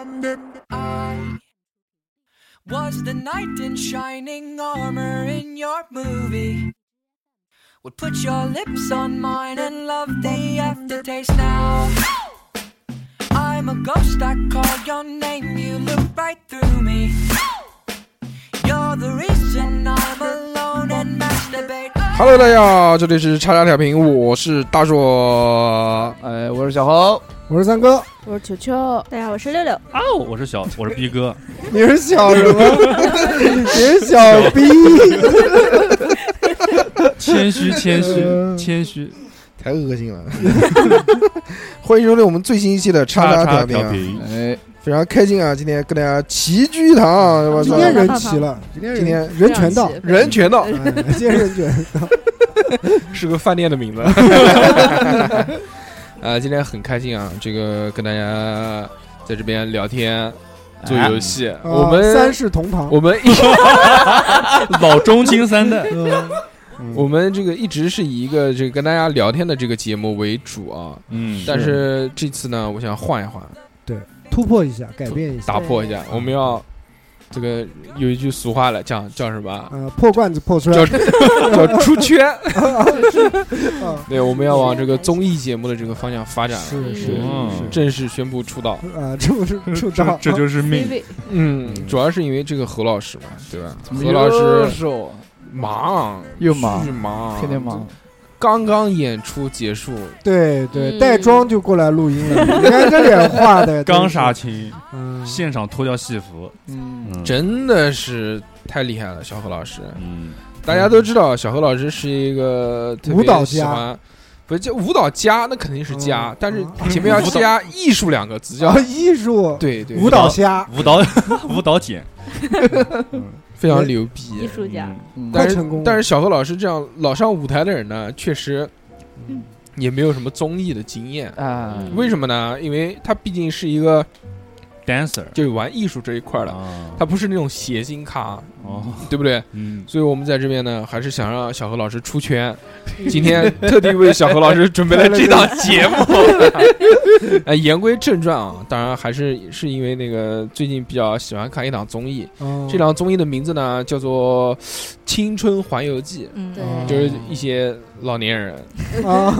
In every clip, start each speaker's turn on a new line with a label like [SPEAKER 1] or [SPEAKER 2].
[SPEAKER 1] I was the knight in shining armor in your movie. Would put your lips on mine and love the aftertaste now. I'm a ghost, I call your name, you look right through me. You're the reason I'm alone and masturbate.
[SPEAKER 2] Hello，大家好，这里是叉叉调频，我是大 硕。
[SPEAKER 3] 哎，我是小侯，
[SPEAKER 4] 我是三哥，
[SPEAKER 5] 我是球球，
[SPEAKER 6] 大家好，我是六六。
[SPEAKER 7] 哦，我是小，我是逼哥，
[SPEAKER 4] 你是小 什么？你是小逼？
[SPEAKER 7] 谦虚谦虚
[SPEAKER 4] 嗯
[SPEAKER 7] 谦虚，
[SPEAKER 2] 太恶心了！ 欢迎收听我们最新一期的叉
[SPEAKER 7] 叉
[SPEAKER 2] 调
[SPEAKER 7] 叉
[SPEAKER 2] 频
[SPEAKER 7] 调
[SPEAKER 2] 啊，
[SPEAKER 7] 频，
[SPEAKER 3] 哎，
[SPEAKER 2] 非常开心啊！今天跟大家齐聚一堂啊，我
[SPEAKER 4] 今
[SPEAKER 2] 操，
[SPEAKER 4] 天人齐了，
[SPEAKER 2] 今天
[SPEAKER 4] 人全到，
[SPEAKER 2] 人全到，
[SPEAKER 4] 哎今天 人全到，
[SPEAKER 2] 是个饭店的 名字。啊，今天很开心啊，这个跟大家在这边聊天、做游戏，我
[SPEAKER 4] 啊三
[SPEAKER 2] 们
[SPEAKER 4] 世同堂，
[SPEAKER 2] 我。们一
[SPEAKER 7] 老中青三代
[SPEAKER 4] 嗯嗯
[SPEAKER 2] 我们这个一直是以一个这个跟大家聊天的这个节目为主啊，
[SPEAKER 7] 嗯，
[SPEAKER 2] 但是这次呢，我想换一换，
[SPEAKER 4] 突破一下，改变一下，
[SPEAKER 2] 打破一下，我们要这个有一句俗话了，叫叫什么？
[SPEAKER 4] 呃，破罐子破摔
[SPEAKER 2] 叫叫 出圈。
[SPEAKER 4] 啊，
[SPEAKER 2] 对，我们要往这个综艺节目的这个方向发展了，
[SPEAKER 4] 是是
[SPEAKER 7] 嗯
[SPEAKER 4] 是
[SPEAKER 2] 正式宣布出道。
[SPEAKER 4] 啊，这 不是出啊道，
[SPEAKER 7] 这就是命，
[SPEAKER 5] CV
[SPEAKER 2] 嗯，主要是因为这个何老师嘛，对吧？何
[SPEAKER 3] 何
[SPEAKER 2] 老
[SPEAKER 3] 老
[SPEAKER 2] 师
[SPEAKER 3] 师
[SPEAKER 2] 忙，
[SPEAKER 3] 又啊忙
[SPEAKER 2] 巨忙，
[SPEAKER 3] 天天忙，，
[SPEAKER 2] 刚刚演出结束，
[SPEAKER 4] 对对，
[SPEAKER 5] 嗯
[SPEAKER 4] 带妆就过来录音了，你看这脸 画的，
[SPEAKER 7] 刚杀青，
[SPEAKER 4] 嗯，
[SPEAKER 7] 现场脱掉戏服，
[SPEAKER 3] 嗯，
[SPEAKER 7] 嗯
[SPEAKER 2] 真的是太厉害了，小何老师。
[SPEAKER 7] 嗯，
[SPEAKER 2] 大家都知道，小何老师是一个特别
[SPEAKER 4] 舞蹈家
[SPEAKER 2] 喜欢，不是叫舞蹈家，那肯定是家
[SPEAKER 4] 嗯，
[SPEAKER 2] 但是
[SPEAKER 4] 嗯
[SPEAKER 2] 前面要加艺术两个字，叫
[SPEAKER 4] 叫艺术
[SPEAKER 2] 对对，
[SPEAKER 4] 舞蹈虾，
[SPEAKER 7] 舞蹈 舞蹈剪，
[SPEAKER 2] 非常牛逼
[SPEAKER 5] 艺。术家，
[SPEAKER 3] 嗯
[SPEAKER 2] 但
[SPEAKER 4] 太
[SPEAKER 2] 是
[SPEAKER 4] 成功了
[SPEAKER 2] 但是小何老师这样老上舞台的人呢，确实嗯也没有什么综艺的经验。
[SPEAKER 3] 啊，
[SPEAKER 2] 为什么呢？因为他毕竟是一个
[SPEAKER 7] dancer
[SPEAKER 2] 就是玩艺术这一块的，
[SPEAKER 7] 啊
[SPEAKER 2] 他不是那种谐星咖，
[SPEAKER 7] 哦，
[SPEAKER 2] 对不对？
[SPEAKER 7] 嗯，
[SPEAKER 2] 所以我们在这边呢，还是想让小何老师出圈。今天特地为小何老师准备了这档节目。 哎，言归正传啊，当然还是是因为那个最近比较喜欢看一档综艺，
[SPEAKER 4] 嗯
[SPEAKER 2] 这档综艺的名字呢叫做《青春环游记
[SPEAKER 6] 嗯，
[SPEAKER 5] 对，
[SPEAKER 4] 哦》，
[SPEAKER 2] 就是一些老年人，
[SPEAKER 4] 啊，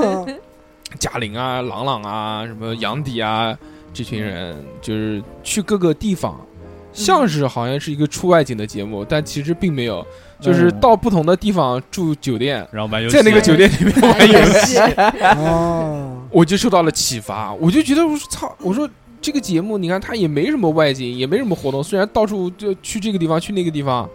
[SPEAKER 2] 贾玲啊、郎朗啊、什么杨迪啊这群人，就是去各个地方，像是好像是一个出外景的节目，但其实并没有，就是到不同的地方住酒店。
[SPEAKER 7] 然后玩游戏，啊
[SPEAKER 2] 在那个酒店里面玩游戏， 嗯
[SPEAKER 4] 哦，
[SPEAKER 2] 我就受到了启发，我就觉得我说操，我说这个节目你看它也没什么外景，也没什么活动，虽然到处就去这个地方去那个地方，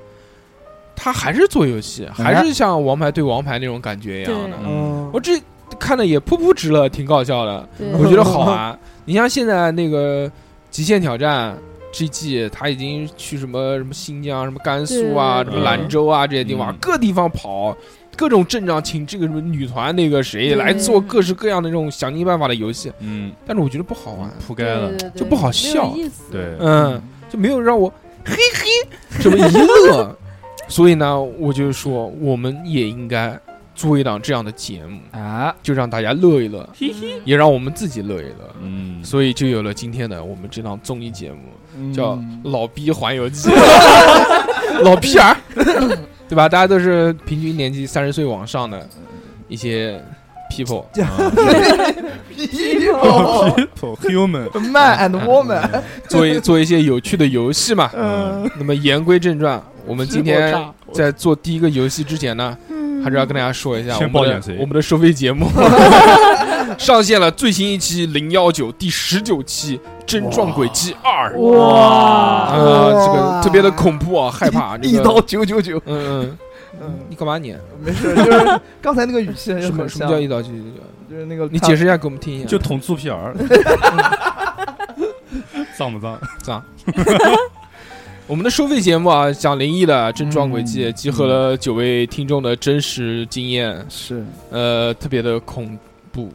[SPEAKER 2] 他还是做游戏，还是像王牌对王牌那种感觉一样的。
[SPEAKER 7] 嗯
[SPEAKER 4] 嗯
[SPEAKER 2] 我这看的也噗噗直乐，挺搞笑的，
[SPEAKER 5] 对
[SPEAKER 2] 我觉得好玩。 你像现在那个《极限挑战》。GG，他已经去什么什么新疆、什么甘肃啊、什
[SPEAKER 5] 对
[SPEAKER 2] 么兰州啊这些地方，
[SPEAKER 7] 嗯
[SPEAKER 2] 各地方跑，各种阵仗，请这个什么女团那个谁
[SPEAKER 5] 对
[SPEAKER 2] 来做各式各样的这种想尽办法的游戏，
[SPEAKER 7] 嗯，
[SPEAKER 2] 但是我觉得不好玩，
[SPEAKER 7] 铺盖
[SPEAKER 5] 对
[SPEAKER 7] 了
[SPEAKER 5] 对，对对
[SPEAKER 2] 就不好笑
[SPEAKER 5] 没有意思
[SPEAKER 7] 对，
[SPEAKER 2] 嗯，就没有让我嘿嘿这么一乐， 所以呢，我就说我们也应该做一档这样的节目，
[SPEAKER 3] 啊，
[SPEAKER 2] 就让大家乐一乐，
[SPEAKER 7] 嘿嘿，
[SPEAKER 2] 也让我们自己乐一乐，
[SPEAKER 7] 嗯，
[SPEAKER 2] 所以就有了今天的我们这档综艺节目，
[SPEAKER 3] 嗯
[SPEAKER 2] 叫《老逼环游记》， 老屁儿，对吧？大家都是平均年纪三十岁往上的一些 people。
[SPEAKER 7] 嗯 human，
[SPEAKER 3] Man and Woman，
[SPEAKER 2] 做一做一些有趣的游戏嘛。
[SPEAKER 3] 嗯
[SPEAKER 2] 那么言归正传，我们今天在做第一个游戏之前呢，
[SPEAKER 3] 嗯
[SPEAKER 2] 还是要跟大家说一下我
[SPEAKER 7] 先
[SPEAKER 2] 们
[SPEAKER 7] 爆
[SPEAKER 2] 的
[SPEAKER 7] 点贼
[SPEAKER 2] 我们的收费节目 上线了最新一期零幺九第十九期《真撞鬼记二》
[SPEAKER 3] 哇
[SPEAKER 2] 啊，这个特别的恐怖啊，害怕这
[SPEAKER 3] 一
[SPEAKER 2] 个
[SPEAKER 3] 刀九九九，
[SPEAKER 2] 嗯嗯
[SPEAKER 3] 嗯，
[SPEAKER 2] 你干嘛你？
[SPEAKER 3] 没事，就是刚才那个语气
[SPEAKER 2] 什
[SPEAKER 3] 就
[SPEAKER 2] 么
[SPEAKER 3] 很
[SPEAKER 2] 什么叫
[SPEAKER 3] 像，
[SPEAKER 2] 一刀就？
[SPEAKER 3] 就是那个
[SPEAKER 2] 你解释一下给我们听一下。
[SPEAKER 7] 就捅猪皮儿，脏不脏？
[SPEAKER 2] 脏。我们的收费节目啊，讲灵异的《真撞鬼记》，
[SPEAKER 3] 嗯
[SPEAKER 2] 集合了九位听众的真实经验，
[SPEAKER 3] 是
[SPEAKER 2] 呃，特别的恐怖。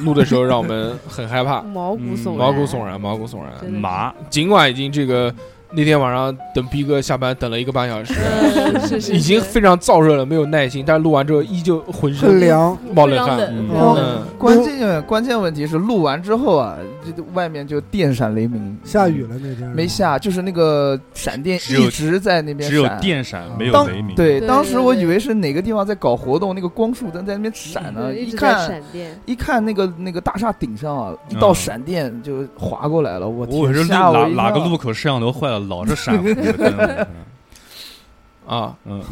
[SPEAKER 2] 录的时候 让我们很害怕，
[SPEAKER 7] 嗯
[SPEAKER 5] 毛骨悚然，
[SPEAKER 2] 毛骨悚然，毛骨悚然。
[SPEAKER 5] 真的是
[SPEAKER 7] 麻，
[SPEAKER 2] 尽管已经这个那天晚上等逼哥下班等了一个半小时，
[SPEAKER 5] 嗯是是，
[SPEAKER 2] 已经
[SPEAKER 5] 是
[SPEAKER 2] 非常燥热了，没有耐心，但是录完之后依旧浑
[SPEAKER 4] 很
[SPEAKER 2] 身
[SPEAKER 4] 凉，
[SPEAKER 2] 冒
[SPEAKER 5] 非
[SPEAKER 2] 冷
[SPEAKER 5] 常
[SPEAKER 2] 汗。
[SPEAKER 5] 冷，
[SPEAKER 7] 嗯
[SPEAKER 5] 非常冷
[SPEAKER 2] 嗯，
[SPEAKER 3] 关键关键问题是录完之后啊，这外面就电闪雷鸣，
[SPEAKER 4] 下雨了那天
[SPEAKER 3] 没下，就是那个闪电
[SPEAKER 7] 只有
[SPEAKER 3] 一直在那边
[SPEAKER 7] 只有
[SPEAKER 3] 闪。
[SPEAKER 7] 电闪没有
[SPEAKER 3] 当
[SPEAKER 7] 雷鸣。
[SPEAKER 3] 对，
[SPEAKER 5] 对
[SPEAKER 3] 当时
[SPEAKER 5] 对
[SPEAKER 3] 我
[SPEAKER 5] 对
[SPEAKER 3] 以为是哪个地方在搞活动，那个光束灯在那边闪呢，
[SPEAKER 5] 对一直在
[SPEAKER 3] 看
[SPEAKER 5] 闪电，
[SPEAKER 3] 一看那个那个大厦顶上啊，一道
[SPEAKER 7] 嗯
[SPEAKER 3] 闪电就划过来了，我
[SPEAKER 7] 我
[SPEAKER 3] 天
[SPEAKER 7] 以为，是
[SPEAKER 3] 吓
[SPEAKER 7] 哪
[SPEAKER 3] 我一
[SPEAKER 7] 哪个
[SPEAKER 3] 跳
[SPEAKER 7] 路口摄像头坏了，老是闪红 灯。
[SPEAKER 2] 啊！
[SPEAKER 7] 嗯，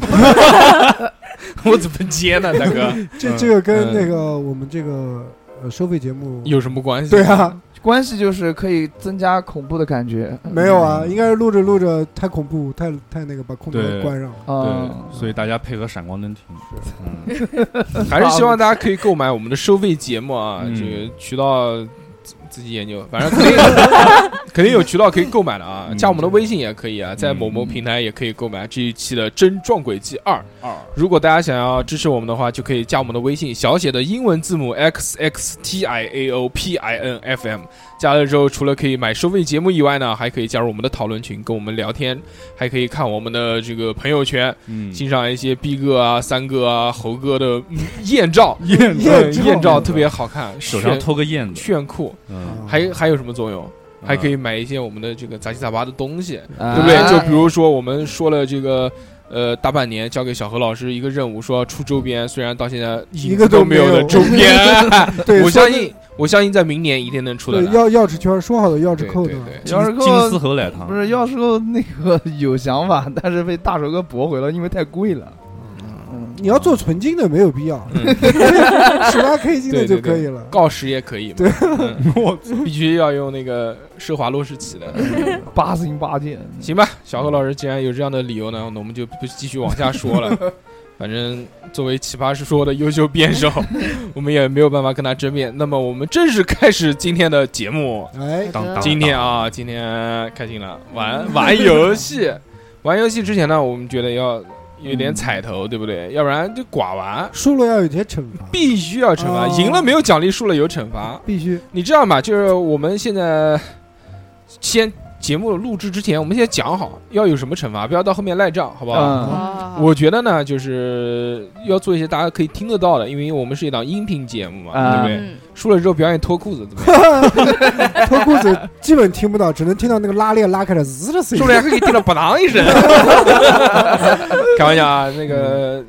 [SPEAKER 2] 我怎么接呢，大 哥？
[SPEAKER 4] 这
[SPEAKER 7] 嗯
[SPEAKER 4] 这个跟那个我们这个呃收费节目
[SPEAKER 2] 有什么关系？
[SPEAKER 4] 对啊，
[SPEAKER 3] 关系就是可以增加恐怖的感觉，
[SPEAKER 4] 没有啊，应该是录着录着太恐怖，太太那个把空调
[SPEAKER 7] 对
[SPEAKER 4] 关上了。
[SPEAKER 3] 嗯
[SPEAKER 7] 对，，所以大家配合闪光灯听。嗯，
[SPEAKER 2] 还是希望大家可以购买我们的收费节目啊，
[SPEAKER 7] 嗯
[SPEAKER 2] 这个渠道自自己研究，反正肯定 肯定有渠道可以购买的啊，
[SPEAKER 7] 嗯
[SPEAKER 2] 加我们的微信也可以啊，在某某平台也可以购买这一期的《真撞轨迹二》。
[SPEAKER 7] 二
[SPEAKER 2] 如果大家想要支持我们的话，就可以加我们的微信，小写的英文字母 x x t i a o p i n f m。加了之后，除了可以买收费节目以外呢，还可以加入我们的讨论群，跟我们聊天，还可以看我们的这个朋友圈，
[SPEAKER 7] 嗯，
[SPEAKER 2] 欣赏一些逼哥啊、三哥啊、猴哥的嗯艳照，
[SPEAKER 7] 燕
[SPEAKER 2] 对
[SPEAKER 4] 艳
[SPEAKER 7] 子
[SPEAKER 4] 照
[SPEAKER 2] 艳照特别好看，
[SPEAKER 7] 手上
[SPEAKER 2] 炫
[SPEAKER 7] 偷个燕子，
[SPEAKER 2] 炫酷，
[SPEAKER 7] 嗯，
[SPEAKER 4] 啊
[SPEAKER 2] 哦还还有什么作用？还可以
[SPEAKER 7] 嗯
[SPEAKER 2] 买一些我们的这个杂七杂八的东西，
[SPEAKER 3] 对
[SPEAKER 2] 对不对？
[SPEAKER 5] 啊
[SPEAKER 2] 就比如说我们说了这个。呃，大半年交给小何老师一个任务，说要出周边，虽然到现在
[SPEAKER 4] 一
[SPEAKER 2] 影
[SPEAKER 4] 个
[SPEAKER 2] 子
[SPEAKER 4] 都
[SPEAKER 2] 都没有
[SPEAKER 4] 没
[SPEAKER 2] 的
[SPEAKER 4] 有
[SPEAKER 2] 周边，
[SPEAKER 4] 对，
[SPEAKER 2] 我
[SPEAKER 4] 说
[SPEAKER 2] 相信，我相信在明年一定能出得
[SPEAKER 4] 对
[SPEAKER 2] 来。
[SPEAKER 4] 钥钥匙圈说好的钥
[SPEAKER 2] 对
[SPEAKER 4] 匙扣的
[SPEAKER 2] 对，对，
[SPEAKER 3] 要是
[SPEAKER 7] 金
[SPEAKER 3] 给
[SPEAKER 7] 金丝
[SPEAKER 3] 我
[SPEAKER 7] 猴奶糖
[SPEAKER 3] 不，是要是我那个 有想法，但是被大手哥驳回了，因为太贵了。嗯，
[SPEAKER 4] 你要做纯金的没有必要， 十八 K 金的就可以了。
[SPEAKER 2] 锆石嗯也可以嘛，
[SPEAKER 4] 对
[SPEAKER 2] 嗯
[SPEAKER 7] 我
[SPEAKER 2] 必须要用那个奢华落石起的。
[SPEAKER 3] 八星八件，
[SPEAKER 2] 行吧，小何老师既然有这样的理由呢，那我们就不继续往下说了。反正作为奇葩说的优秀辩手，我们也没有办法跟他争辩。那么我们正式开始今天的节目。
[SPEAKER 4] 哎，
[SPEAKER 3] 呃
[SPEAKER 7] 当当
[SPEAKER 2] 今天啊，今天开心了，玩玩游戏。玩游戏之前呢，我们觉得要有点彩头，对不对？要不然就寡玩，
[SPEAKER 4] 输了要有些惩罚，
[SPEAKER 2] 必须要惩罚。
[SPEAKER 4] 哦
[SPEAKER 2] 赢了没有奖励，输了有惩罚。
[SPEAKER 4] 必须
[SPEAKER 2] 你这样吧，就是我们现在先节目录制之前，我们先讲好要有什么惩罚，不要到后面赖账，好不好？
[SPEAKER 5] 好
[SPEAKER 3] 嗯，
[SPEAKER 5] 好好
[SPEAKER 2] 我觉得呢，就是要做一些大家可以听得到的，因为我们是一档音频节目嘛，
[SPEAKER 3] 啊
[SPEAKER 2] 对不对？
[SPEAKER 5] 嗯
[SPEAKER 2] 输了之后表演脱裤子 怎么样？
[SPEAKER 4] 脱裤子基本听不到，只能听到那个拉链拉开了滋的声
[SPEAKER 2] 输
[SPEAKER 4] 音
[SPEAKER 2] 了。还可以听到“吧嗒”一声。 开玩笑啊，那个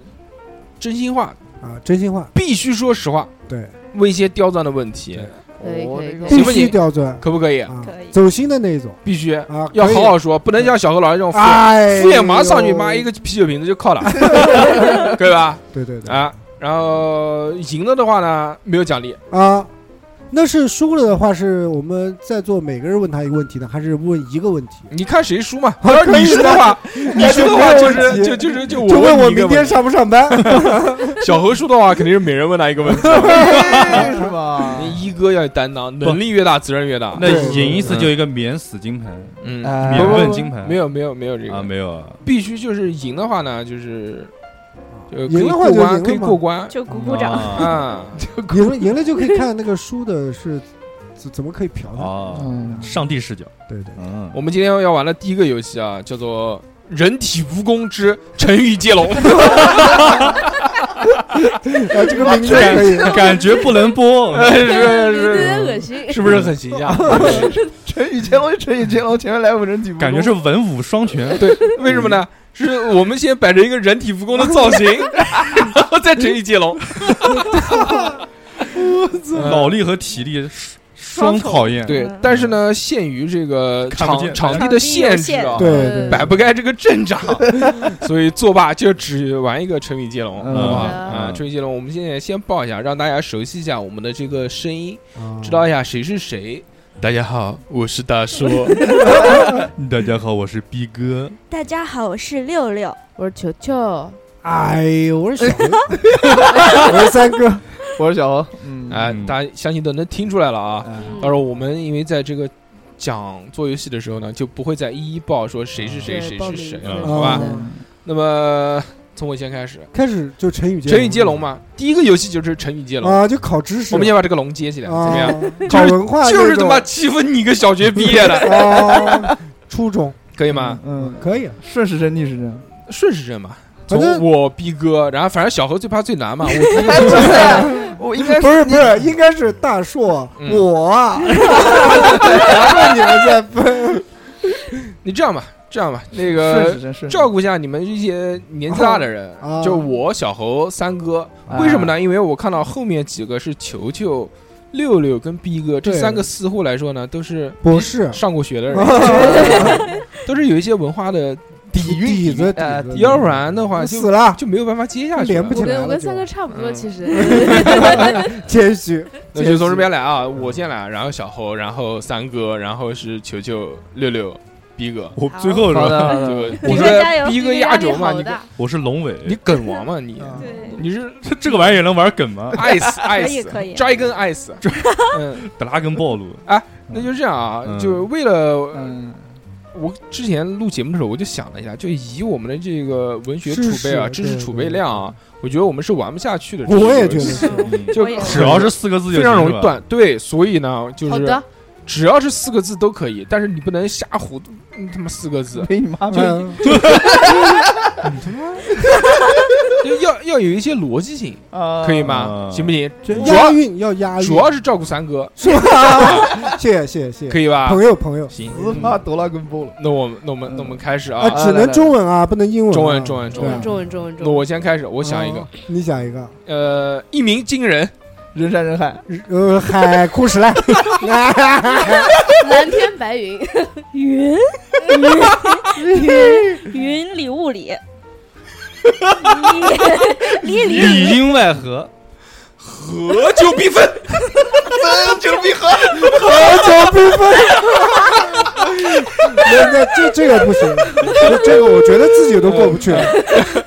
[SPEAKER 2] 真心话
[SPEAKER 4] 啊，真心话，
[SPEAKER 2] 必须说实话，
[SPEAKER 4] 对，
[SPEAKER 2] 问一些刁钻的问题，
[SPEAKER 5] 可以
[SPEAKER 3] 我
[SPEAKER 5] 可以
[SPEAKER 3] 那
[SPEAKER 5] 可
[SPEAKER 3] 个
[SPEAKER 5] 以
[SPEAKER 4] 必
[SPEAKER 2] 行不
[SPEAKER 4] 须
[SPEAKER 2] 行？
[SPEAKER 4] 刁钻
[SPEAKER 2] 可不可以？
[SPEAKER 4] 啊
[SPEAKER 5] 可以，
[SPEAKER 4] 走心的那一种
[SPEAKER 2] 必须
[SPEAKER 4] 啊，
[SPEAKER 2] 要
[SPEAKER 4] 可以
[SPEAKER 2] 好好说，不能像小何老师这种敷衍
[SPEAKER 4] 哎，
[SPEAKER 2] 敷衍马上去，妈一个啤酒瓶子就靠了， 对吧？
[SPEAKER 4] 对对对
[SPEAKER 2] 啊，然后赢了的话呢，没有奖励，
[SPEAKER 4] 啊，那是输了的话，是我们在座每个人问他一个问题呢，还是问一个问题？
[SPEAKER 2] 你看谁输嘛。要是你输的 话，你输的话就是就就是就我
[SPEAKER 4] 就问我
[SPEAKER 2] 你一个问
[SPEAKER 4] 明天
[SPEAKER 2] 题
[SPEAKER 4] 上不 上班？
[SPEAKER 2] 小何输的话，肯定是每人问他一个问题。啊
[SPEAKER 3] 哎是 吧？
[SPEAKER 2] 你一哥要有担当，能力越大责任越大。
[SPEAKER 3] 啊
[SPEAKER 7] 那
[SPEAKER 4] 对
[SPEAKER 7] 赢一次就一个免死金牌，
[SPEAKER 2] 嗯，
[SPEAKER 3] 哎
[SPEAKER 7] 免问金牌
[SPEAKER 2] 没有没有没有这
[SPEAKER 7] 啊，
[SPEAKER 2] 个，
[SPEAKER 7] 没有啊，
[SPEAKER 2] 必须就是赢的话呢，就是就可
[SPEAKER 4] 赢
[SPEAKER 2] 以
[SPEAKER 4] 的话
[SPEAKER 2] 过
[SPEAKER 4] 就赢了
[SPEAKER 2] 关，可以
[SPEAKER 4] 嘛
[SPEAKER 2] 过关
[SPEAKER 5] 就鼓鼓掌，
[SPEAKER 7] 啊
[SPEAKER 2] 啊。
[SPEAKER 4] 赢了赢了就可以看那个输的是怎怎么可以嫖
[SPEAKER 2] 哦
[SPEAKER 4] 的。
[SPEAKER 7] 啊，
[SPEAKER 3] 嗯，
[SPEAKER 7] 上帝视角，
[SPEAKER 4] 对 对，
[SPEAKER 7] 嗯
[SPEAKER 2] 我们今天要玩的第一个游戏啊，叫做《人体蜈蚣之成语接龙》。
[SPEAKER 4] 啊，这个名字可以。
[SPEAKER 2] 啊
[SPEAKER 7] 感觉不 能 播，
[SPEAKER 2] 哎
[SPEAKER 3] 哎
[SPEAKER 2] 是
[SPEAKER 5] 有点恶心，
[SPEAKER 2] 是不是很形象？
[SPEAKER 3] 成语接龙，成语接龙，前面来五人几，
[SPEAKER 7] 感觉是文武双全，
[SPEAKER 2] 对， 为什么呢？是我们先摆着一个人体蜈蚣的造型， 然后再成语接龙。
[SPEAKER 3] 嗯
[SPEAKER 7] 脑力和体力双双考验，
[SPEAKER 2] 对，但是呢，限于这个
[SPEAKER 7] 看不
[SPEAKER 2] 场
[SPEAKER 7] 见
[SPEAKER 2] 场地的限制啊，
[SPEAKER 4] 对对
[SPEAKER 2] 摆不开这个阵 仗，所以作罢就只玩一个成语接龙，好
[SPEAKER 3] 嗯
[SPEAKER 2] 不好？
[SPEAKER 5] 嗯
[SPEAKER 2] 啊，成语接龙，我们现在先报一下，让大家熟悉一下我们的这个声音，
[SPEAKER 4] 啊
[SPEAKER 2] 知道一下谁是谁。大家好，我是大 叔。
[SPEAKER 7] 大家好，我是逼哥，
[SPEAKER 6] 大家好，我是六六。
[SPEAKER 5] 我说球球，
[SPEAKER 4] 哎呦，我是小 哥，我是三哥，
[SPEAKER 3] 我是小何，嗯，
[SPEAKER 2] 哎
[SPEAKER 7] 嗯，
[SPEAKER 2] 大家相信都能听出来了啊。
[SPEAKER 4] 哎
[SPEAKER 5] 嗯
[SPEAKER 2] 到时候我们因为在这个讲做游戏的时候呢，就不会再一一报说谁是谁
[SPEAKER 5] 对
[SPEAKER 2] 谁
[SPEAKER 5] 报
[SPEAKER 2] 是
[SPEAKER 5] 名
[SPEAKER 2] 谁
[SPEAKER 5] 字
[SPEAKER 2] 了，
[SPEAKER 7] 嗯
[SPEAKER 2] 好吧
[SPEAKER 4] 嗯？
[SPEAKER 2] 那么从我先开始，
[SPEAKER 4] 开始就成语接
[SPEAKER 2] 成语接龙嘛，第一个游戏就是成语接龙，
[SPEAKER 4] 啊，就考知识，
[SPEAKER 2] 我们先把这个龙接起来，怎
[SPEAKER 4] 啊
[SPEAKER 2] 么样？
[SPEAKER 4] 搞文化那种，
[SPEAKER 2] 就是他妈欺负你个小学毕业的，
[SPEAKER 4] 啊，初中
[SPEAKER 2] 可以吗？
[SPEAKER 3] 嗯，
[SPEAKER 4] 可以，啊
[SPEAKER 3] 顺时针逆时针，
[SPEAKER 2] 顺时针嘛，
[SPEAKER 4] 反正
[SPEAKER 2] 从我逼哥，然后反正小何最怕最难嘛， 我
[SPEAKER 3] 我应该
[SPEAKER 4] 不是不是，应该是大硕
[SPEAKER 2] 嗯
[SPEAKER 4] 我，啊然后你们再分。
[SPEAKER 2] 你这样吧，这样吧，那
[SPEAKER 3] 顺
[SPEAKER 2] 个
[SPEAKER 3] 时针顺时针
[SPEAKER 2] 照顾一下你们一些年纪大的人
[SPEAKER 4] 啊，
[SPEAKER 2] 就我小猴三哥，为什么呢？因为我看到后面几个是球球、六六跟逼哥这
[SPEAKER 4] 对
[SPEAKER 2] 三个似乎来说呢，都是
[SPEAKER 4] 博 士，
[SPEAKER 2] 上过学的人， 都是有一些文化的底
[SPEAKER 4] 底子，
[SPEAKER 3] 呃
[SPEAKER 4] 底子
[SPEAKER 2] 要不然的话就
[SPEAKER 4] 死了，
[SPEAKER 2] 就没有办法接下去
[SPEAKER 4] 连
[SPEAKER 2] 了
[SPEAKER 4] 不。起
[SPEAKER 5] 我
[SPEAKER 4] 来
[SPEAKER 5] 跟
[SPEAKER 4] 了
[SPEAKER 5] 我跟
[SPEAKER 4] 就
[SPEAKER 5] 三哥差不多，
[SPEAKER 2] 嗯
[SPEAKER 5] 其实
[SPEAKER 4] 谦虚。
[SPEAKER 2] 那就从这边来啊，我先来，然后小猴，然后三哥，然后是球球、六六、逼哥。
[SPEAKER 7] 我
[SPEAKER 5] 好
[SPEAKER 7] 最后是
[SPEAKER 3] 好
[SPEAKER 7] 吧？
[SPEAKER 3] 的好
[SPEAKER 2] 这
[SPEAKER 3] 的，
[SPEAKER 2] 个
[SPEAKER 5] 你
[SPEAKER 2] 我
[SPEAKER 5] 们加油
[SPEAKER 2] 是逼
[SPEAKER 5] 你
[SPEAKER 2] 哥
[SPEAKER 5] 们
[SPEAKER 2] 压
[SPEAKER 5] 力
[SPEAKER 2] 轴嘛，
[SPEAKER 5] 好
[SPEAKER 2] 你
[SPEAKER 5] 大
[SPEAKER 7] 我是龙尾，
[SPEAKER 2] 你梗王嘛你？
[SPEAKER 4] 啊
[SPEAKER 5] 对
[SPEAKER 2] 你是
[SPEAKER 7] 这这个玩意儿也能玩梗 吗？
[SPEAKER 2] 爱死爱
[SPEAKER 6] 以
[SPEAKER 2] 死，
[SPEAKER 6] 可以
[SPEAKER 2] 抓一根爱死。嗯，
[SPEAKER 7] 德拉根暴露，
[SPEAKER 2] 那就这样啊，
[SPEAKER 7] 嗯
[SPEAKER 2] 就为了
[SPEAKER 3] 嗯，
[SPEAKER 2] 我之前录节目的时候，我就想了一下，就以我们的这个文学储备啊、
[SPEAKER 4] 知
[SPEAKER 2] 知
[SPEAKER 4] 识
[SPEAKER 2] 识
[SPEAKER 4] 对
[SPEAKER 2] 储备量啊，我觉得我们是玩不下去的。
[SPEAKER 4] 我也觉
[SPEAKER 2] 这
[SPEAKER 4] 得
[SPEAKER 2] 个游戏
[SPEAKER 4] 是，
[SPEAKER 2] 就
[SPEAKER 5] 我也
[SPEAKER 7] 只要是四个字
[SPEAKER 2] 嗯
[SPEAKER 7] 就
[SPEAKER 2] 非常
[SPEAKER 7] 行
[SPEAKER 2] 容
[SPEAKER 7] 是吧
[SPEAKER 2] 易断。对，所以呢，就
[SPEAKER 5] 好
[SPEAKER 2] 是
[SPEAKER 5] 的，
[SPEAKER 2] 只要是四个字都可以，但是你不能瞎胡嗯他妈四个 字，
[SPEAKER 3] 被你妈逼
[SPEAKER 4] 嗯，
[SPEAKER 2] 就要要有一些逻辑性，
[SPEAKER 3] 啊，
[SPEAKER 2] 可以吗？
[SPEAKER 7] 啊
[SPEAKER 2] 行不行？
[SPEAKER 4] 就
[SPEAKER 2] 主
[SPEAKER 4] 押
[SPEAKER 2] 要
[SPEAKER 4] 韵要押韵，
[SPEAKER 2] 主要是照顾三哥，
[SPEAKER 4] 是吧？谢谢谢谢谢
[SPEAKER 2] 可
[SPEAKER 4] 谢，
[SPEAKER 2] 以吧
[SPEAKER 4] 朋？友朋友
[SPEAKER 2] 行，嗯
[SPEAKER 3] 斯巴多拉根波了，
[SPEAKER 2] 那我们那我们那我们开始
[SPEAKER 4] 啊，
[SPEAKER 2] 啊，
[SPEAKER 3] 啊
[SPEAKER 4] 只
[SPEAKER 3] 来
[SPEAKER 4] 能
[SPEAKER 3] 来
[SPEAKER 4] 中文啊，不能英文啊。
[SPEAKER 2] 中文中文
[SPEAKER 4] 对
[SPEAKER 2] 中文
[SPEAKER 4] 啊
[SPEAKER 5] 中文中文
[SPEAKER 2] 那
[SPEAKER 5] 中文，
[SPEAKER 2] 我先开始，我想一个
[SPEAKER 4] 哦，，你想一个，
[SPEAKER 2] 呃，一鸣惊人，
[SPEAKER 3] 人山人海，
[SPEAKER 4] 呃，海枯石 烂，
[SPEAKER 5] 蓝天白云，
[SPEAKER 6] 云云云里雾里，里里里
[SPEAKER 7] 里应外合，
[SPEAKER 2] 合久必分，
[SPEAKER 7] 就是闭合。
[SPEAKER 4] 合久必分。 那那这这个不行，这这个我觉得自己都过不去了，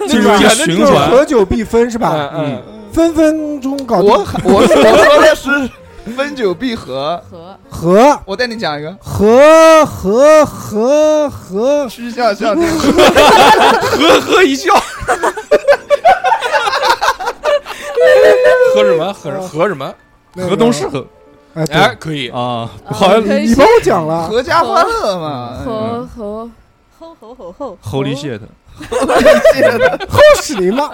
[SPEAKER 7] 进哎入一个啊循
[SPEAKER 4] 就是
[SPEAKER 7] 环。
[SPEAKER 4] 合久必分是吧？
[SPEAKER 2] 嗯嗯，
[SPEAKER 4] 分分钟搞定
[SPEAKER 3] 我。我我说的是分久必合，
[SPEAKER 5] 和
[SPEAKER 4] 和
[SPEAKER 3] 我带你讲一个，
[SPEAKER 4] 和和和和
[SPEAKER 3] 趋向向前，
[SPEAKER 2] 呵呵一笑， 喝什么？喝什么喝什么？
[SPEAKER 4] 那个
[SPEAKER 7] 河东狮吼
[SPEAKER 4] 哎，对
[SPEAKER 2] 哎，可以，
[SPEAKER 7] 啊，
[SPEAKER 5] 啊
[SPEAKER 7] 好
[SPEAKER 6] 哦
[SPEAKER 7] 像
[SPEAKER 5] 可以
[SPEAKER 4] 你帮我讲了，
[SPEAKER 3] 合家欢乐嘛，
[SPEAKER 5] 和和
[SPEAKER 6] 吼吼吼吼
[SPEAKER 7] Holy shit！
[SPEAKER 4] 后屎林嘛，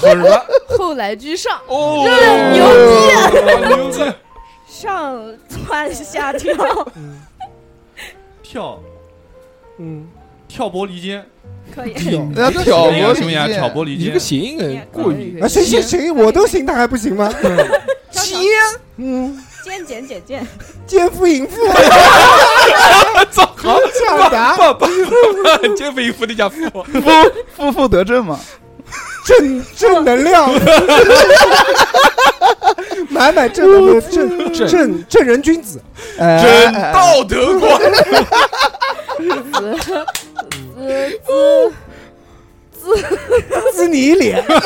[SPEAKER 2] 喝什么？
[SPEAKER 5] 后来居上，
[SPEAKER 2] 哦，
[SPEAKER 7] 牛逼，牛啊逼！
[SPEAKER 6] 上蹿下跳，
[SPEAKER 7] 跳
[SPEAKER 4] 嗯，
[SPEAKER 7] 跳玻璃间，
[SPEAKER 6] 可以
[SPEAKER 4] 屌
[SPEAKER 3] 要挑
[SPEAKER 7] 那个
[SPEAKER 3] 拨
[SPEAKER 7] 什么呀？
[SPEAKER 3] 离间
[SPEAKER 7] 挑拨离
[SPEAKER 2] 你
[SPEAKER 7] 间
[SPEAKER 2] 这个，谐音梗过于
[SPEAKER 4] 啊，行 行行，我都行，他还不行吗？
[SPEAKER 2] 尖，
[SPEAKER 4] 嗯，
[SPEAKER 6] 肩减减减，
[SPEAKER 4] 奸夫淫妇，
[SPEAKER 2] 糟
[SPEAKER 7] 啊
[SPEAKER 4] 好抢答，
[SPEAKER 2] 爸爸，这不一副的家伙，
[SPEAKER 3] 负负得正嘛，
[SPEAKER 4] 正正能量，满满正能量，正
[SPEAKER 2] 正
[SPEAKER 4] 正正人君子，
[SPEAKER 3] 哎
[SPEAKER 2] 真道德观。
[SPEAKER 5] 子子
[SPEAKER 4] 滋你一脸，
[SPEAKER 2] 自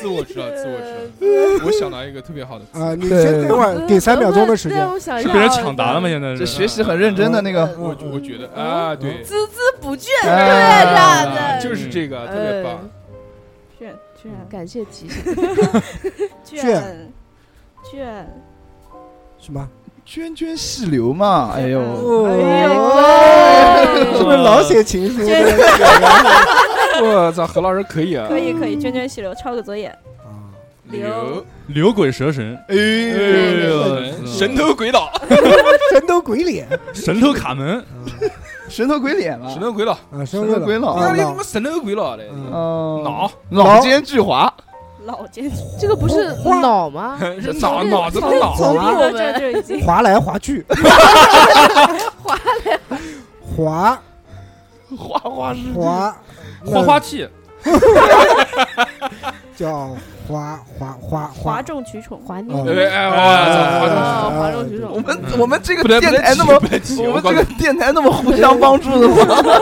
[SPEAKER 2] 自我知道，自我知
[SPEAKER 5] 子，
[SPEAKER 2] 道。我想到一个特别好的词，
[SPEAKER 4] 啊，你先等会儿，给三秒钟的时间
[SPEAKER 5] 对，，我想一
[SPEAKER 7] 是
[SPEAKER 5] 下
[SPEAKER 7] 被人
[SPEAKER 5] 啊
[SPEAKER 7] 抢答了吗？？现在
[SPEAKER 3] 这
[SPEAKER 7] 是
[SPEAKER 3] 学习很认真的那个，
[SPEAKER 2] 我
[SPEAKER 4] 嗯
[SPEAKER 2] 我觉得啊，对，
[SPEAKER 6] 嗯
[SPEAKER 2] 啊
[SPEAKER 5] 孜孜不倦，对
[SPEAKER 3] 哎
[SPEAKER 5] 的，
[SPEAKER 2] 就
[SPEAKER 5] 对
[SPEAKER 2] 是这个特别棒。
[SPEAKER 6] 卷卷
[SPEAKER 5] 感谢提醒，
[SPEAKER 6] 卷卷，
[SPEAKER 4] 什么？
[SPEAKER 3] 涓涓细流嘛，哎呦，
[SPEAKER 4] 哦，是不是老写情书？
[SPEAKER 6] 卷
[SPEAKER 2] 我操，何老师可以啊！
[SPEAKER 6] 可以可以，卷卷细流，抄个作业。
[SPEAKER 2] 牛，
[SPEAKER 7] 牛鬼蛇神，
[SPEAKER 3] 哎呦，
[SPEAKER 2] 神头鬼岛，
[SPEAKER 4] 神头鬼脸
[SPEAKER 7] 神偷卡门，
[SPEAKER 3] 神头鬼脸嘛
[SPEAKER 2] 神，头鬼岛，
[SPEAKER 4] 啊，神
[SPEAKER 3] 神头鬼
[SPEAKER 4] 鬼
[SPEAKER 3] 佬
[SPEAKER 2] 那
[SPEAKER 4] 啊
[SPEAKER 2] 你他妈
[SPEAKER 4] 老
[SPEAKER 2] 神头鬼岛嘞，
[SPEAKER 4] 嗯
[SPEAKER 3] 哦，
[SPEAKER 2] 脑
[SPEAKER 3] 老奸巨猾，
[SPEAKER 6] 老奸
[SPEAKER 5] 这个不是脑吗？
[SPEAKER 2] 是脑脑子的
[SPEAKER 4] 从
[SPEAKER 2] 脑，
[SPEAKER 5] 从我
[SPEAKER 4] 从
[SPEAKER 6] 到这儿
[SPEAKER 5] 们
[SPEAKER 6] 就已经
[SPEAKER 4] 划来划去，
[SPEAKER 5] 划
[SPEAKER 4] 划
[SPEAKER 3] 花花世
[SPEAKER 4] 划
[SPEAKER 7] 花花器，
[SPEAKER 4] 叫划划划
[SPEAKER 6] 哗众取宠，
[SPEAKER 5] 划
[SPEAKER 4] 哦
[SPEAKER 5] 牛
[SPEAKER 2] 对，哎，我操，
[SPEAKER 5] 啊，划众取
[SPEAKER 3] 我
[SPEAKER 5] 宠，
[SPEAKER 3] 们我们这个
[SPEAKER 2] 嗯不能不
[SPEAKER 3] 电
[SPEAKER 2] 能
[SPEAKER 3] 台那么，我们这个电台那么互相帮助的吗？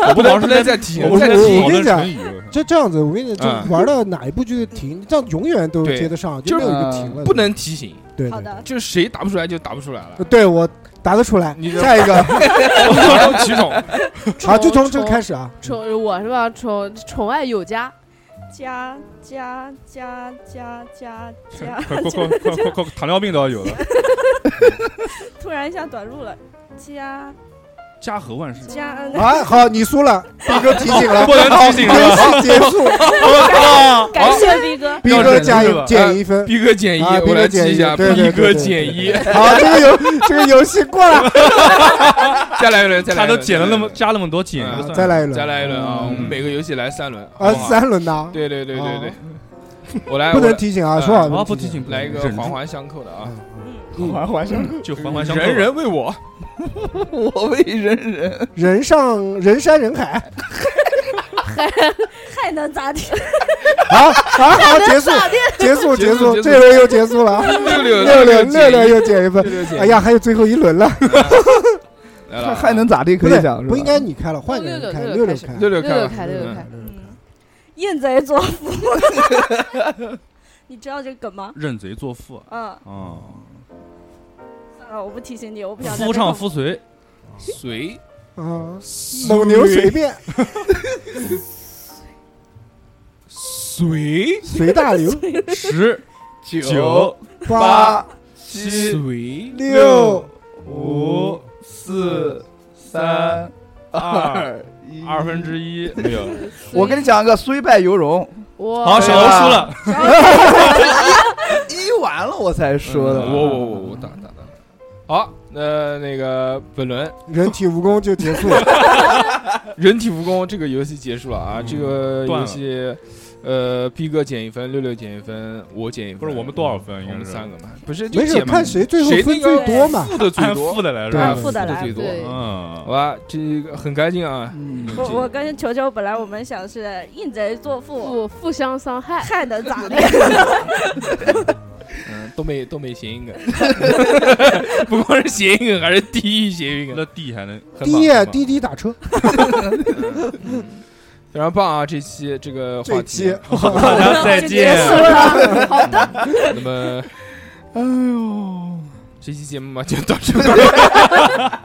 [SPEAKER 7] 我
[SPEAKER 2] 不
[SPEAKER 7] 不
[SPEAKER 2] 能
[SPEAKER 7] 光
[SPEAKER 2] 不
[SPEAKER 7] 是
[SPEAKER 2] 能
[SPEAKER 7] 在
[SPEAKER 2] 再提，
[SPEAKER 7] 我不
[SPEAKER 2] 再
[SPEAKER 7] 能
[SPEAKER 2] 提
[SPEAKER 7] 讨
[SPEAKER 4] 我跟你
[SPEAKER 7] 论
[SPEAKER 4] 讲
[SPEAKER 7] 成语，
[SPEAKER 4] 就这样子，我跟你讲，
[SPEAKER 2] 嗯
[SPEAKER 4] 就玩到哪一步就停，这样永远都
[SPEAKER 2] 对
[SPEAKER 4] 接得上，
[SPEAKER 2] 就呃
[SPEAKER 4] 没有一个
[SPEAKER 3] 是
[SPEAKER 4] 停了的。
[SPEAKER 2] 不能提醒，
[SPEAKER 4] 对，
[SPEAKER 6] 好
[SPEAKER 4] 对
[SPEAKER 6] 的，
[SPEAKER 2] 就是谁答不出来就答不出来了
[SPEAKER 4] 对。对我答得出来。
[SPEAKER 2] 你这
[SPEAKER 4] 下一个
[SPEAKER 2] 哗众取宠，
[SPEAKER 5] 呃
[SPEAKER 4] 啊，就从这个开始啊，
[SPEAKER 5] 宠我是吧？宠宠爱有加，
[SPEAKER 6] 加加加加加加
[SPEAKER 7] ，快快快快快快，糖尿病都要有了。
[SPEAKER 6] 突然一下短路了，啊加
[SPEAKER 7] 家和万事，
[SPEAKER 6] 加恩
[SPEAKER 4] 啊，好，你输了，斌哥提 醒了，
[SPEAKER 7] 不能提醒了
[SPEAKER 4] 好结束，结束，
[SPEAKER 7] 我操！
[SPEAKER 6] 感谢逼 哥，
[SPEAKER 4] 斌哥加一减一分。
[SPEAKER 2] 啊逼哥减一，
[SPEAKER 4] 啊
[SPEAKER 2] 我来
[SPEAKER 4] 逼哥
[SPEAKER 2] 记一下，
[SPEAKER 4] 减一对
[SPEAKER 2] 逼
[SPEAKER 4] 对
[SPEAKER 2] 哥
[SPEAKER 4] 对对
[SPEAKER 2] 减一，
[SPEAKER 4] 好，这个游这个游戏过 了，
[SPEAKER 2] 再来一轮，再来
[SPEAKER 7] 他
[SPEAKER 2] 一轮，
[SPEAKER 7] 都减了那么加那么多减
[SPEAKER 2] 啊
[SPEAKER 7] 一个算，
[SPEAKER 4] 嗯再来一
[SPEAKER 2] 再
[SPEAKER 4] 轮
[SPEAKER 2] 来一轮啊！
[SPEAKER 7] 嗯
[SPEAKER 2] 我们每个游戏来三轮好
[SPEAKER 4] 啊
[SPEAKER 2] 不，好
[SPEAKER 4] 三轮的，
[SPEAKER 2] 对对对对对
[SPEAKER 4] 啊，
[SPEAKER 2] 我来
[SPEAKER 4] 不
[SPEAKER 2] 我
[SPEAKER 4] 能
[SPEAKER 2] 来
[SPEAKER 4] 提醒啊，
[SPEAKER 2] 呃
[SPEAKER 4] 说好
[SPEAKER 7] 啊
[SPEAKER 4] 能
[SPEAKER 7] 不提醒不
[SPEAKER 2] 来一个
[SPEAKER 7] 忍住
[SPEAKER 2] 环环相扣的啊，
[SPEAKER 6] 嗯，
[SPEAKER 3] 环环相扣，
[SPEAKER 7] 就环环相扣。
[SPEAKER 2] 人人为我，
[SPEAKER 3] 我为人 人，
[SPEAKER 4] 人上人山 人海，
[SPEAKER 6] 还能咋地？
[SPEAKER 4] 好，好，好，结束，结束，
[SPEAKER 2] 结
[SPEAKER 4] 结
[SPEAKER 2] 束
[SPEAKER 4] 束，
[SPEAKER 2] 结束
[SPEAKER 4] 这轮又结束了，
[SPEAKER 2] 六 六
[SPEAKER 4] 六
[SPEAKER 2] 六
[SPEAKER 4] 六六
[SPEAKER 2] 六
[SPEAKER 4] 六又减一分，
[SPEAKER 2] 六减一，
[SPEAKER 4] 哎呀，还有最后一轮了，
[SPEAKER 2] 来了，
[SPEAKER 3] 还能咋地？
[SPEAKER 4] 不
[SPEAKER 3] 可以
[SPEAKER 4] 对
[SPEAKER 3] 讲是吧
[SPEAKER 4] 不应该你开了，换个
[SPEAKER 5] 六
[SPEAKER 4] 人
[SPEAKER 5] 六
[SPEAKER 4] 开，
[SPEAKER 5] 六
[SPEAKER 4] 六
[SPEAKER 5] 六
[SPEAKER 4] 开，
[SPEAKER 2] 六六
[SPEAKER 5] 六
[SPEAKER 2] 开
[SPEAKER 5] 六
[SPEAKER 2] 了
[SPEAKER 5] 开六六开，
[SPEAKER 6] 嗯，燕贼作父， 你知道这个梗吗？
[SPEAKER 7] 认贼作父
[SPEAKER 6] 嗯，
[SPEAKER 7] 啊，
[SPEAKER 6] 算了，我不提醒你，我不想再
[SPEAKER 7] 夫
[SPEAKER 6] 被
[SPEAKER 7] 唱
[SPEAKER 6] 恐
[SPEAKER 7] 妇随，
[SPEAKER 2] 随
[SPEAKER 4] 啊，蒙牛随便
[SPEAKER 2] 随
[SPEAKER 4] 随大流，
[SPEAKER 7] 十
[SPEAKER 2] 九
[SPEAKER 7] 九
[SPEAKER 4] 八
[SPEAKER 7] 七
[SPEAKER 2] 随
[SPEAKER 4] 六
[SPEAKER 7] 五
[SPEAKER 3] 四三
[SPEAKER 7] 二
[SPEAKER 3] 一
[SPEAKER 7] 二分之一没有。
[SPEAKER 3] 我跟你讲个虽败犹荣，
[SPEAKER 5] 我
[SPEAKER 7] 好，小
[SPEAKER 3] 小欧
[SPEAKER 7] 欧输
[SPEAKER 3] 输
[SPEAKER 7] 了
[SPEAKER 3] 了， 一完了我才说的。
[SPEAKER 2] 我我我我打打打，好，那那个本轮
[SPEAKER 4] 人体蜈蚣就结束了。
[SPEAKER 2] 人体蜈蚣这个游戏结束了啊，
[SPEAKER 7] 嗯
[SPEAKER 2] 这个
[SPEAKER 7] 断
[SPEAKER 2] 游
[SPEAKER 7] 了
[SPEAKER 2] 戏，呃逼哥减一分，六六减一分，我减一分，
[SPEAKER 7] 不是我们多少分？应
[SPEAKER 2] 我
[SPEAKER 7] 该
[SPEAKER 2] 们
[SPEAKER 7] 是
[SPEAKER 2] 三个嘛，不是就
[SPEAKER 4] 没事，
[SPEAKER 2] 减嘛
[SPEAKER 4] 看谁最后
[SPEAKER 2] 谁
[SPEAKER 4] 分
[SPEAKER 2] 那个
[SPEAKER 4] 最多嘛。
[SPEAKER 2] 负的最
[SPEAKER 7] 按
[SPEAKER 2] 多，
[SPEAKER 7] 负的来是
[SPEAKER 4] 对
[SPEAKER 7] 吧
[SPEAKER 4] 按？
[SPEAKER 6] 负的来
[SPEAKER 2] 最多，
[SPEAKER 5] 对
[SPEAKER 2] 好
[SPEAKER 7] 嗯，
[SPEAKER 2] 吧，这个很干净啊，
[SPEAKER 3] 嗯
[SPEAKER 6] 怖。我我跟球球本来我们想是燕贼作 父，
[SPEAKER 5] 互互相伤害，
[SPEAKER 6] 还能咋 地？
[SPEAKER 2] 嗯，东北东北谐音梗，不光是谐音梗，还是地域谐音梗，
[SPEAKER 7] 那 D 还能
[SPEAKER 4] 滴滴滴打车，
[SPEAKER 2] 非常棒啊！这期这个话题
[SPEAKER 4] 这期，
[SPEAKER 7] 好的，再
[SPEAKER 6] 就结
[SPEAKER 7] 见。
[SPEAKER 6] 束了，
[SPEAKER 2] 那么
[SPEAKER 3] 哎呦，
[SPEAKER 2] 这期节目嘛就到这里，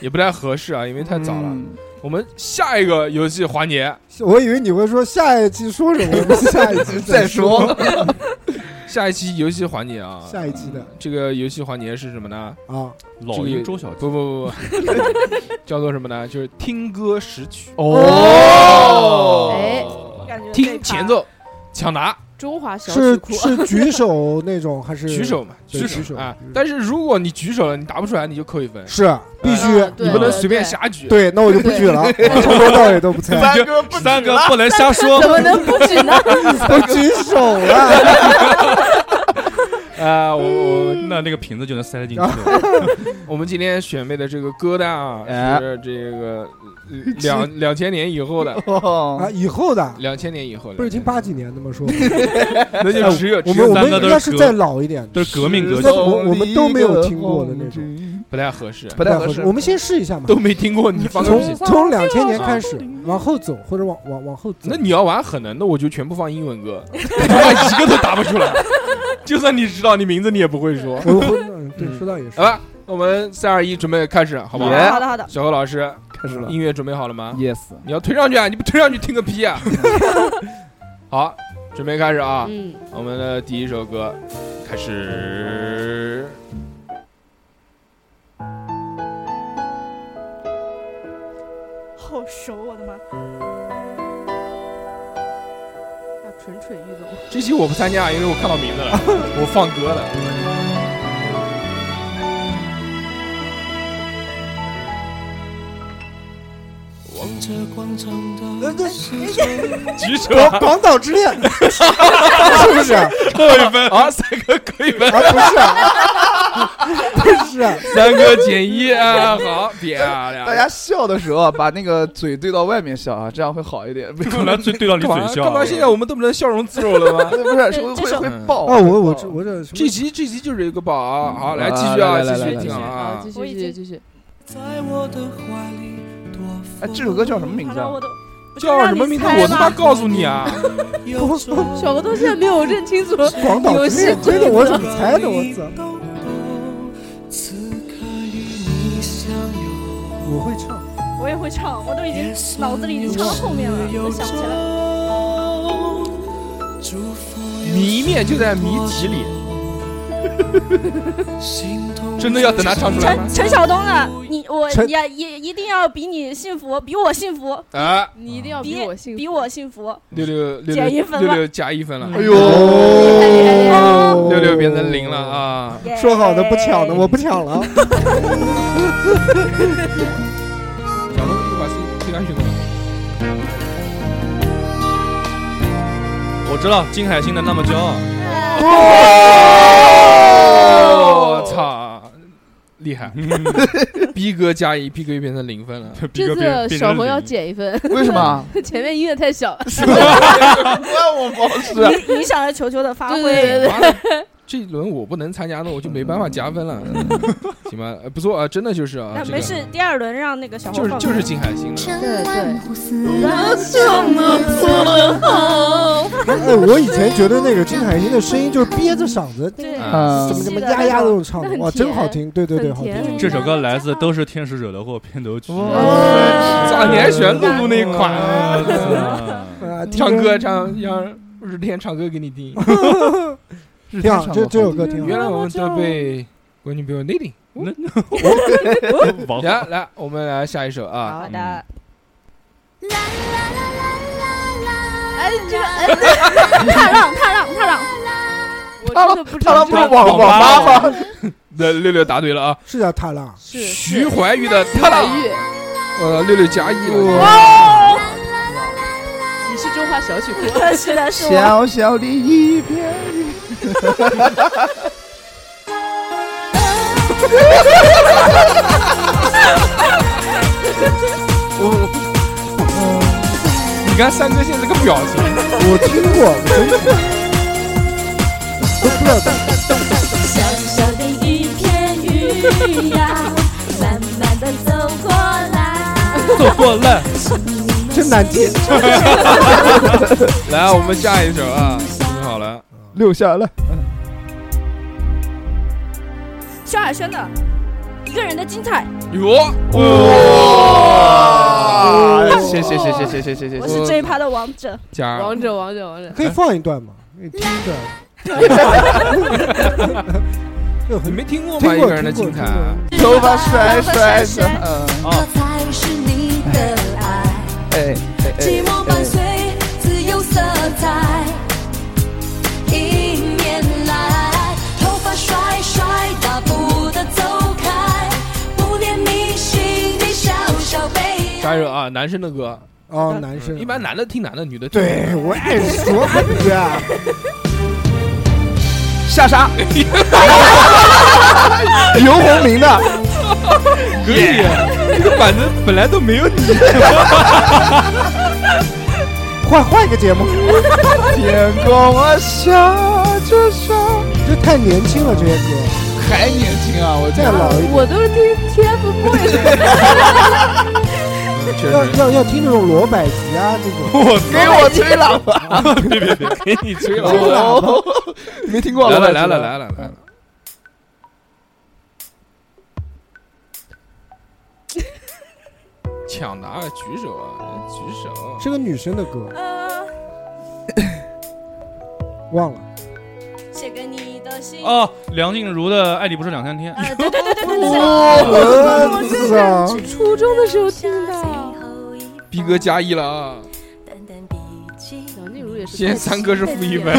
[SPEAKER 2] 也不太合适啊，因为太早了。
[SPEAKER 3] 嗯
[SPEAKER 2] 我们下一个游戏环节，
[SPEAKER 4] 我以为你会说下一期说什么，我们下一期
[SPEAKER 3] 嗯 再
[SPEAKER 4] 说。
[SPEAKER 3] 说
[SPEAKER 2] 下一期游戏环节啊，
[SPEAKER 4] 下一期的
[SPEAKER 2] 这个游戏环节是什么呢？
[SPEAKER 4] 啊，
[SPEAKER 7] 老
[SPEAKER 2] 这个
[SPEAKER 7] 鹰周小
[SPEAKER 2] 不不 不不，叫做什么呢？就是听歌识曲，
[SPEAKER 4] 哦
[SPEAKER 3] 哦
[SPEAKER 5] 哎，
[SPEAKER 6] 感觉被罚
[SPEAKER 2] 听前。奏，抢答。
[SPEAKER 5] 中华小
[SPEAKER 4] 是
[SPEAKER 5] 曲库，
[SPEAKER 4] 是举手那种还是
[SPEAKER 2] 举手嘛，
[SPEAKER 4] 对举手
[SPEAKER 2] 啊
[SPEAKER 4] 嗯！
[SPEAKER 2] 但是如果你举手了，你答不出来，你就扣一分，
[SPEAKER 4] 是必须
[SPEAKER 5] 嗯对
[SPEAKER 2] 你不
[SPEAKER 5] 对
[SPEAKER 2] 能随便
[SPEAKER 5] 对
[SPEAKER 2] 瞎举。
[SPEAKER 4] 对，那我就不举了，我从头到尾都不猜，
[SPEAKER 3] 三哥不
[SPEAKER 7] 三个不能瞎 说
[SPEAKER 5] 怎。么能不举呢？
[SPEAKER 4] 都举手了。
[SPEAKER 2] 啊，我
[SPEAKER 4] 嗯
[SPEAKER 2] 我
[SPEAKER 7] 那那个瓶子就能塞得进去了。
[SPEAKER 2] 我们今天选备的这个歌单啊，
[SPEAKER 3] 哎
[SPEAKER 2] 是这个呃 两两千年以后的，
[SPEAKER 4] 啊，
[SPEAKER 3] 哦，
[SPEAKER 4] 以后的
[SPEAKER 2] 两千年以后的，
[SPEAKER 4] 不是已经八几年那么说，
[SPEAKER 2] 那就只有
[SPEAKER 4] 我
[SPEAKER 2] 只
[SPEAKER 4] 们
[SPEAKER 2] 有
[SPEAKER 4] 我
[SPEAKER 2] 三
[SPEAKER 4] 们
[SPEAKER 2] 个
[SPEAKER 7] 都
[SPEAKER 4] 应该
[SPEAKER 7] 是
[SPEAKER 4] 是
[SPEAKER 7] 歌
[SPEAKER 4] 再老一点的，
[SPEAKER 7] 都是革命歌曲
[SPEAKER 4] 那我我们都没有听过的那
[SPEAKER 3] 种，
[SPEAKER 2] 不太合适，
[SPEAKER 3] 不太
[SPEAKER 4] 太
[SPEAKER 3] 合
[SPEAKER 4] 合
[SPEAKER 3] 适。
[SPEAKER 4] 适。我们先试一下嘛，
[SPEAKER 2] 都没听过，你放个屁
[SPEAKER 4] 从！从两千年开始往后走，或者往往往后走。
[SPEAKER 2] 那你要玩狠的，那我就全部放英文 歌，他妈一个都答不出来，就算你知道你名字，你也不会说。
[SPEAKER 4] 我会嗯对，说到也是
[SPEAKER 2] 好。吧，那我们三二一，准备开始，好不好？
[SPEAKER 3] 耶
[SPEAKER 6] 好的好的，
[SPEAKER 2] 小何老师，
[SPEAKER 3] 开始了
[SPEAKER 2] 音乐准备好了吗？
[SPEAKER 3] ，yes，
[SPEAKER 2] 你要推上去啊！你不推上去听个 屁啊！好，准备开始啊！
[SPEAKER 5] 嗯，
[SPEAKER 2] 我们的第一首歌开始。
[SPEAKER 6] 好熟，我的妈！
[SPEAKER 5] 那蠢蠢欲动，
[SPEAKER 2] 这期我不参加，因为我看到名字了，我放歌了。
[SPEAKER 1] 望着广场
[SPEAKER 4] 呃
[SPEAKER 1] 的
[SPEAKER 4] 这
[SPEAKER 1] 时钟，
[SPEAKER 2] 举手
[SPEAKER 4] 广广岛之恋是不是？啊，
[SPEAKER 2] 扣一分啊！三哥扣一分，
[SPEAKER 4] 不是啊，不是啊，
[SPEAKER 2] 三哥减一啊！好，漂亮！
[SPEAKER 3] 大家笑的时候啊把那个嘴对到外面笑啊，这样会好一点。不
[SPEAKER 7] 干嘛对对到你
[SPEAKER 2] 干嘛
[SPEAKER 7] 嘴笑
[SPEAKER 2] 干
[SPEAKER 7] 啊
[SPEAKER 2] 嘛？？现在我们都不能笑容自若了 吗？
[SPEAKER 3] 不是
[SPEAKER 6] 这
[SPEAKER 3] 是会
[SPEAKER 6] 这
[SPEAKER 3] 会
[SPEAKER 6] 首
[SPEAKER 3] 会爆
[SPEAKER 4] 我我
[SPEAKER 3] 会
[SPEAKER 4] 这
[SPEAKER 3] 爆
[SPEAKER 4] 我这什么
[SPEAKER 2] 这期这期就是一个宝啊！好，来继续啊，
[SPEAKER 3] 来来
[SPEAKER 2] 继
[SPEAKER 3] 来
[SPEAKER 2] 续
[SPEAKER 3] 来
[SPEAKER 2] 听
[SPEAKER 5] 好
[SPEAKER 2] 啊！
[SPEAKER 5] 继
[SPEAKER 6] 我
[SPEAKER 5] 续
[SPEAKER 6] 已
[SPEAKER 5] 继续
[SPEAKER 6] 经
[SPEAKER 5] 继续，
[SPEAKER 1] 在我的怀里躲风。
[SPEAKER 3] 哎，这首歌叫什么名
[SPEAKER 6] 好
[SPEAKER 3] 字
[SPEAKER 6] 了，我
[SPEAKER 3] 啊？
[SPEAKER 6] 都不就
[SPEAKER 2] 叫
[SPEAKER 6] 让
[SPEAKER 2] 什
[SPEAKER 6] 你
[SPEAKER 2] 么名字？
[SPEAKER 6] 猜
[SPEAKER 2] 我他妈
[SPEAKER 6] 吗
[SPEAKER 2] 告诉你啊！
[SPEAKER 1] 有种
[SPEAKER 5] 小何到现在没有认清楚，
[SPEAKER 4] 广岛之恋，这个我怎么猜的？我操！
[SPEAKER 1] 动动此刻与你相拥，
[SPEAKER 4] 我会唱，
[SPEAKER 6] 我也会唱，我都已
[SPEAKER 1] 也
[SPEAKER 6] 经
[SPEAKER 1] 算
[SPEAKER 6] 脑子里已经唱到后面了，都想不起来。
[SPEAKER 1] 有种
[SPEAKER 2] 谜面就在谜题里，真的要等他唱出来吗
[SPEAKER 5] 嗯
[SPEAKER 6] 陈？陈晓东的，你我
[SPEAKER 4] 陈
[SPEAKER 6] 也也一定要比你幸福，比我幸福，
[SPEAKER 2] 啊，
[SPEAKER 5] 你一定要比
[SPEAKER 6] 比
[SPEAKER 5] 我幸福
[SPEAKER 6] 比。我幸福。
[SPEAKER 2] 六六六
[SPEAKER 6] 减一
[SPEAKER 2] 六
[SPEAKER 6] 分了
[SPEAKER 2] 六六加一分了，
[SPEAKER 4] 嗯
[SPEAKER 3] 哎
[SPEAKER 6] 呦
[SPEAKER 2] 六六变成零了啊！
[SPEAKER 6] 耶
[SPEAKER 4] 说好的不抢的，我不抢
[SPEAKER 2] 小
[SPEAKER 4] 了。
[SPEAKER 2] 龙，你把自己推下去了。
[SPEAKER 7] 我知道金海心的那么骄 傲，
[SPEAKER 2] 我哦操，厉害！逼哥加一，逼哥又变成零 分了。
[SPEAKER 7] 逼
[SPEAKER 5] 这
[SPEAKER 7] 哥变
[SPEAKER 5] 次小
[SPEAKER 7] 变成
[SPEAKER 5] 红要
[SPEAKER 7] 零
[SPEAKER 5] 减一分，
[SPEAKER 3] 为什么？
[SPEAKER 5] 前面音乐太小了。
[SPEAKER 3] 关我毛事啊！
[SPEAKER 6] 影影响了球球的发
[SPEAKER 5] 对
[SPEAKER 6] 挥。
[SPEAKER 5] 对对对，
[SPEAKER 2] 完了，这一轮我不能参加，那我就没办法加分了。 行吧，呃不错啊，真的就是啊，
[SPEAKER 6] 那
[SPEAKER 2] 这个
[SPEAKER 6] 没事，第二轮让那个小
[SPEAKER 2] 就
[SPEAKER 6] 红
[SPEAKER 2] 是
[SPEAKER 6] 放
[SPEAKER 2] 就是金海心的。
[SPEAKER 5] 对对
[SPEAKER 4] 哎，我以前觉得那个金海心的声音就是憋着嗓子，
[SPEAKER 6] 对
[SPEAKER 3] 啊
[SPEAKER 4] 怎么怎么呀呀那种唱的，
[SPEAKER 5] 那很
[SPEAKER 4] 哇，真好听。对对对，
[SPEAKER 5] 很
[SPEAKER 4] 好
[SPEAKER 5] 甜
[SPEAKER 4] 听。
[SPEAKER 7] 这首歌来自《都是天使惹的祸》片头曲。
[SPEAKER 2] 啊操，你还喜欢露露那一 款？哦
[SPEAKER 4] 啊，听
[SPEAKER 2] 唱
[SPEAKER 4] 着
[SPEAKER 2] 歌唱让日天唱歌给你 听。
[SPEAKER 4] 挺好，这这首歌挺
[SPEAKER 2] 原
[SPEAKER 4] 好。
[SPEAKER 2] 来我们都被关键朋友内定。
[SPEAKER 7] 王
[SPEAKER 2] 来来，我们来下一首啊。
[SPEAKER 5] 好
[SPEAKER 7] 的，
[SPEAKER 5] 哎，这个哎，踏浪踏浪踏浪，我真的不知
[SPEAKER 3] 他
[SPEAKER 5] 道这
[SPEAKER 3] 那不
[SPEAKER 5] 个
[SPEAKER 3] 是网网吧吗？
[SPEAKER 2] 那六六答对了啊，
[SPEAKER 4] 是叫踏浪，
[SPEAKER 5] 是
[SPEAKER 2] 徐怀钰的《
[SPEAKER 5] 徐
[SPEAKER 2] 他
[SPEAKER 5] 怀
[SPEAKER 2] 浪》，
[SPEAKER 5] 钰，
[SPEAKER 2] 呃，六六加一了。
[SPEAKER 5] 你是中华小曲库。
[SPEAKER 6] 是的，是我。
[SPEAKER 3] 小小的一片云。
[SPEAKER 2] 你看三哥现在这个表情，
[SPEAKER 4] 我听过，我真听过。都不知道在
[SPEAKER 8] 小小的一片云呀，慢慢的走过来。
[SPEAKER 7] 走过来，
[SPEAKER 4] 真难听。
[SPEAKER 2] 来，我们下一首啊，听好了，
[SPEAKER 3] 六下来，
[SPEAKER 6] 萧亚轩的《一个人的精彩
[SPEAKER 2] 哟，
[SPEAKER 3] 哇！谢谢谢谢谢谢谢谢》，
[SPEAKER 6] 我
[SPEAKER 3] 谢
[SPEAKER 6] 是这一趴的王者。
[SPEAKER 2] 加
[SPEAKER 5] 王者，王者，王者，
[SPEAKER 4] 可以放一段吗？可以听一段。就
[SPEAKER 2] 你
[SPEAKER 4] 很
[SPEAKER 2] 没听过吗？
[SPEAKER 4] 听
[SPEAKER 2] 一
[SPEAKER 4] 过
[SPEAKER 2] 个人的精彩，
[SPEAKER 4] 听
[SPEAKER 3] 头发甩甩甩，啊
[SPEAKER 8] 这才是你的爱，
[SPEAKER 3] 哎哎
[SPEAKER 8] 寂寞伴随自由色彩，迎面来，头发甩甩，大步的走开，不念你心底小小悲
[SPEAKER 2] 下一
[SPEAKER 8] 哀。
[SPEAKER 2] 首啊，男生的歌，
[SPEAKER 4] 哦，男生
[SPEAKER 2] 一般男的听男的，女的听
[SPEAKER 4] 对我爱说你啊，
[SPEAKER 3] 下 沙，游鸿明的，
[SPEAKER 2] 可以，啊这个板子本来都没有你，
[SPEAKER 4] 换换一个节目，
[SPEAKER 3] 天空啊下着沙，
[SPEAKER 4] 这太年轻了，这些歌
[SPEAKER 3] 还年轻啊，我
[SPEAKER 4] 再老一点，
[SPEAKER 5] 我都是听 TFBOYS 的。
[SPEAKER 2] 确
[SPEAKER 4] 要
[SPEAKER 2] 实
[SPEAKER 4] 要要听那种罗百吉啊这种。
[SPEAKER 7] 我
[SPEAKER 3] 给我吹喇叭，
[SPEAKER 7] 别别别，
[SPEAKER 2] 给你吹哦了，
[SPEAKER 3] 没听过，
[SPEAKER 2] 来了来了来了来了，嗯 抢答啊，举手啊，举手，
[SPEAKER 4] 是个女生的歌，
[SPEAKER 6] 呃，
[SPEAKER 4] 忘了。
[SPEAKER 6] 写给你的信。
[SPEAKER 7] 哦，梁静茹的《爱你不是两三 天》，
[SPEAKER 6] 呃，对对对对对对。
[SPEAKER 4] 我知道，
[SPEAKER 5] 初中的时候听的，
[SPEAKER 2] 逼哥加一了啊，
[SPEAKER 5] 梁静茹也是。
[SPEAKER 2] 现在三哥是负一分，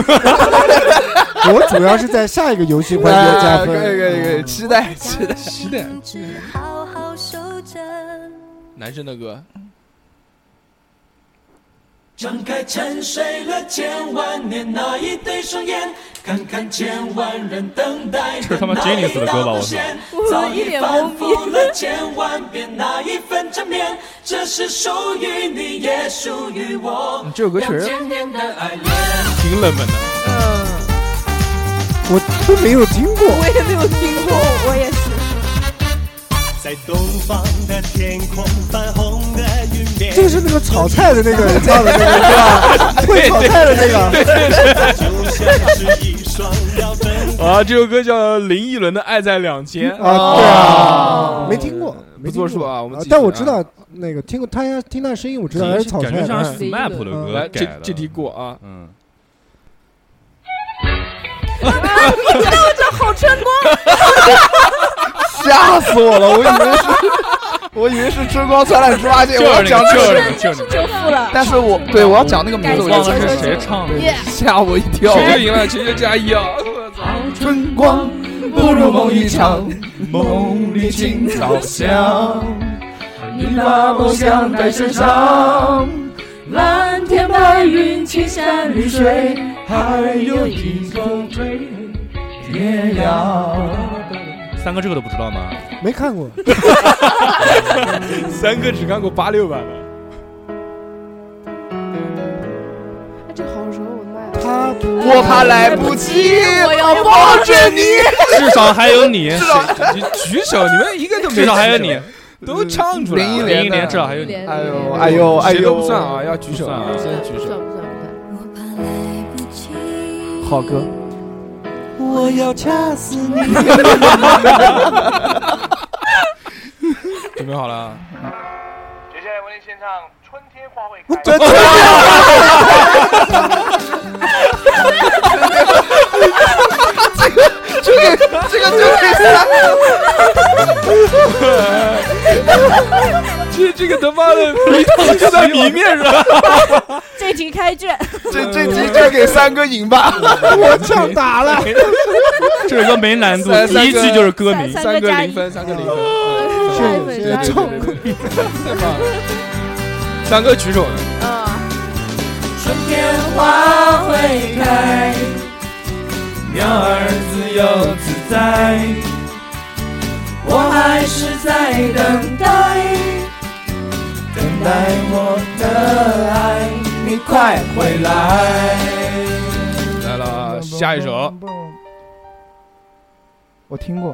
[SPEAKER 4] 我主要是在下一个游戏环节加
[SPEAKER 3] 哎，
[SPEAKER 4] 分。
[SPEAKER 3] 可以可以可以，期待期待，
[SPEAKER 2] 期待
[SPEAKER 8] 只好好守着。
[SPEAKER 2] 男生的歌，
[SPEAKER 9] 张开沉睡了千万年那一对双眼，看看千万人等待
[SPEAKER 7] 这是他妈 Jennice 的歌吧我操
[SPEAKER 9] 早
[SPEAKER 5] 我一
[SPEAKER 9] 已
[SPEAKER 5] 脸
[SPEAKER 9] 反
[SPEAKER 5] 懵逼。
[SPEAKER 9] 复了千万遍那一份缠绵，这是属于你也属于我
[SPEAKER 2] 嗯你这首歌确实
[SPEAKER 9] 千年的爱恋。
[SPEAKER 7] 挺冷门的。
[SPEAKER 4] 我都没有听过。
[SPEAKER 5] 我也没有听
[SPEAKER 6] 哦
[SPEAKER 5] 过，我也是。
[SPEAKER 9] 在东方的天空，泛红的云面
[SPEAKER 4] 这个是那个炒菜的那个人唱的那个是吧？会炒菜的那个，
[SPEAKER 9] 就像是一双要睁
[SPEAKER 2] 啊，这首歌叫林依轮的《爱在两千》
[SPEAKER 4] 啊对啊没听过，
[SPEAKER 2] 不
[SPEAKER 4] 没
[SPEAKER 2] 作
[SPEAKER 4] 听
[SPEAKER 2] 数
[SPEAKER 4] 过
[SPEAKER 2] 啊我们继续
[SPEAKER 4] 但我知道那个听过他听那声音，我知道还是炒
[SPEAKER 7] 感
[SPEAKER 4] 菜
[SPEAKER 7] 觉像
[SPEAKER 4] 的。
[SPEAKER 7] 是 SMAP 的歌
[SPEAKER 2] 来，
[SPEAKER 7] 改
[SPEAKER 2] 这
[SPEAKER 7] 的。
[SPEAKER 2] 这题过啊，
[SPEAKER 7] 嗯，
[SPEAKER 6] 你知道我这好春光，
[SPEAKER 3] 吓死我了！我以为是，我以为是春光灿烂猪八戒，
[SPEAKER 7] 就
[SPEAKER 3] 我要
[SPEAKER 7] 是
[SPEAKER 3] 讲
[SPEAKER 7] 那个，
[SPEAKER 3] 这
[SPEAKER 7] 就是
[SPEAKER 3] 个，
[SPEAKER 7] 那个，就是那个。
[SPEAKER 6] 就富了。
[SPEAKER 3] 但是我对我要讲那个名字，我
[SPEAKER 7] 忘
[SPEAKER 3] 就
[SPEAKER 7] 了是谁唱的，
[SPEAKER 5] 耶，
[SPEAKER 3] 吓我一跳。
[SPEAKER 2] 谁就赢了，谁就加一 啊！我操！
[SPEAKER 3] 春光不如梦一场，
[SPEAKER 9] 梦里今早香，你把梦想带身上，蓝天白云、青山绿水，还有一个月亮。
[SPEAKER 7] 三哥这个都不知道吗？
[SPEAKER 4] 没看过，
[SPEAKER 2] 三哥只看过八六版的，
[SPEAKER 6] 哎，这好熟，我的妈呀！
[SPEAKER 4] 他
[SPEAKER 3] 我怕来不及，
[SPEAKER 5] 我要
[SPEAKER 3] 抱着你。
[SPEAKER 7] 至少还有你，
[SPEAKER 2] 你举手，你们一个都没。
[SPEAKER 7] 至少还有你，，
[SPEAKER 2] 都唱出来
[SPEAKER 3] 零
[SPEAKER 2] 了。
[SPEAKER 3] 一
[SPEAKER 7] 零一年
[SPEAKER 3] 的
[SPEAKER 7] 至少还有你。
[SPEAKER 3] 哎呦哎呦哎
[SPEAKER 2] 谁都不
[SPEAKER 3] 呦，
[SPEAKER 2] 算啊，要举手啊，
[SPEAKER 7] 不
[SPEAKER 2] 先举
[SPEAKER 5] 不算
[SPEAKER 2] 手。
[SPEAKER 5] 不算不算，
[SPEAKER 8] 我怕来不及。
[SPEAKER 3] 好歌，
[SPEAKER 4] 我要掐死你！
[SPEAKER 2] 准备好了啊？
[SPEAKER 10] 接下来为您献唱《春天花会开》。
[SPEAKER 3] 真的这个这个就可以算
[SPEAKER 2] 这这个他妈 的没头就在里面是 吧？
[SPEAKER 6] 这题开卷，
[SPEAKER 3] 这这这这给三哥赢吧，
[SPEAKER 4] 我唱打了，
[SPEAKER 7] 这首歌没难度，
[SPEAKER 3] 三
[SPEAKER 7] 第一
[SPEAKER 3] 三
[SPEAKER 7] 句
[SPEAKER 3] 哥
[SPEAKER 7] 就是歌名。
[SPEAKER 6] 三
[SPEAKER 2] 三
[SPEAKER 6] 哥
[SPEAKER 2] 个
[SPEAKER 6] 加
[SPEAKER 2] 零
[SPEAKER 6] 一，哦
[SPEAKER 2] 分，三个零分。
[SPEAKER 6] 加一分，加一分。
[SPEAKER 2] 太棒了！三哥举手了，
[SPEAKER 6] 啊，
[SPEAKER 9] 春天花会开，鸟儿自由自在，我还是在等待，等待我的爱，你快回来。
[SPEAKER 2] 来了啊，下一首。。
[SPEAKER 3] 我听过，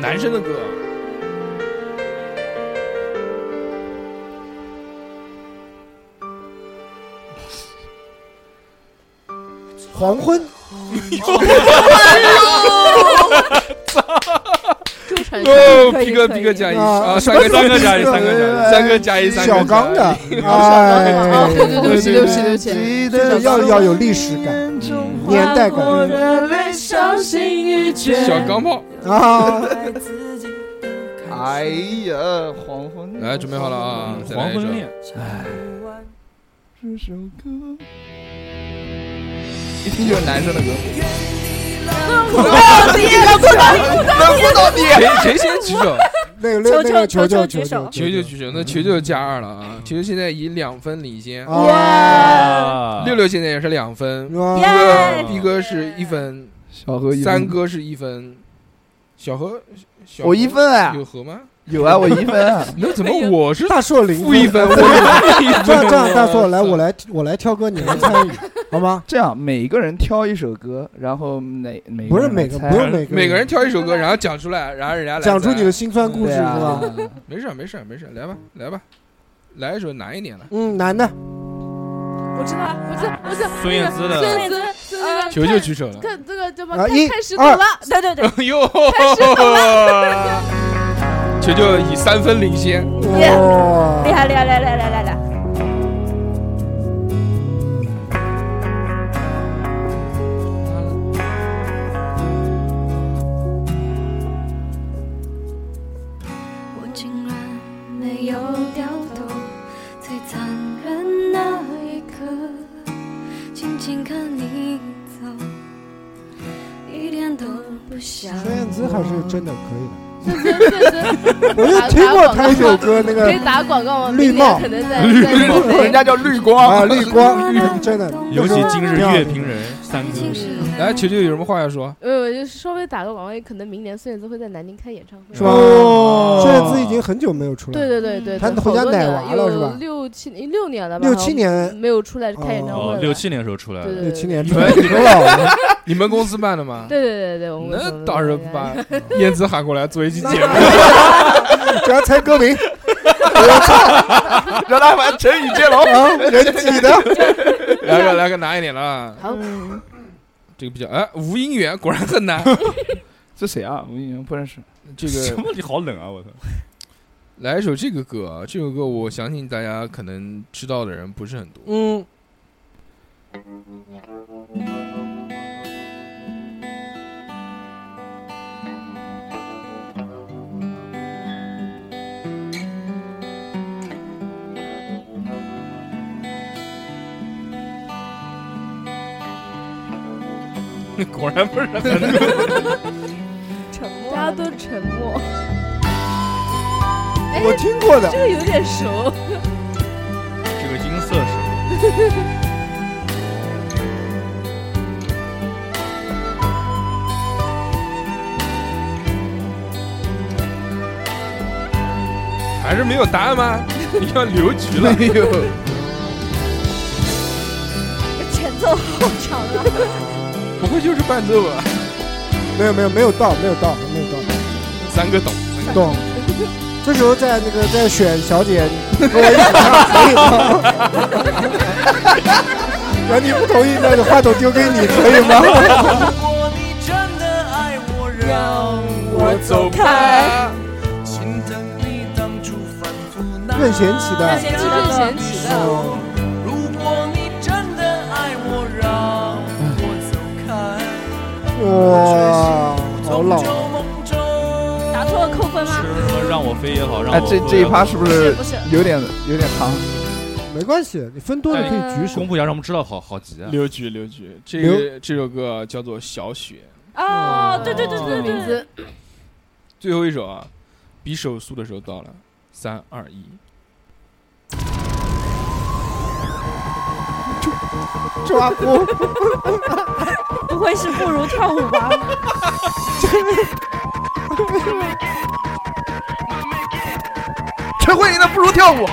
[SPEAKER 2] 男生的歌。
[SPEAKER 4] 黄昏，
[SPEAKER 5] 朱晨
[SPEAKER 2] 哦，
[SPEAKER 6] 可以
[SPEAKER 2] 皮哥，
[SPEAKER 6] 可以
[SPEAKER 2] 皮哥加一
[SPEAKER 4] 啊
[SPEAKER 2] 啊，三哥
[SPEAKER 7] 三 个加一，三个加一。
[SPEAKER 2] 三哥加一，三哥加一
[SPEAKER 4] 小刚的，
[SPEAKER 5] 啊
[SPEAKER 4] 哎，
[SPEAKER 5] 对不起对不起对不起
[SPEAKER 4] 这要要有历史感、年代
[SPEAKER 9] 我
[SPEAKER 4] 感
[SPEAKER 9] 的泪小心欲绝，
[SPEAKER 2] 小钢炮，
[SPEAKER 4] 啊！
[SPEAKER 3] 哎呀，黄昏。
[SPEAKER 2] 来准备好了啊再来
[SPEAKER 7] 黄
[SPEAKER 2] 一首
[SPEAKER 7] 昏恋，
[SPEAKER 3] 这首歌一听就是男生的歌。轮不到你，
[SPEAKER 2] 谁谁先举手？
[SPEAKER 4] 那个那个那个
[SPEAKER 6] 球
[SPEAKER 4] 球
[SPEAKER 6] 球球球
[SPEAKER 4] 球球球
[SPEAKER 2] 球球举手，那球球加二了啊，球球现在以两分领先，
[SPEAKER 4] 啊！
[SPEAKER 7] 啊
[SPEAKER 2] 六六现在也是两分，
[SPEAKER 4] 哇
[SPEAKER 6] 耶！
[SPEAKER 2] 皮哥是一分，
[SPEAKER 3] 小何
[SPEAKER 2] 三，哥是一分，小何，小何
[SPEAKER 3] 我一分啊，
[SPEAKER 2] 有和吗？
[SPEAKER 3] 有啊，我一分啊，
[SPEAKER 2] 那怎么我是
[SPEAKER 4] 大硕零
[SPEAKER 2] 负一分？我一分
[SPEAKER 4] 这样这样，大硕来，我来我来挑歌，你来参与，好吗？
[SPEAKER 3] 这样每个人挑一首歌，然后每每
[SPEAKER 4] 不是
[SPEAKER 3] 人来
[SPEAKER 4] 每个，
[SPEAKER 3] 猜
[SPEAKER 4] 不是每个，
[SPEAKER 2] 每个人挑一首歌，然后讲出来，然后人家来
[SPEAKER 4] 讲出
[SPEAKER 2] 猜
[SPEAKER 4] 你的辛酸故事
[SPEAKER 3] 对
[SPEAKER 4] 是
[SPEAKER 3] 啊
[SPEAKER 4] 吧？
[SPEAKER 2] 没事儿没事儿没事儿，来吧来吧，来一首难一点的。
[SPEAKER 4] 嗯，男的，
[SPEAKER 6] 我知道，不是不是
[SPEAKER 7] 孙燕姿的，
[SPEAKER 6] 燕姿，呃，
[SPEAKER 2] 球球举手了，哎
[SPEAKER 5] 看这个怎么
[SPEAKER 4] 啊，
[SPEAKER 5] 看
[SPEAKER 4] 一
[SPEAKER 5] 开始走
[SPEAKER 4] 二
[SPEAKER 5] 了，
[SPEAKER 6] 对对对，
[SPEAKER 2] 哟，球球以三分领先。
[SPEAKER 6] 厉
[SPEAKER 4] 哇，
[SPEAKER 6] 害厉害，来来来来来，
[SPEAKER 8] 我竟然没有掉头，最残忍那一刻，静静看你走，一点都不像。
[SPEAKER 4] 孙燕姿还是真的可以
[SPEAKER 5] 孙孙孙孙，
[SPEAKER 4] 的，我就听过她一首歌，那
[SPEAKER 5] 可
[SPEAKER 4] 个
[SPEAKER 5] 以打广告吗？
[SPEAKER 4] 绿
[SPEAKER 5] 明年
[SPEAKER 4] 帽
[SPEAKER 5] 可能在在
[SPEAKER 3] 人家叫绿光，
[SPEAKER 4] 啊，绿光，真的，
[SPEAKER 7] 尤其今日乐评人三哥，
[SPEAKER 2] 来，球球有什么话要说？
[SPEAKER 5] 呃，我就稍微打个广告，可能明年孙燕姿会在南京开演唱会，
[SPEAKER 4] 是吧？
[SPEAKER 3] 哦
[SPEAKER 4] 孙燕姿已经很久没有出来，
[SPEAKER 5] 对对对对，
[SPEAKER 4] 她
[SPEAKER 5] 对
[SPEAKER 4] 回家
[SPEAKER 5] 好多
[SPEAKER 4] 奶
[SPEAKER 5] 年
[SPEAKER 4] 娃了是吧
[SPEAKER 5] 有六七六年了吧？
[SPEAKER 4] 六七年，
[SPEAKER 5] 没有出来开演唱会
[SPEAKER 7] 哦
[SPEAKER 5] 了，，
[SPEAKER 7] 六七年时候出来
[SPEAKER 5] 对
[SPEAKER 7] 的，
[SPEAKER 5] 对
[SPEAKER 4] 六七年
[SPEAKER 2] 你
[SPEAKER 4] 出
[SPEAKER 2] 们
[SPEAKER 4] 来，
[SPEAKER 2] 你们老，你们公司办的吗？
[SPEAKER 5] 对对对对，我们
[SPEAKER 2] 那到时候把燕姿喊过来做一期节目，
[SPEAKER 4] 只要猜歌名
[SPEAKER 3] 让他玩成语接龙，
[SPEAKER 4] 啊，人挤的，
[SPEAKER 2] 啊来个来个难一点了。
[SPEAKER 5] 好，
[SPEAKER 2] 这个比较哎，无姻缘果然 很难。
[SPEAKER 3] 这谁啊？无姻缘不认 识。
[SPEAKER 2] 这
[SPEAKER 7] 什
[SPEAKER 2] 个
[SPEAKER 7] 么？你好冷啊！我操，
[SPEAKER 2] 来一首这个歌啊，这首歌我相信大家可能知道的人不是很多。
[SPEAKER 4] 嗯，
[SPEAKER 2] 果然不是
[SPEAKER 3] 哎
[SPEAKER 2] 很多。
[SPEAKER 6] 沉默，大家都沉默。
[SPEAKER 3] 我听过的
[SPEAKER 6] 这个有点熟，
[SPEAKER 7] 这个音色是
[SPEAKER 2] 还是没有答案 吗？你要留局了。
[SPEAKER 3] 没有，
[SPEAKER 6] 前奏好长啊！
[SPEAKER 2] 不会就是伴奏吧？
[SPEAKER 4] 没有没有没有到，没有到，没有到，
[SPEAKER 2] 三个懂。
[SPEAKER 4] 懂。这时候在那个在选小姐，你跟我一起唱 可以吗？然后你不同意，那话筒丢给你可以吗？
[SPEAKER 1] 如果你真的爱我，让
[SPEAKER 6] 我走开。
[SPEAKER 1] 心疼你当初反复难
[SPEAKER 4] 任贤齐的，
[SPEAKER 6] 这是任贤
[SPEAKER 9] 嗯
[SPEAKER 6] 齐的，
[SPEAKER 1] 受。如果你真的爱我，让我走开。
[SPEAKER 4] 哇，好老啊
[SPEAKER 1] 终。究梦中
[SPEAKER 6] 答错了扣分吗？
[SPEAKER 7] 和让我飞也好，让
[SPEAKER 3] 哎
[SPEAKER 7] 我，
[SPEAKER 3] 这这一趴是不是
[SPEAKER 6] 不是，
[SPEAKER 3] 有点有点长？
[SPEAKER 4] 没关系，你分多了可以举手
[SPEAKER 7] 公。布一下，让我们知道，好好急啊！
[SPEAKER 2] 留局留局，这
[SPEAKER 4] 留
[SPEAKER 2] 这首歌叫做《小雪
[SPEAKER 6] 哦，对对对
[SPEAKER 5] 这
[SPEAKER 6] 对
[SPEAKER 5] 个名
[SPEAKER 6] 对，
[SPEAKER 5] 字，》，
[SPEAKER 2] 最后一首啊，比手速的时候到了，三二一。
[SPEAKER 4] 抓夫，
[SPEAKER 6] 不会是不如跳舞吧？
[SPEAKER 3] 陈慧琳的不如跳舞，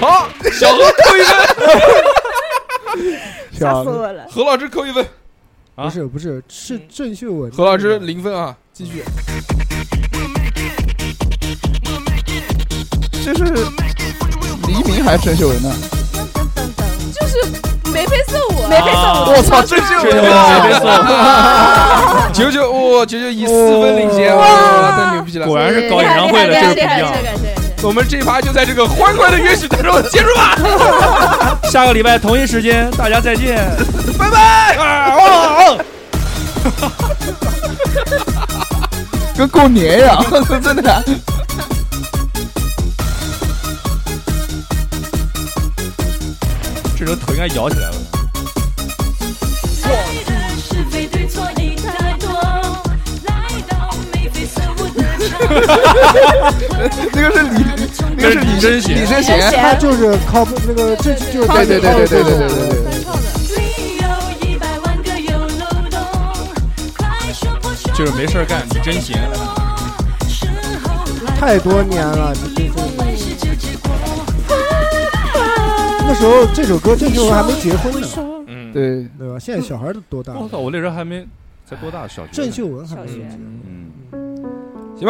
[SPEAKER 2] 好，小何扣一分，
[SPEAKER 6] 吓死我了！
[SPEAKER 2] 何老师扣一分，
[SPEAKER 7] 啊
[SPEAKER 4] 不是不是是郑秀文。
[SPEAKER 2] 何老师零分啊，继续。
[SPEAKER 3] 这是黎明还是郑秀文呢？
[SPEAKER 5] 眉飞色舞，
[SPEAKER 6] 眉飞
[SPEAKER 7] 啊
[SPEAKER 6] 色舞，
[SPEAKER 3] 我操，郑秀
[SPEAKER 7] 这
[SPEAKER 3] 文
[SPEAKER 7] 个
[SPEAKER 3] 啊！
[SPEAKER 7] 别送，
[SPEAKER 2] 九九，哇，九九以四分领先，哇，太牛逼了！
[SPEAKER 7] 果然是搞
[SPEAKER 5] 厉
[SPEAKER 7] 演
[SPEAKER 5] 害
[SPEAKER 7] 唱会的，
[SPEAKER 5] 厉
[SPEAKER 7] 这
[SPEAKER 5] 害
[SPEAKER 7] 个
[SPEAKER 5] 厉
[SPEAKER 7] 不一
[SPEAKER 5] 害厉
[SPEAKER 7] 样。
[SPEAKER 5] 害厉害厉害
[SPEAKER 2] 我们这一趴就在这个欢快的乐曲当中结束吧。
[SPEAKER 7] 下个礼拜同一时间，大家再见。啊哦
[SPEAKER 3] 跟过年一样，真的。
[SPEAKER 7] 这时候头应该摇起来了。
[SPEAKER 8] 爱的是非对错已太多，来到眉飞色舞的场所。
[SPEAKER 3] 那个是李，那个是李
[SPEAKER 7] 这是李贞贤
[SPEAKER 3] 李贞贤，
[SPEAKER 4] 他就是靠那个，这就是
[SPEAKER 3] 对对对对对对对对对。
[SPEAKER 8] 你有一百万个有漏洞，快说破说破
[SPEAKER 7] 就是没事儿干你真闲
[SPEAKER 8] 事后来
[SPEAKER 4] 太多年了
[SPEAKER 8] 不理我为是这结果
[SPEAKER 4] 那时候这首歌郑秀文还没结婚呢，
[SPEAKER 2] 嗯，
[SPEAKER 3] 对，
[SPEAKER 4] 对吧？现在小孩都多大？
[SPEAKER 7] 我
[SPEAKER 4] 了？
[SPEAKER 7] 操，我那时候还没才多大，小学。
[SPEAKER 4] 郑秀文还没
[SPEAKER 6] 小学
[SPEAKER 4] 结婚。
[SPEAKER 7] 嗯，
[SPEAKER 2] 今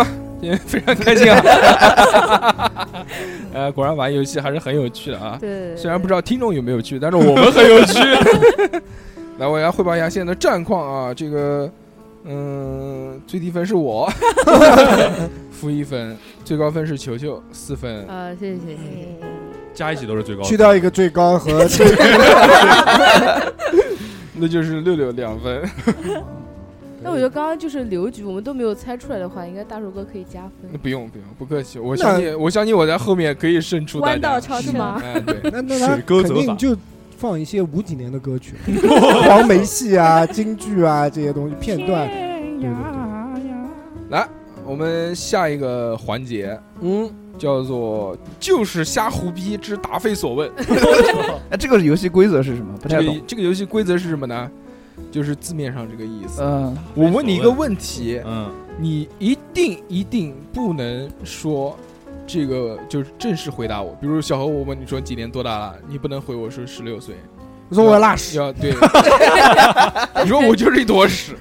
[SPEAKER 2] 天非常开心啊。 呃，果然玩游戏还是很有趣的啊。
[SPEAKER 6] 对，
[SPEAKER 2] 虽然不知道听众有没有趣，但是我们很有趣。 来，我来汇报一下现在的战况啊。这个，嗯、最低分是 我，负一分；最高分是球球，四分。
[SPEAKER 5] 啊，谢谢谢谢谢谢。
[SPEAKER 7] 加一起都是最高的。
[SPEAKER 4] 去掉一个最 高和最低，
[SPEAKER 2] 那就是六六两分。
[SPEAKER 5] 那我觉得刚刚就是刘局，我们都没有猜出来的话，应该大叔哥可以加分。
[SPEAKER 2] 不用不用，不客气。我相信，我相信我在后面可以胜出大
[SPEAKER 6] 弯道
[SPEAKER 2] 家。
[SPEAKER 6] 超车
[SPEAKER 5] 是吗
[SPEAKER 2] 哎，对，
[SPEAKER 4] 那那他
[SPEAKER 7] 水沟
[SPEAKER 4] 肯
[SPEAKER 7] 走法
[SPEAKER 4] 定就放一些五几年的歌曲，黄梅戏啊、京剧啊这些东西片段。对对对，
[SPEAKER 2] 我们下一个环节
[SPEAKER 4] 嗯，
[SPEAKER 2] 叫做“就是瞎胡逼之答非所问”。
[SPEAKER 3] 哎，这个游戏规则是什么？不太
[SPEAKER 2] 这
[SPEAKER 3] 懂
[SPEAKER 2] 个。这个游戏规则是什么呢？就是字面上这个意思。
[SPEAKER 3] 嗯，
[SPEAKER 2] 我问你一个问题，
[SPEAKER 7] 嗯，
[SPEAKER 2] 你一定一定不能说这个就是正式回答我。比如小何，我问你说几年多大了，你不能回我说十六岁，
[SPEAKER 4] 我说我要拉屎，
[SPEAKER 2] 要对，你说我就是一坨屎，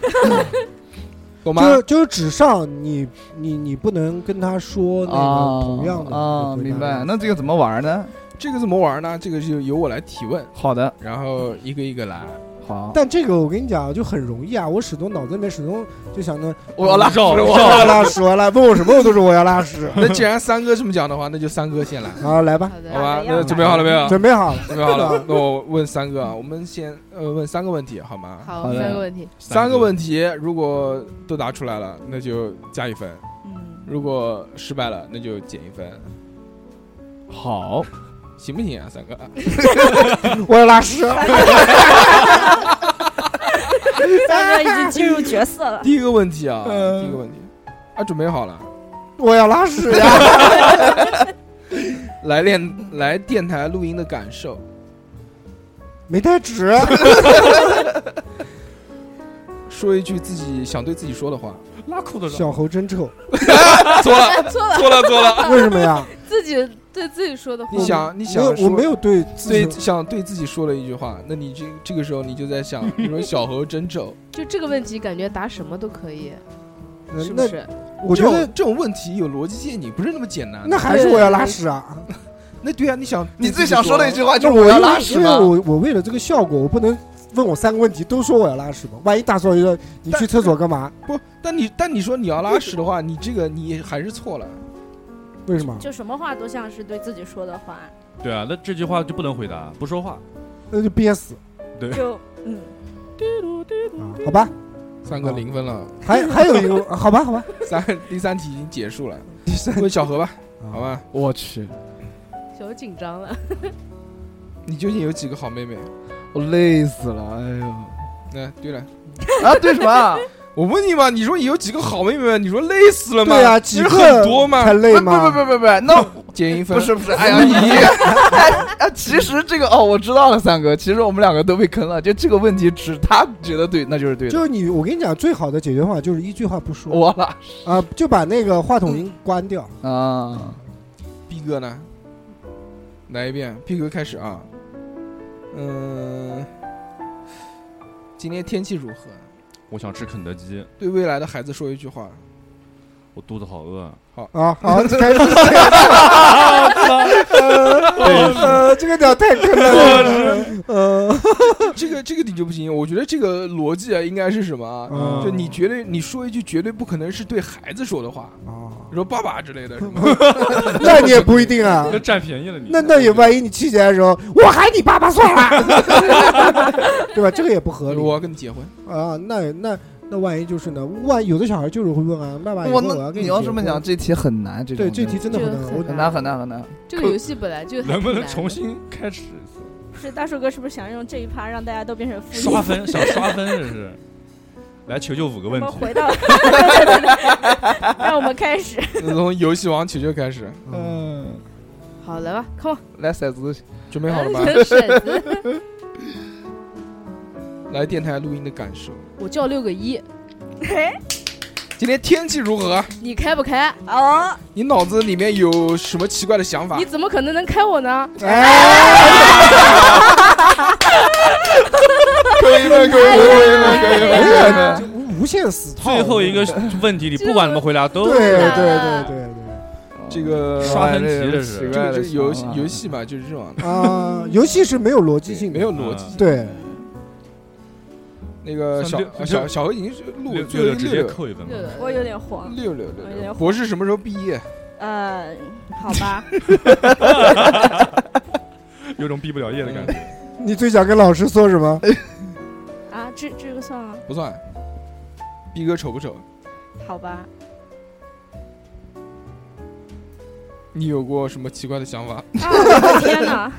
[SPEAKER 2] 懂吗？
[SPEAKER 4] 就是就是纸上你你你不能跟他说那
[SPEAKER 3] 啊
[SPEAKER 4] 个同样的
[SPEAKER 3] 啊，
[SPEAKER 4] 回答
[SPEAKER 3] 明白。那这个怎么玩呢？
[SPEAKER 2] 这个怎么玩呢？这个就由我来提问，
[SPEAKER 3] 好的，
[SPEAKER 2] 然后一个一个来。
[SPEAKER 3] 好，
[SPEAKER 4] 但这个我跟你讲，就很容易啊！我始终脑子里面始终就想着
[SPEAKER 2] 我要拉屎，
[SPEAKER 4] 我
[SPEAKER 2] 我
[SPEAKER 4] 要
[SPEAKER 2] 要。
[SPEAKER 4] 拉屎，我要拉，问我什么我都是我要拉屎
[SPEAKER 2] 那既然三哥这么讲的话，那就三哥 先来。
[SPEAKER 4] 嗯好，来吧，
[SPEAKER 11] 啊
[SPEAKER 2] 好吧，那准备好了没有？
[SPEAKER 4] 准备好了？
[SPEAKER 2] 准备好了。那我问三个啊，我们先呃问三个问题好吗？
[SPEAKER 11] 好好的三个问题
[SPEAKER 2] 三个问题如果都答出来了，那就加一分；
[SPEAKER 11] 嗯
[SPEAKER 2] 如果失败了，那就减一分。
[SPEAKER 3] 好，
[SPEAKER 2] 行不行啊， 三哥
[SPEAKER 4] 我要拉屎
[SPEAKER 6] 三哥已经进入角色了
[SPEAKER 2] 第一个问题啊，第一个问题啊，准备好了。
[SPEAKER 4] 我要拉屎呀！
[SPEAKER 2] 来电来电台录音的感受，
[SPEAKER 4] 没带纸，
[SPEAKER 2] 说一句自己想对自己说的 话。
[SPEAKER 7] 拉裤子
[SPEAKER 4] 小猴 真臭，
[SPEAKER 2] 错了，
[SPEAKER 11] 错了
[SPEAKER 2] 错了，错了。
[SPEAKER 4] 为什么呀？
[SPEAKER 11] 自己对自己说的话。
[SPEAKER 2] 你想，你想
[SPEAKER 4] 我
[SPEAKER 2] 说，
[SPEAKER 4] 我没有对自己
[SPEAKER 2] 对想对自己说了一句话，那你这这个时候你就在 想，你说小猴真丑，
[SPEAKER 11] 就这个问题，感觉答什么都可以，
[SPEAKER 4] 那
[SPEAKER 11] 是
[SPEAKER 4] 嗯
[SPEAKER 11] 不
[SPEAKER 4] 那
[SPEAKER 11] 是？
[SPEAKER 4] 我觉得
[SPEAKER 2] 这种这种问题有逻辑陷阱，不是那么简单的。
[SPEAKER 4] 那还是我要拉屎啊！
[SPEAKER 2] 那对啊，你想
[SPEAKER 4] 你
[SPEAKER 2] 自己说啊的
[SPEAKER 4] 那我因为因为我我为了这个效果，我不能问我三个问题都说我要拉屎嘛，万一大嫂就说你去厕所干嘛？
[SPEAKER 2] 不，但你但你说你要拉屎的话，你这个你还是错了。
[SPEAKER 4] 为什么？
[SPEAKER 6] 就什么话都像是对自己说的话，
[SPEAKER 7] 对啊，那这句话就不能回答，不说话。
[SPEAKER 4] 那就憋死，啊
[SPEAKER 7] 对，
[SPEAKER 6] 就嗯，
[SPEAKER 4] 好吧？
[SPEAKER 2] 三
[SPEAKER 4] 哦
[SPEAKER 2] 个零分 了，
[SPEAKER 4] 还还有一个，好吧，好吧，
[SPEAKER 2] 三第三题已经结束了， 问小何吧，
[SPEAKER 4] 啊
[SPEAKER 2] 好吧？
[SPEAKER 3] 我去，
[SPEAKER 11] 小紧张了。
[SPEAKER 2] 你究竟有几个好妹妹？
[SPEAKER 3] 我累死了，哎呦，
[SPEAKER 2] 那对了，
[SPEAKER 3] 啊对什么啊？
[SPEAKER 2] 我问你嘛，你说你有几个好妹妹？你说累死了吗？
[SPEAKER 4] 对啊
[SPEAKER 2] 其实
[SPEAKER 4] 几个
[SPEAKER 2] 很多吗？
[SPEAKER 4] 才累吗
[SPEAKER 2] 不
[SPEAKER 3] 不不不不，那
[SPEAKER 2] 减一分，
[SPEAKER 3] 不是不是，哎呀你，哎哎，其实这个哦，我知道了，三哥，其实我们两个都被坑了，就这个问题，只他觉得对，那就是对
[SPEAKER 4] 就
[SPEAKER 3] 的。
[SPEAKER 4] 是你，我跟你讲，最好的解决方法就是一句话不说。
[SPEAKER 3] 我拉
[SPEAKER 4] 啊，就把那个话筒音关掉。
[SPEAKER 3] 啊，
[SPEAKER 2] 逼哥呢？来一遍，逼哥开始啊。嗯、今天天气如何？
[SPEAKER 7] 我想吃肯德基，
[SPEAKER 2] 对未来的孩子说一句话。
[SPEAKER 7] 我肚子好饿。
[SPEAKER 2] 好
[SPEAKER 4] 啊，好，开始。
[SPEAKER 7] 对
[SPEAKER 4] 呃，这个屌太坑了。呃，
[SPEAKER 2] 这个这个你就不行，我觉得这个逻辑啊，应该是什么啊？
[SPEAKER 4] 嗯
[SPEAKER 2] 就你绝对你说一句绝对不可能是对孩子说的话
[SPEAKER 4] 啊，
[SPEAKER 2] 你说爸爸之类的什么？
[SPEAKER 4] 那你也不一定啊。
[SPEAKER 7] 那占便宜了你。
[SPEAKER 4] 那那也万一你气起来的时候，我喊你爸爸算了，对吧？这个也不合理
[SPEAKER 2] 我要跟你结婚，
[SPEAKER 4] 啊。那那那万一就是呢？万一有的小孩就是会问啊，爸爸，以后
[SPEAKER 3] 我
[SPEAKER 4] 我要
[SPEAKER 3] 那
[SPEAKER 4] 跟
[SPEAKER 3] 你
[SPEAKER 4] 结
[SPEAKER 3] 要
[SPEAKER 4] 婚
[SPEAKER 3] 这么讲，这题很难，这
[SPEAKER 4] 对
[SPEAKER 3] 种
[SPEAKER 4] 这题真的很难
[SPEAKER 11] 这个
[SPEAKER 4] 我
[SPEAKER 11] 很
[SPEAKER 3] 很难很难很难。
[SPEAKER 11] 这个游戏本来就很
[SPEAKER 7] 能不能
[SPEAKER 11] 难
[SPEAKER 7] 重新开始一次？
[SPEAKER 6] 是大树哥是不是想用这一趴让大家都变成负
[SPEAKER 7] 刷分，想刷分这是。来求救五个问
[SPEAKER 6] 我们
[SPEAKER 7] 题。
[SPEAKER 6] 回到，对对对让我们开始。
[SPEAKER 2] 那从游戏王球球开始，
[SPEAKER 3] 嗯，
[SPEAKER 11] 好，来吧，Come，
[SPEAKER 3] 来骰子，
[SPEAKER 2] 准备好了吗？
[SPEAKER 11] 哎骰子，
[SPEAKER 2] 来电台录音的感受。
[SPEAKER 11] 我叫六个一，
[SPEAKER 2] 今天天气如何？啊
[SPEAKER 11] 你开不开？哦，
[SPEAKER 6] 啊
[SPEAKER 2] 你脑子里面有什么奇怪的想法
[SPEAKER 11] 你？怎么可能能开 我呢？
[SPEAKER 4] 哎
[SPEAKER 2] 可以了，可以了，可以了，可以了。
[SPEAKER 4] 哎呀，无无限死套。
[SPEAKER 7] 最后一个问题，你不管怎么回答都
[SPEAKER 4] 对对对对
[SPEAKER 2] 这个
[SPEAKER 7] 刷分题这
[SPEAKER 3] 奇
[SPEAKER 7] 是。
[SPEAKER 2] 这
[SPEAKER 3] 怪
[SPEAKER 2] 个这
[SPEAKER 3] 的
[SPEAKER 2] 个游戏游戏嘛，就是这种
[SPEAKER 4] 对啊，游戏是没有逻辑性的，
[SPEAKER 2] 没有逻辑。
[SPEAKER 4] 对，
[SPEAKER 2] 那个小
[SPEAKER 7] 算六
[SPEAKER 2] 呃小小何已经是录
[SPEAKER 7] 六
[SPEAKER 2] 最后
[SPEAKER 7] 六
[SPEAKER 2] 一
[SPEAKER 7] 直
[SPEAKER 2] 个
[SPEAKER 7] 接
[SPEAKER 2] 六
[SPEAKER 7] 扣一分吧。
[SPEAKER 6] 我有点慌，
[SPEAKER 2] 六六六
[SPEAKER 6] 我有
[SPEAKER 2] 六。
[SPEAKER 6] 点
[SPEAKER 2] 博士什么时候毕业？
[SPEAKER 6] 呃，好吧，
[SPEAKER 7] 有种毕不了业的感觉。
[SPEAKER 4] 你最想跟老师说什么？
[SPEAKER 6] 啊，这这个算吗？
[SPEAKER 2] 不算。逼哥丑不丑？
[SPEAKER 6] 好吧，
[SPEAKER 2] 你有过什么奇怪的想法？
[SPEAKER 6] 啊，我的天哪，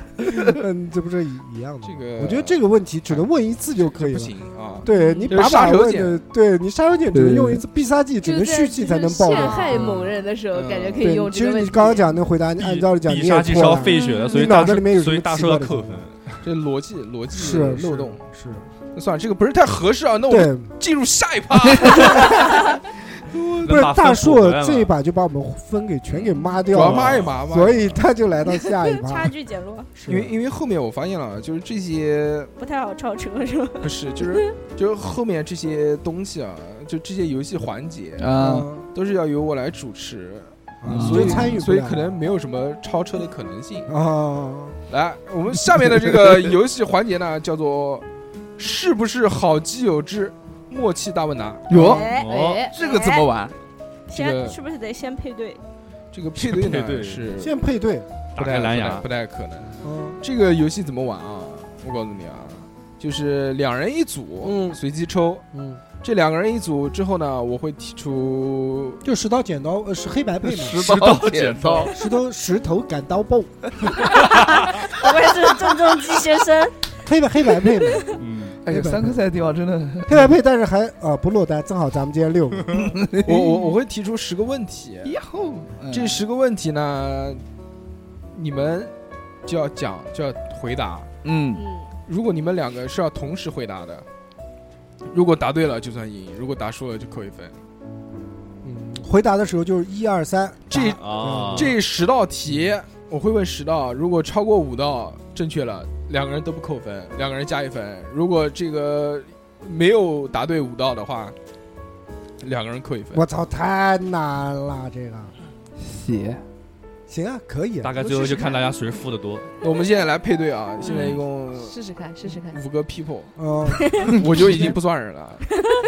[SPEAKER 4] 嗯， 这不是一一样的
[SPEAKER 2] 这
[SPEAKER 4] 吗？
[SPEAKER 2] 个
[SPEAKER 4] 我觉得这个问题只能问一次就可以
[SPEAKER 2] 不
[SPEAKER 4] 了。
[SPEAKER 2] 行啊。
[SPEAKER 4] 对你
[SPEAKER 2] 这
[SPEAKER 4] 把
[SPEAKER 2] 是杀
[SPEAKER 4] 把
[SPEAKER 2] 手
[SPEAKER 4] 问
[SPEAKER 2] 锏
[SPEAKER 4] 的，对你杀手锏只能用一次必杀技，只
[SPEAKER 11] 就
[SPEAKER 4] 能
[SPEAKER 11] 在
[SPEAKER 4] 蓄气才能爆
[SPEAKER 11] 陷
[SPEAKER 4] 的。
[SPEAKER 11] 害某人的时候，
[SPEAKER 2] 嗯
[SPEAKER 11] 感觉可以
[SPEAKER 4] 对，
[SPEAKER 11] 用
[SPEAKER 4] 其
[SPEAKER 11] 这个
[SPEAKER 4] 实
[SPEAKER 11] 问
[SPEAKER 4] 你
[SPEAKER 11] 题。
[SPEAKER 4] 刚刚讲那回答，
[SPEAKER 7] 必
[SPEAKER 4] 按照讲你
[SPEAKER 7] 必杀
[SPEAKER 4] 也
[SPEAKER 7] 技
[SPEAKER 4] 错
[SPEAKER 7] 烧
[SPEAKER 4] 了，
[SPEAKER 7] 费血的，所以
[SPEAKER 4] 你脑
[SPEAKER 7] 大
[SPEAKER 4] 子里面有
[SPEAKER 7] 叔
[SPEAKER 4] 什
[SPEAKER 7] 所以
[SPEAKER 4] 么
[SPEAKER 7] 大
[SPEAKER 4] 奇
[SPEAKER 7] 叔
[SPEAKER 4] 怪
[SPEAKER 7] 要
[SPEAKER 4] 的
[SPEAKER 7] 扣
[SPEAKER 4] 地
[SPEAKER 7] 分
[SPEAKER 4] 方。
[SPEAKER 2] 这逻辑逻辑
[SPEAKER 4] 是
[SPEAKER 2] 漏洞。
[SPEAKER 4] 是，
[SPEAKER 2] 那算了，这个不是太合适啊。那我们
[SPEAKER 4] 对，
[SPEAKER 2] 进入下一趴。
[SPEAKER 7] 能
[SPEAKER 4] 不是
[SPEAKER 7] 把分
[SPEAKER 4] 大
[SPEAKER 7] 补
[SPEAKER 4] 树
[SPEAKER 7] 回来吗
[SPEAKER 4] 这一把就把我们分给全给抹
[SPEAKER 2] 主
[SPEAKER 4] 掉
[SPEAKER 2] 要
[SPEAKER 4] 了，
[SPEAKER 2] 骂一骂嘛。
[SPEAKER 4] 啊所以他就来到下一
[SPEAKER 6] 差
[SPEAKER 4] 趴。
[SPEAKER 6] 距减弱，
[SPEAKER 2] 因为因为后面我发现了，就是这些
[SPEAKER 6] 不太好超车是吧？
[SPEAKER 2] 不是，就是就是后面这些东西啊，就这些游戏环节，
[SPEAKER 3] 啊，
[SPEAKER 4] 嗯
[SPEAKER 2] 都是要由我来主持，
[SPEAKER 4] 嗯
[SPEAKER 2] 所以
[SPEAKER 4] 就参与不
[SPEAKER 2] 所以
[SPEAKER 4] 了
[SPEAKER 2] 可能没有什么超车的可能性。
[SPEAKER 4] 啊，
[SPEAKER 2] 来，我们下面的这个游戏环节呢，叫做是不是好基友之默契大问答？
[SPEAKER 3] 哟
[SPEAKER 6] 哎
[SPEAKER 2] 哦
[SPEAKER 11] 嗯
[SPEAKER 6] 哎哎？
[SPEAKER 2] 这
[SPEAKER 6] 先
[SPEAKER 2] 个
[SPEAKER 6] 是不是得先配 对？
[SPEAKER 2] 这个配对
[SPEAKER 7] 配
[SPEAKER 2] 呢
[SPEAKER 7] 对
[SPEAKER 2] 是
[SPEAKER 4] 先配对，
[SPEAKER 2] 不
[SPEAKER 7] 打
[SPEAKER 2] 太
[SPEAKER 7] 开蓝牙
[SPEAKER 2] 不太不太可能。
[SPEAKER 4] 嗯，
[SPEAKER 2] 这个游戏怎么玩啊？我告诉你啊，就是两人一组，
[SPEAKER 4] 嗯
[SPEAKER 2] 随机抽，
[SPEAKER 4] 嗯，
[SPEAKER 2] 这两个人一组之后呢，我会提出
[SPEAKER 4] 就石刀剪刀，呃，是黑白配嘛？
[SPEAKER 3] 石刀剪刀，
[SPEAKER 4] 石头石头剪刀布，
[SPEAKER 6] 不会是郑中基先生？
[SPEAKER 4] 黑白黑白配 嘛？
[SPEAKER 7] 嗯
[SPEAKER 3] 哎呦，三个赛的地方真的
[SPEAKER 4] 黑白配，但是还啊不落单，正好咱们今天六个，
[SPEAKER 2] 我我我会提出十个问 题，
[SPEAKER 3] 呀吼！
[SPEAKER 2] 这十个问题呢，你们就要讲，就要回答。
[SPEAKER 3] 嗯，
[SPEAKER 2] 如果你们两个是要同时回答的，如果答对了就算赢，如果答输了就扣一分。
[SPEAKER 4] 回答的时候就是一二三，
[SPEAKER 2] 这
[SPEAKER 7] 啊，
[SPEAKER 2] 这十道题我会问十道，如果超过五道正确了，两个人都不扣分，两个人加一分。如果这个没有答对五道的话，两个人扣一分。
[SPEAKER 4] 我操，太难了这个。
[SPEAKER 3] 写
[SPEAKER 4] 行啊，可以啊，
[SPEAKER 7] 大概最后就看大家谁付的多。
[SPEAKER 2] 我们现在来配对啊，现在一共
[SPEAKER 11] 试试看，试试看。
[SPEAKER 2] 五个 people，
[SPEAKER 4] 嗯，
[SPEAKER 2] 我就已经不算人了，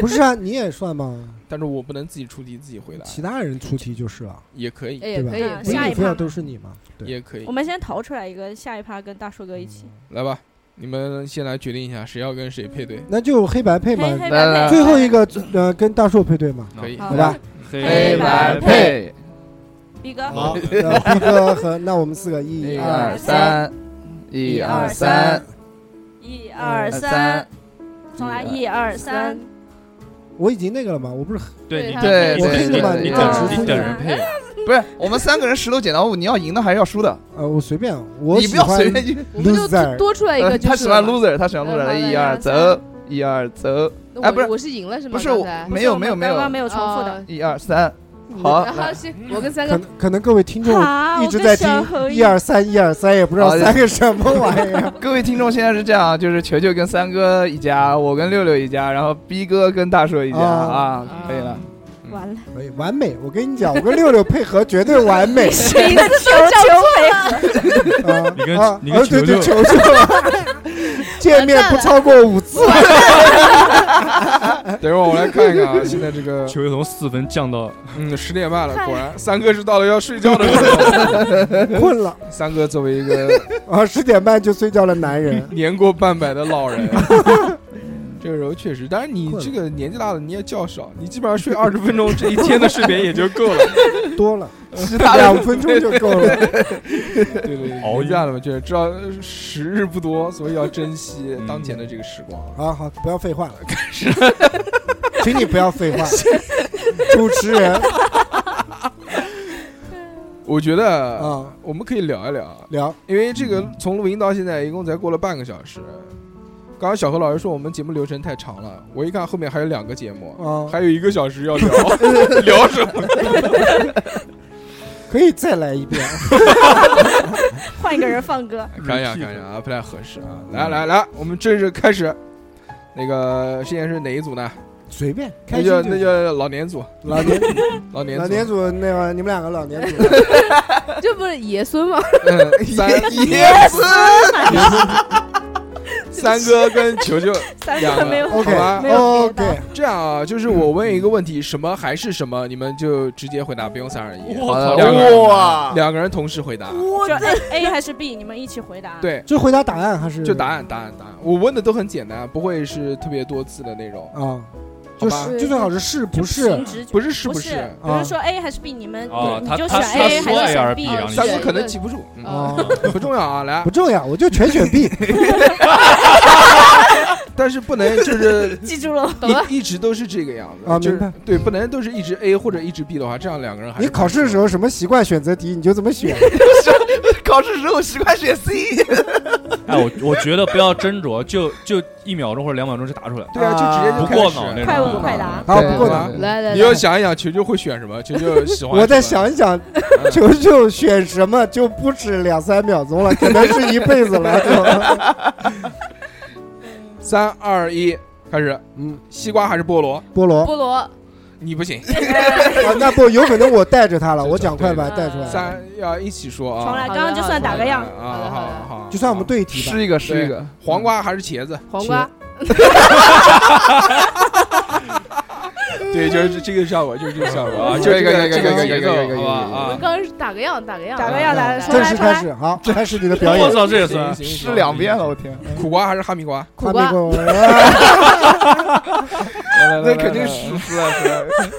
[SPEAKER 4] 不是啊，你也算吗？
[SPEAKER 2] 但是我不能自己出题自己回答，
[SPEAKER 4] 其他人出题就是了，
[SPEAKER 2] 也可以，
[SPEAKER 11] 哎，
[SPEAKER 4] 对
[SPEAKER 11] 也
[SPEAKER 4] 吧
[SPEAKER 11] 可以，
[SPEAKER 6] 嗯
[SPEAKER 4] 不一
[SPEAKER 6] 下一
[SPEAKER 4] 定非
[SPEAKER 6] 趴
[SPEAKER 4] 要都是你嘛。对，
[SPEAKER 2] 也可以
[SPEAKER 6] 我，们先逃出来一个，下一趴跟大硕哥一起。
[SPEAKER 2] 来吧，你们先来决定一下谁要跟谁配对，
[SPEAKER 4] 那就黑白配嘛。
[SPEAKER 6] 黑黑
[SPEAKER 3] 来来
[SPEAKER 6] 白配
[SPEAKER 4] 最后一个呃，跟大硕配对嘛，
[SPEAKER 2] 可以，
[SPEAKER 6] 好
[SPEAKER 4] 好吧？
[SPEAKER 7] 黑
[SPEAKER 6] 白
[SPEAKER 3] 配，
[SPEAKER 6] 逼哥，
[SPEAKER 2] 好，
[SPEAKER 4] 呃逼哥和那我们四个一
[SPEAKER 3] 一
[SPEAKER 4] 二
[SPEAKER 3] 二三，一二三，
[SPEAKER 6] 一二
[SPEAKER 3] 三
[SPEAKER 6] 三，，重来，一二三，
[SPEAKER 4] 我已经那个了嘛，我不是
[SPEAKER 7] 对你
[SPEAKER 3] 对
[SPEAKER 4] 我
[SPEAKER 7] 对
[SPEAKER 4] 配的嘛
[SPEAKER 7] 你
[SPEAKER 4] 你
[SPEAKER 7] 等
[SPEAKER 4] 看
[SPEAKER 7] 你等人 配，
[SPEAKER 3] 不是我们三个人石头剪刀布，你要赢的还是要输的？
[SPEAKER 4] 呃，我随便，我
[SPEAKER 3] 你不
[SPEAKER 4] 喜
[SPEAKER 3] 要
[SPEAKER 4] 欢
[SPEAKER 3] 随便去。呃
[SPEAKER 11] 我们就
[SPEAKER 4] Loser
[SPEAKER 11] 多出来一个，就
[SPEAKER 3] 他
[SPEAKER 11] 是
[SPEAKER 3] 喜欢 loser，他喜欢 loser，
[SPEAKER 11] 嗯好的
[SPEAKER 3] 一二走
[SPEAKER 11] 那，
[SPEAKER 3] 一二走，
[SPEAKER 11] 那
[SPEAKER 3] 哎
[SPEAKER 11] 我
[SPEAKER 3] 不是
[SPEAKER 11] 我是赢了是吗？
[SPEAKER 3] 不是
[SPEAKER 11] 刚
[SPEAKER 3] 我
[SPEAKER 11] 才
[SPEAKER 3] 没
[SPEAKER 6] 不是
[SPEAKER 3] 有
[SPEAKER 6] 我们
[SPEAKER 3] 没有没
[SPEAKER 6] 刚刚
[SPEAKER 3] 有
[SPEAKER 6] 没有重复的。
[SPEAKER 11] 哦
[SPEAKER 3] 一二三，好，
[SPEAKER 11] 然后是我跟三
[SPEAKER 4] 可
[SPEAKER 11] 个，
[SPEAKER 4] 能可能各位听众
[SPEAKER 6] 啊
[SPEAKER 4] 哦 一直在听
[SPEAKER 6] 我跟小何一
[SPEAKER 4] 一二三一二三，也不知道
[SPEAKER 3] 好
[SPEAKER 4] 三个什么玩意 儿。
[SPEAKER 3] 各位听众现在是这样，就是球球跟三哥一家，我跟六六一家，然后逼哥跟大硕一
[SPEAKER 2] 哦
[SPEAKER 3] 家
[SPEAKER 4] 啊
[SPEAKER 3] 啊，可以了。
[SPEAKER 6] 完了，
[SPEAKER 4] 哎完美，我跟你讲，我跟六六配合绝对完 美。
[SPEAKER 6] 谁的球球配合？
[SPEAKER 4] 啊
[SPEAKER 7] 你跟
[SPEAKER 4] 啊
[SPEAKER 7] 你跟
[SPEAKER 4] 啊对对，
[SPEAKER 7] 球
[SPEAKER 4] 球球， 见面不超过五次。
[SPEAKER 2] 等一会儿我来看一看啊，现在这个
[SPEAKER 7] 球从四分降到
[SPEAKER 2] 嗯十点半了，果然三哥是到了要睡觉的时 候，
[SPEAKER 4] 困了
[SPEAKER 2] 三哥作为一个，
[SPEAKER 4] 啊，十点半就睡觉的男人
[SPEAKER 2] 年过 半百的老 人。这个时候确实，但是你这个年纪大了，你也觉少，你基本上睡二十分钟，这一天的睡眠也就够了。
[SPEAKER 4] 多 了
[SPEAKER 3] 其他
[SPEAKER 4] 两
[SPEAKER 3] 的
[SPEAKER 4] 分钟就够了。
[SPEAKER 2] 对对对，
[SPEAKER 7] 熬夜
[SPEAKER 2] 这样的嘛，就是知道呃时日不多，所以要珍惜当前的这个时光。
[SPEAKER 4] 好啊好，不要废话了，开始， 请你不要废 话。主持人
[SPEAKER 2] 我觉得
[SPEAKER 4] 啊，
[SPEAKER 2] 我们可以聊一啊聊，
[SPEAKER 4] 聊
[SPEAKER 2] 因为这
[SPEAKER 4] 嗯
[SPEAKER 2] 个从录音到现在一共才过了半个小时。刚刚小何老师说我们节目流程太长了，我一看后面还有两个节目，
[SPEAKER 4] 啊，
[SPEAKER 2] 还有一个小时 要聊，聊什么？
[SPEAKER 4] 可以再来一遍。
[SPEAKER 6] 换一个人放 歌，
[SPEAKER 7] 哎
[SPEAKER 2] 看一下，看一下啊，不太合适啊。来来来，我们正式开始。那个现在是哪一组呢？
[SPEAKER 4] 随便，
[SPEAKER 2] 那
[SPEAKER 4] 开心
[SPEAKER 2] 叫
[SPEAKER 4] 就
[SPEAKER 2] 那
[SPEAKER 4] 行
[SPEAKER 2] 叫老年组，
[SPEAKER 4] 老年
[SPEAKER 2] 老年
[SPEAKER 4] 老年组那个你们两个老年 组，
[SPEAKER 11] 这不是爷孙吗？
[SPEAKER 2] 嗯，三 三哥跟球球
[SPEAKER 6] 三
[SPEAKER 2] 两
[SPEAKER 6] 个
[SPEAKER 2] 个
[SPEAKER 6] 没有
[SPEAKER 2] 好
[SPEAKER 4] OK 哦
[SPEAKER 2] 吧
[SPEAKER 6] 没有别的
[SPEAKER 4] OK，
[SPEAKER 2] 这样啊，就是我问一个问
[SPEAKER 4] 嗯
[SPEAKER 2] 题，什么还是什么，你们就直接回答，不用三二一，
[SPEAKER 7] 我靠
[SPEAKER 2] 两个
[SPEAKER 3] 的
[SPEAKER 2] 人
[SPEAKER 3] 哇，
[SPEAKER 2] 两个人同时回答，
[SPEAKER 6] 就 A A 还是 B？你们一起回答。，
[SPEAKER 2] 对，
[SPEAKER 4] 就回答答案还是
[SPEAKER 2] 就答案答案答案，我问的都很简单，不会是特别多字的那种，
[SPEAKER 4] 啊，
[SPEAKER 2] 好
[SPEAKER 4] 就
[SPEAKER 2] 吧？
[SPEAKER 4] 是就最好是是不是
[SPEAKER 6] 凭直觉。
[SPEAKER 2] 不是是
[SPEAKER 6] 不
[SPEAKER 2] 是？
[SPEAKER 6] 比
[SPEAKER 4] 啊
[SPEAKER 6] 如说 A 还是 B，你们
[SPEAKER 7] 哦
[SPEAKER 6] 你
[SPEAKER 7] 他
[SPEAKER 6] 就选
[SPEAKER 7] 他
[SPEAKER 6] A
[SPEAKER 7] 他说
[SPEAKER 6] 还是
[SPEAKER 7] A 还
[SPEAKER 6] 选
[SPEAKER 7] 是
[SPEAKER 6] B？
[SPEAKER 7] B，然后你
[SPEAKER 2] 三
[SPEAKER 11] 选
[SPEAKER 2] 哥可能
[SPEAKER 11] 一个
[SPEAKER 2] 记不住，嗯
[SPEAKER 4] 啊？
[SPEAKER 2] 不重要啊，来
[SPEAKER 4] 不，重要，我就全选 B。
[SPEAKER 2] 但是不能就是
[SPEAKER 6] 记住了，
[SPEAKER 11] 懂了
[SPEAKER 2] 一一直都是这个样子
[SPEAKER 4] 啊
[SPEAKER 2] 就
[SPEAKER 4] 明白
[SPEAKER 2] 是对，不能都是一直 A 或者一直 B 的话，这样两个人还是
[SPEAKER 4] 你考试的时候什么习惯选择题，你就怎么 选。
[SPEAKER 3] 考试时候习惯选 C，
[SPEAKER 7] 哎，我我觉得不要斟酌，就就一秒钟或者两秒钟就答出来，
[SPEAKER 2] 对啊，就直接就
[SPEAKER 7] 不
[SPEAKER 2] 开
[SPEAKER 7] 过
[SPEAKER 2] 始
[SPEAKER 7] 脑那
[SPEAKER 6] 快
[SPEAKER 7] 种
[SPEAKER 6] 问快答。
[SPEAKER 4] 好，
[SPEAKER 3] 对
[SPEAKER 4] 不过
[SPEAKER 2] 对
[SPEAKER 4] 呢，
[SPEAKER 2] 对
[SPEAKER 11] 来来，
[SPEAKER 2] 你要想一想，球球会选什么？球球喜欢。
[SPEAKER 4] 我再，想一想，球球选什么就不止两三秒钟了，可能是一辈子了。 就
[SPEAKER 2] 三二一，开始。
[SPEAKER 4] 嗯，
[SPEAKER 2] 西瓜还是菠萝？
[SPEAKER 4] 菠萝，
[SPEAKER 11] 菠萝，
[SPEAKER 2] 你不行。
[SPEAKER 4] 啊那不有可能我带着他了，我讲快板
[SPEAKER 11] 对
[SPEAKER 4] 带出来了，
[SPEAKER 2] 三要一起说啊。
[SPEAKER 6] 重来，
[SPEAKER 11] 好
[SPEAKER 6] 刚
[SPEAKER 11] 的
[SPEAKER 6] 刚就算打个样。
[SPEAKER 2] 啊，好好好。
[SPEAKER 4] 就算我们对题吧。
[SPEAKER 3] 是一个是一个，
[SPEAKER 2] 黄瓜还是茄子？
[SPEAKER 11] 黄瓜，
[SPEAKER 2] 对，就是这个效果，就是这个效果啊，就
[SPEAKER 3] 可以
[SPEAKER 2] 这个
[SPEAKER 3] 可以可
[SPEAKER 2] 这
[SPEAKER 3] 以
[SPEAKER 2] 个
[SPEAKER 3] 可以
[SPEAKER 2] 节奏
[SPEAKER 3] 可以可
[SPEAKER 2] 好吧
[SPEAKER 3] 以可以
[SPEAKER 11] 我
[SPEAKER 2] 啊
[SPEAKER 11] 们。刚刚是打个样，打个样，
[SPEAKER 6] 打个样打个样
[SPEAKER 4] 啊正式开始，好，开始你的表演。
[SPEAKER 7] 我操这也
[SPEAKER 2] 行
[SPEAKER 7] 算
[SPEAKER 2] 行
[SPEAKER 3] 试
[SPEAKER 2] 行
[SPEAKER 3] 两遍了，我天，
[SPEAKER 2] 苦瓜还是哈密 瓜？
[SPEAKER 11] 苦瓜
[SPEAKER 4] 哈密啊
[SPEAKER 2] 来来来
[SPEAKER 3] 那肯定
[SPEAKER 2] 来
[SPEAKER 3] 实
[SPEAKER 2] 来
[SPEAKER 3] 施了，是吧？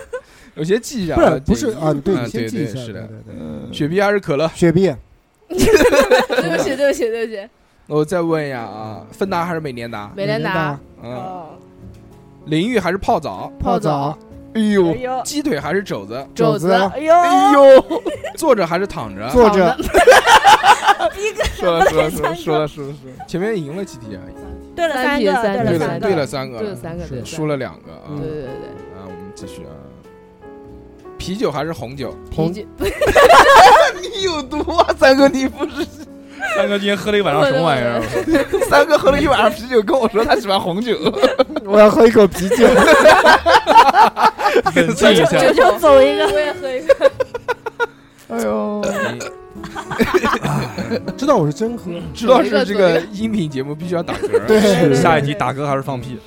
[SPEAKER 2] 有些记一下
[SPEAKER 4] 不
[SPEAKER 2] 啊，
[SPEAKER 4] 是不是
[SPEAKER 2] 这个
[SPEAKER 4] 啊，你对
[SPEAKER 2] 啊
[SPEAKER 4] 你先记一下，
[SPEAKER 2] 对是的嗯
[SPEAKER 4] 对对对
[SPEAKER 2] 雪碧还是可乐？
[SPEAKER 4] 雪碧，
[SPEAKER 11] 对不起，对不起，对不起，
[SPEAKER 2] 我再问一下
[SPEAKER 4] 嗯
[SPEAKER 2] 啊，芬达还是美年达？
[SPEAKER 11] 美人达，
[SPEAKER 2] 嗯，
[SPEAKER 11] 哦，
[SPEAKER 2] 淋浴还是泡澡？
[SPEAKER 11] 泡澡，
[SPEAKER 6] 哎
[SPEAKER 3] 哎呦，
[SPEAKER 6] 呦，
[SPEAKER 2] 鸡腿还是肘子？
[SPEAKER 11] 肘
[SPEAKER 4] 肘子
[SPEAKER 11] 子，
[SPEAKER 6] 哎呦，
[SPEAKER 3] 哎呦，
[SPEAKER 2] 坐着还是躺着？
[SPEAKER 4] 坐着
[SPEAKER 11] 好
[SPEAKER 3] 说了说了说了说了说了说 了，
[SPEAKER 2] 前面赢了几题啊？
[SPEAKER 6] 对了
[SPEAKER 11] 三
[SPEAKER 6] 三
[SPEAKER 11] 题
[SPEAKER 6] 个，
[SPEAKER 11] 三题
[SPEAKER 6] 了
[SPEAKER 2] 了
[SPEAKER 6] 三
[SPEAKER 2] 对了
[SPEAKER 6] 个，
[SPEAKER 2] 三个，
[SPEAKER 11] 对了三个对了三个
[SPEAKER 2] 输了两个啊
[SPEAKER 11] 对对对对，
[SPEAKER 2] 啊！我们继续啊，啤酒还是红酒？
[SPEAKER 11] 啤酒，
[SPEAKER 3] 你有毒啊，三哥，你不是
[SPEAKER 7] 三哥今天喝了一晚上什么玩意儿？
[SPEAKER 3] 三哥喝了一晚上啤酒，跟我说他喜欢红酒，
[SPEAKER 4] 我要喝一口啤酒。
[SPEAKER 7] 冷静 一下，
[SPEAKER 6] 九九走一个，
[SPEAKER 11] 我也喝一个，
[SPEAKER 3] 哎呦，
[SPEAKER 4] 知道我是真喝，
[SPEAKER 2] 知道是这个音频节目必须要打嗝。啊
[SPEAKER 4] 对是的
[SPEAKER 7] 下一集打嗝还是放屁？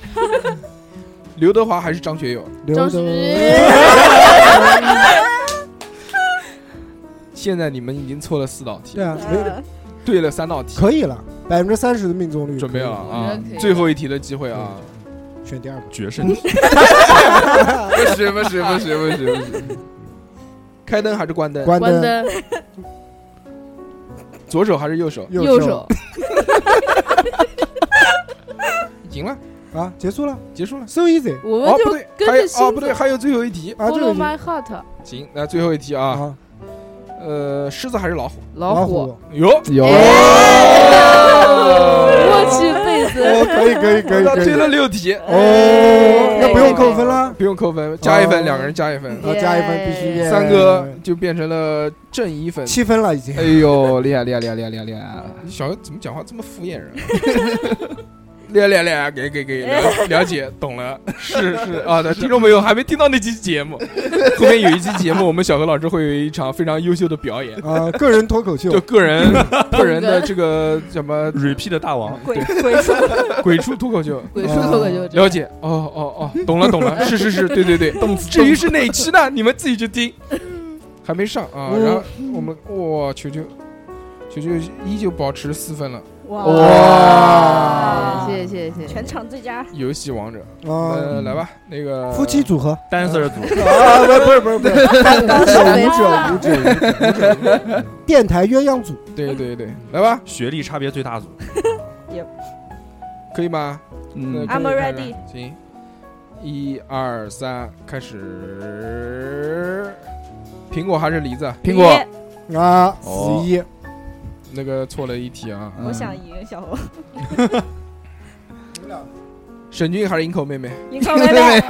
[SPEAKER 2] 刘德华还是张学友？
[SPEAKER 4] 刘
[SPEAKER 11] 张
[SPEAKER 4] 德
[SPEAKER 11] 旭，
[SPEAKER 2] 现在你们已经错了四道题
[SPEAKER 4] 对，啊，没
[SPEAKER 11] 呃
[SPEAKER 2] 对了三道题，
[SPEAKER 4] 可以了，百分之三十的命中率，
[SPEAKER 2] 准备了
[SPEAKER 11] 我觉
[SPEAKER 2] 啊
[SPEAKER 11] 得可以，
[SPEAKER 2] 最后一题的机会啊！
[SPEAKER 4] 选第二个，
[SPEAKER 7] 决胜题，
[SPEAKER 3] 不行不行不行不行不行，
[SPEAKER 2] 开灯还是关灯？
[SPEAKER 4] 关
[SPEAKER 11] 关
[SPEAKER 4] 灯，
[SPEAKER 11] 灯，
[SPEAKER 2] 左手还是右手？
[SPEAKER 11] 右
[SPEAKER 4] 手
[SPEAKER 11] 手，
[SPEAKER 2] 赢了，
[SPEAKER 4] 啊，结束了
[SPEAKER 2] 结束了。
[SPEAKER 4] ，so easy
[SPEAKER 11] 我们
[SPEAKER 2] 哦，不
[SPEAKER 11] 就
[SPEAKER 2] 对，
[SPEAKER 11] 跟
[SPEAKER 2] 还有
[SPEAKER 11] 着
[SPEAKER 2] 哦，
[SPEAKER 11] 心
[SPEAKER 2] 不对，还有最后一题。
[SPEAKER 4] 啊，这个就
[SPEAKER 11] follow my heart，
[SPEAKER 2] 行，那最后一题啊，
[SPEAKER 4] 啊，
[SPEAKER 2] 呃，狮子还是老虎？
[SPEAKER 11] 老虎，
[SPEAKER 4] 虎，哦
[SPEAKER 2] 哟，
[SPEAKER 3] 有
[SPEAKER 11] 我去辈
[SPEAKER 4] 哦，
[SPEAKER 11] 子，
[SPEAKER 4] 可以可 以可以
[SPEAKER 2] 那
[SPEAKER 4] 可
[SPEAKER 2] 对
[SPEAKER 4] 以，
[SPEAKER 2] 了六题，
[SPEAKER 11] 哎
[SPEAKER 4] 哦，那不用扣分啦，
[SPEAKER 2] 不用扣分，加一分，
[SPEAKER 4] 哦
[SPEAKER 2] 两个人加一分。
[SPEAKER 4] 啊，加一分必须，耶
[SPEAKER 2] 三哥就变成了正一分。
[SPEAKER 4] 七分了已经
[SPEAKER 3] 哎，呦，厉害厉害厉害厉害厉害！
[SPEAKER 2] 小怎么讲话这么敷衍人？啊 了了了，给给给，
[SPEAKER 11] 哎
[SPEAKER 2] 了了解懂了，是是 啊，对，听众朋友还没听到那期节 目，后面有一期节目，我们小何老师会有一场非常优秀的表演，
[SPEAKER 4] 啊，个人脱口秀
[SPEAKER 2] 就个 人个人的这个什么
[SPEAKER 7] repeat 的大王，
[SPEAKER 6] 鬼鬼畜，
[SPEAKER 2] 鬼畜脱口秀，
[SPEAKER 11] 鬼畜脱口
[SPEAKER 4] 啊
[SPEAKER 11] 秀，
[SPEAKER 2] 了解，哦哦 哦，懂了懂了，是是是，对 对对。至于是哪一期呢？你 们自己去听，还没上啊。
[SPEAKER 4] 嗯
[SPEAKER 2] 然后我们哇，球球，球球依旧保持四分了，
[SPEAKER 4] 哇
[SPEAKER 11] 谢谢谢谢，
[SPEAKER 6] 全场最佳，
[SPEAKER 2] 游戏王者。
[SPEAKER 4] 啊
[SPEAKER 2] 呃，，来吧，那个
[SPEAKER 4] 夫妻组合啊，
[SPEAKER 7] 单丝儿组，
[SPEAKER 4] 不是不是不是，五九
[SPEAKER 11] 没了
[SPEAKER 4] 五九五九五九，电台鸳鸯组
[SPEAKER 2] 对对对，来吧，
[SPEAKER 7] 学历差别最大组，
[SPEAKER 2] 可以吗？那
[SPEAKER 3] 嗯
[SPEAKER 2] 可以
[SPEAKER 6] I'm
[SPEAKER 2] 开始行，一二三，开始。苹果还是梨子？
[SPEAKER 3] 苹果，
[SPEAKER 4] 啊，
[SPEAKER 3] 哦
[SPEAKER 4] 死一
[SPEAKER 2] 那个错了一题
[SPEAKER 3] 嗯
[SPEAKER 2] 啊。
[SPEAKER 6] 我想赢小红，
[SPEAKER 2] 沈俊还是营口妹妹？
[SPEAKER 6] 赢靠妹妹，
[SPEAKER 4] 哎，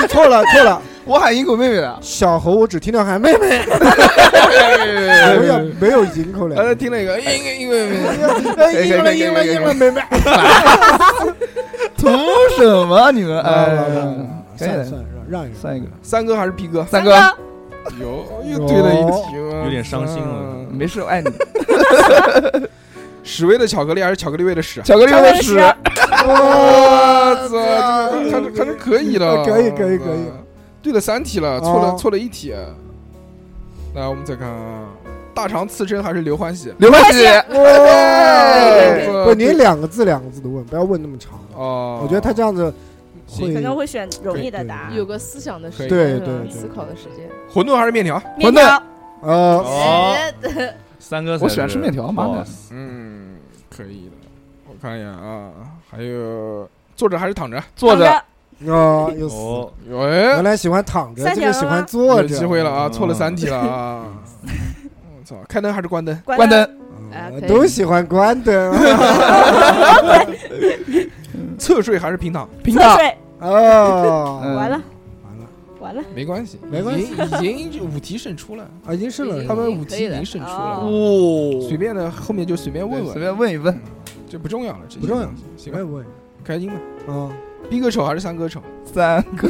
[SPEAKER 4] 你错了错了，
[SPEAKER 3] 我喊银狗妹妹的，
[SPEAKER 4] 小猴我只听到喊妹妹，
[SPEAKER 2] 哎
[SPEAKER 4] 我也没有营口
[SPEAKER 2] 刚才
[SPEAKER 4] 了，
[SPEAKER 2] 呃听了一个，哎因为因为
[SPEAKER 4] 哎赢了赢了赢了
[SPEAKER 2] 啊
[SPEAKER 4] 妹妹，
[SPEAKER 3] 图什么你们？
[SPEAKER 4] 哎
[SPEAKER 2] 啊
[SPEAKER 3] 哎，，可以
[SPEAKER 4] 算了
[SPEAKER 3] 的，
[SPEAKER 4] 算了让 让一让，
[SPEAKER 3] 算一个，
[SPEAKER 2] 三哥还是逼哥？
[SPEAKER 3] 三哥
[SPEAKER 6] 哥，
[SPEAKER 2] 有又对了一题
[SPEAKER 4] 哦
[SPEAKER 2] 吗？
[SPEAKER 7] 有点伤心了
[SPEAKER 2] 嗯
[SPEAKER 3] 没事，我爱你。
[SPEAKER 2] 屎味的巧克力还是巧克力味的屎？
[SPEAKER 3] 巧克力味屎，
[SPEAKER 2] 我操，这还是还是可以的，
[SPEAKER 4] 哦可以可以可以。
[SPEAKER 2] 对了三题了，错了
[SPEAKER 4] 哦
[SPEAKER 2] 错了一题。来，我们再看啊，大肠刺身还是刘欢喜？
[SPEAKER 3] 刘欢喜，
[SPEAKER 4] 哇，
[SPEAKER 2] 我
[SPEAKER 4] 不，你两个字两个字的问，不要问那么长的，
[SPEAKER 2] 哦，
[SPEAKER 4] 我觉得他这样子会
[SPEAKER 6] 可能会选容易的答案
[SPEAKER 11] 有。个思想的时间，
[SPEAKER 4] 对
[SPEAKER 11] 是吧
[SPEAKER 4] 对对
[SPEAKER 11] 思考的时间，
[SPEAKER 2] 馄饨还是面条？
[SPEAKER 6] 面条，
[SPEAKER 4] 呃，
[SPEAKER 7] 哦，
[SPEAKER 11] 哎
[SPEAKER 7] 三哥才是，
[SPEAKER 3] 我喜欢吃面条妈的
[SPEAKER 7] 哦
[SPEAKER 2] 嗯，可以的。我看一眼啊，还有坐着还是躺着？
[SPEAKER 3] 坐着，
[SPEAKER 4] 啊，有死。
[SPEAKER 7] 哦，
[SPEAKER 2] 哎
[SPEAKER 4] 原，来喜欢躺着，
[SPEAKER 6] 三
[SPEAKER 4] 这
[SPEAKER 6] 条
[SPEAKER 4] 个
[SPEAKER 6] 了
[SPEAKER 4] 喜欢
[SPEAKER 6] 吗
[SPEAKER 4] 坐
[SPEAKER 2] 有
[SPEAKER 4] 着。
[SPEAKER 2] 机会了啊，错了三题了 啊！我操，开灯还是关灯？
[SPEAKER 6] 关
[SPEAKER 3] 关
[SPEAKER 6] 灯，
[SPEAKER 3] 灯，
[SPEAKER 11] 啊
[SPEAKER 4] 啊
[SPEAKER 11] 可以
[SPEAKER 4] 都喜欢关灯
[SPEAKER 2] 侧睡还是平躺？
[SPEAKER 3] 平
[SPEAKER 6] 侧
[SPEAKER 3] 躺，
[SPEAKER 6] 睡，
[SPEAKER 2] 嗯
[SPEAKER 4] 哦，
[SPEAKER 6] 完了
[SPEAKER 4] 完了
[SPEAKER 6] 完了，
[SPEAKER 2] 没关系，嗯
[SPEAKER 4] 没关系
[SPEAKER 2] 已经已经五题胜出了，
[SPEAKER 4] 啊，已经是了，
[SPEAKER 11] 已
[SPEAKER 2] 他
[SPEAKER 4] 他们
[SPEAKER 2] 们五
[SPEAKER 11] 可
[SPEAKER 2] 题
[SPEAKER 11] 以
[SPEAKER 2] 已
[SPEAKER 11] 了
[SPEAKER 2] 经胜出
[SPEAKER 6] 哦
[SPEAKER 2] 了，
[SPEAKER 3] 哦
[SPEAKER 2] 随便的后面就随便问
[SPEAKER 3] 随
[SPEAKER 2] 问，
[SPEAKER 3] 便问一问，
[SPEAKER 2] 这不重要了，这些
[SPEAKER 4] 不重要
[SPEAKER 2] 东西，行
[SPEAKER 4] 我也
[SPEAKER 2] 吧，
[SPEAKER 4] 问
[SPEAKER 2] 开心吧。
[SPEAKER 4] 啊。
[SPEAKER 2] 逼哥丑还是三哥丑？
[SPEAKER 3] 三个，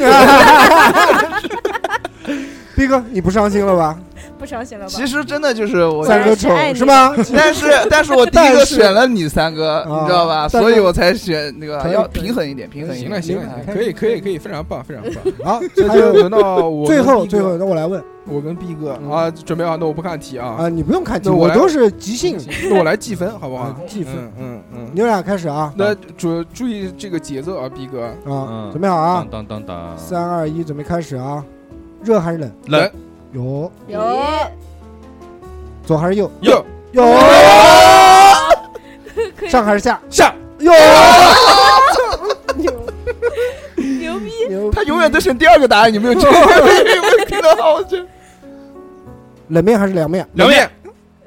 [SPEAKER 4] 逼哥，你不伤心了吧？
[SPEAKER 6] 不伤心了吧？
[SPEAKER 3] 其实真的就是我
[SPEAKER 4] 三哥丑是吗？
[SPEAKER 3] 但 是但是我啊第一个选了你三哥，你知道吧？
[SPEAKER 4] 但是
[SPEAKER 3] 所以我才选那个
[SPEAKER 4] 可以
[SPEAKER 3] 要平衡一点，平衡一
[SPEAKER 2] 行
[SPEAKER 3] 点。
[SPEAKER 2] 了行了，可以可以可以，非常棒非常棒。
[SPEAKER 4] 好，
[SPEAKER 2] 这
[SPEAKER 4] 还有
[SPEAKER 2] 就轮到我
[SPEAKER 4] 最
[SPEAKER 2] 跟
[SPEAKER 4] 后
[SPEAKER 2] B
[SPEAKER 4] 最
[SPEAKER 2] 哥
[SPEAKER 4] 后，那我来问
[SPEAKER 2] 我跟 B 哥啊，准备好，那我不看题啊
[SPEAKER 4] 啊，你不用看题，
[SPEAKER 2] 那我
[SPEAKER 4] 我
[SPEAKER 2] 来
[SPEAKER 4] 都是即兴。
[SPEAKER 2] 那我来计分好不好？
[SPEAKER 4] 计分
[SPEAKER 2] 嗯嗯嗯。
[SPEAKER 4] 你们俩开始啊，
[SPEAKER 2] 那注注意这个节奏啊，逼哥
[SPEAKER 4] 啊，准备好啊，
[SPEAKER 7] 当当当
[SPEAKER 4] 三二一，准备开始啊！热还是冷？
[SPEAKER 7] 冷。
[SPEAKER 4] 有
[SPEAKER 6] 有
[SPEAKER 4] 左还是右？
[SPEAKER 2] 右
[SPEAKER 4] 有
[SPEAKER 3] 哦
[SPEAKER 6] 可以
[SPEAKER 4] 上还是下？
[SPEAKER 2] 下
[SPEAKER 4] 有。
[SPEAKER 6] 牛逼，
[SPEAKER 3] 他永远都选第二个答案，你没有听到？有没有听到？我去，
[SPEAKER 4] 冷面还是凉面？
[SPEAKER 7] 凉面，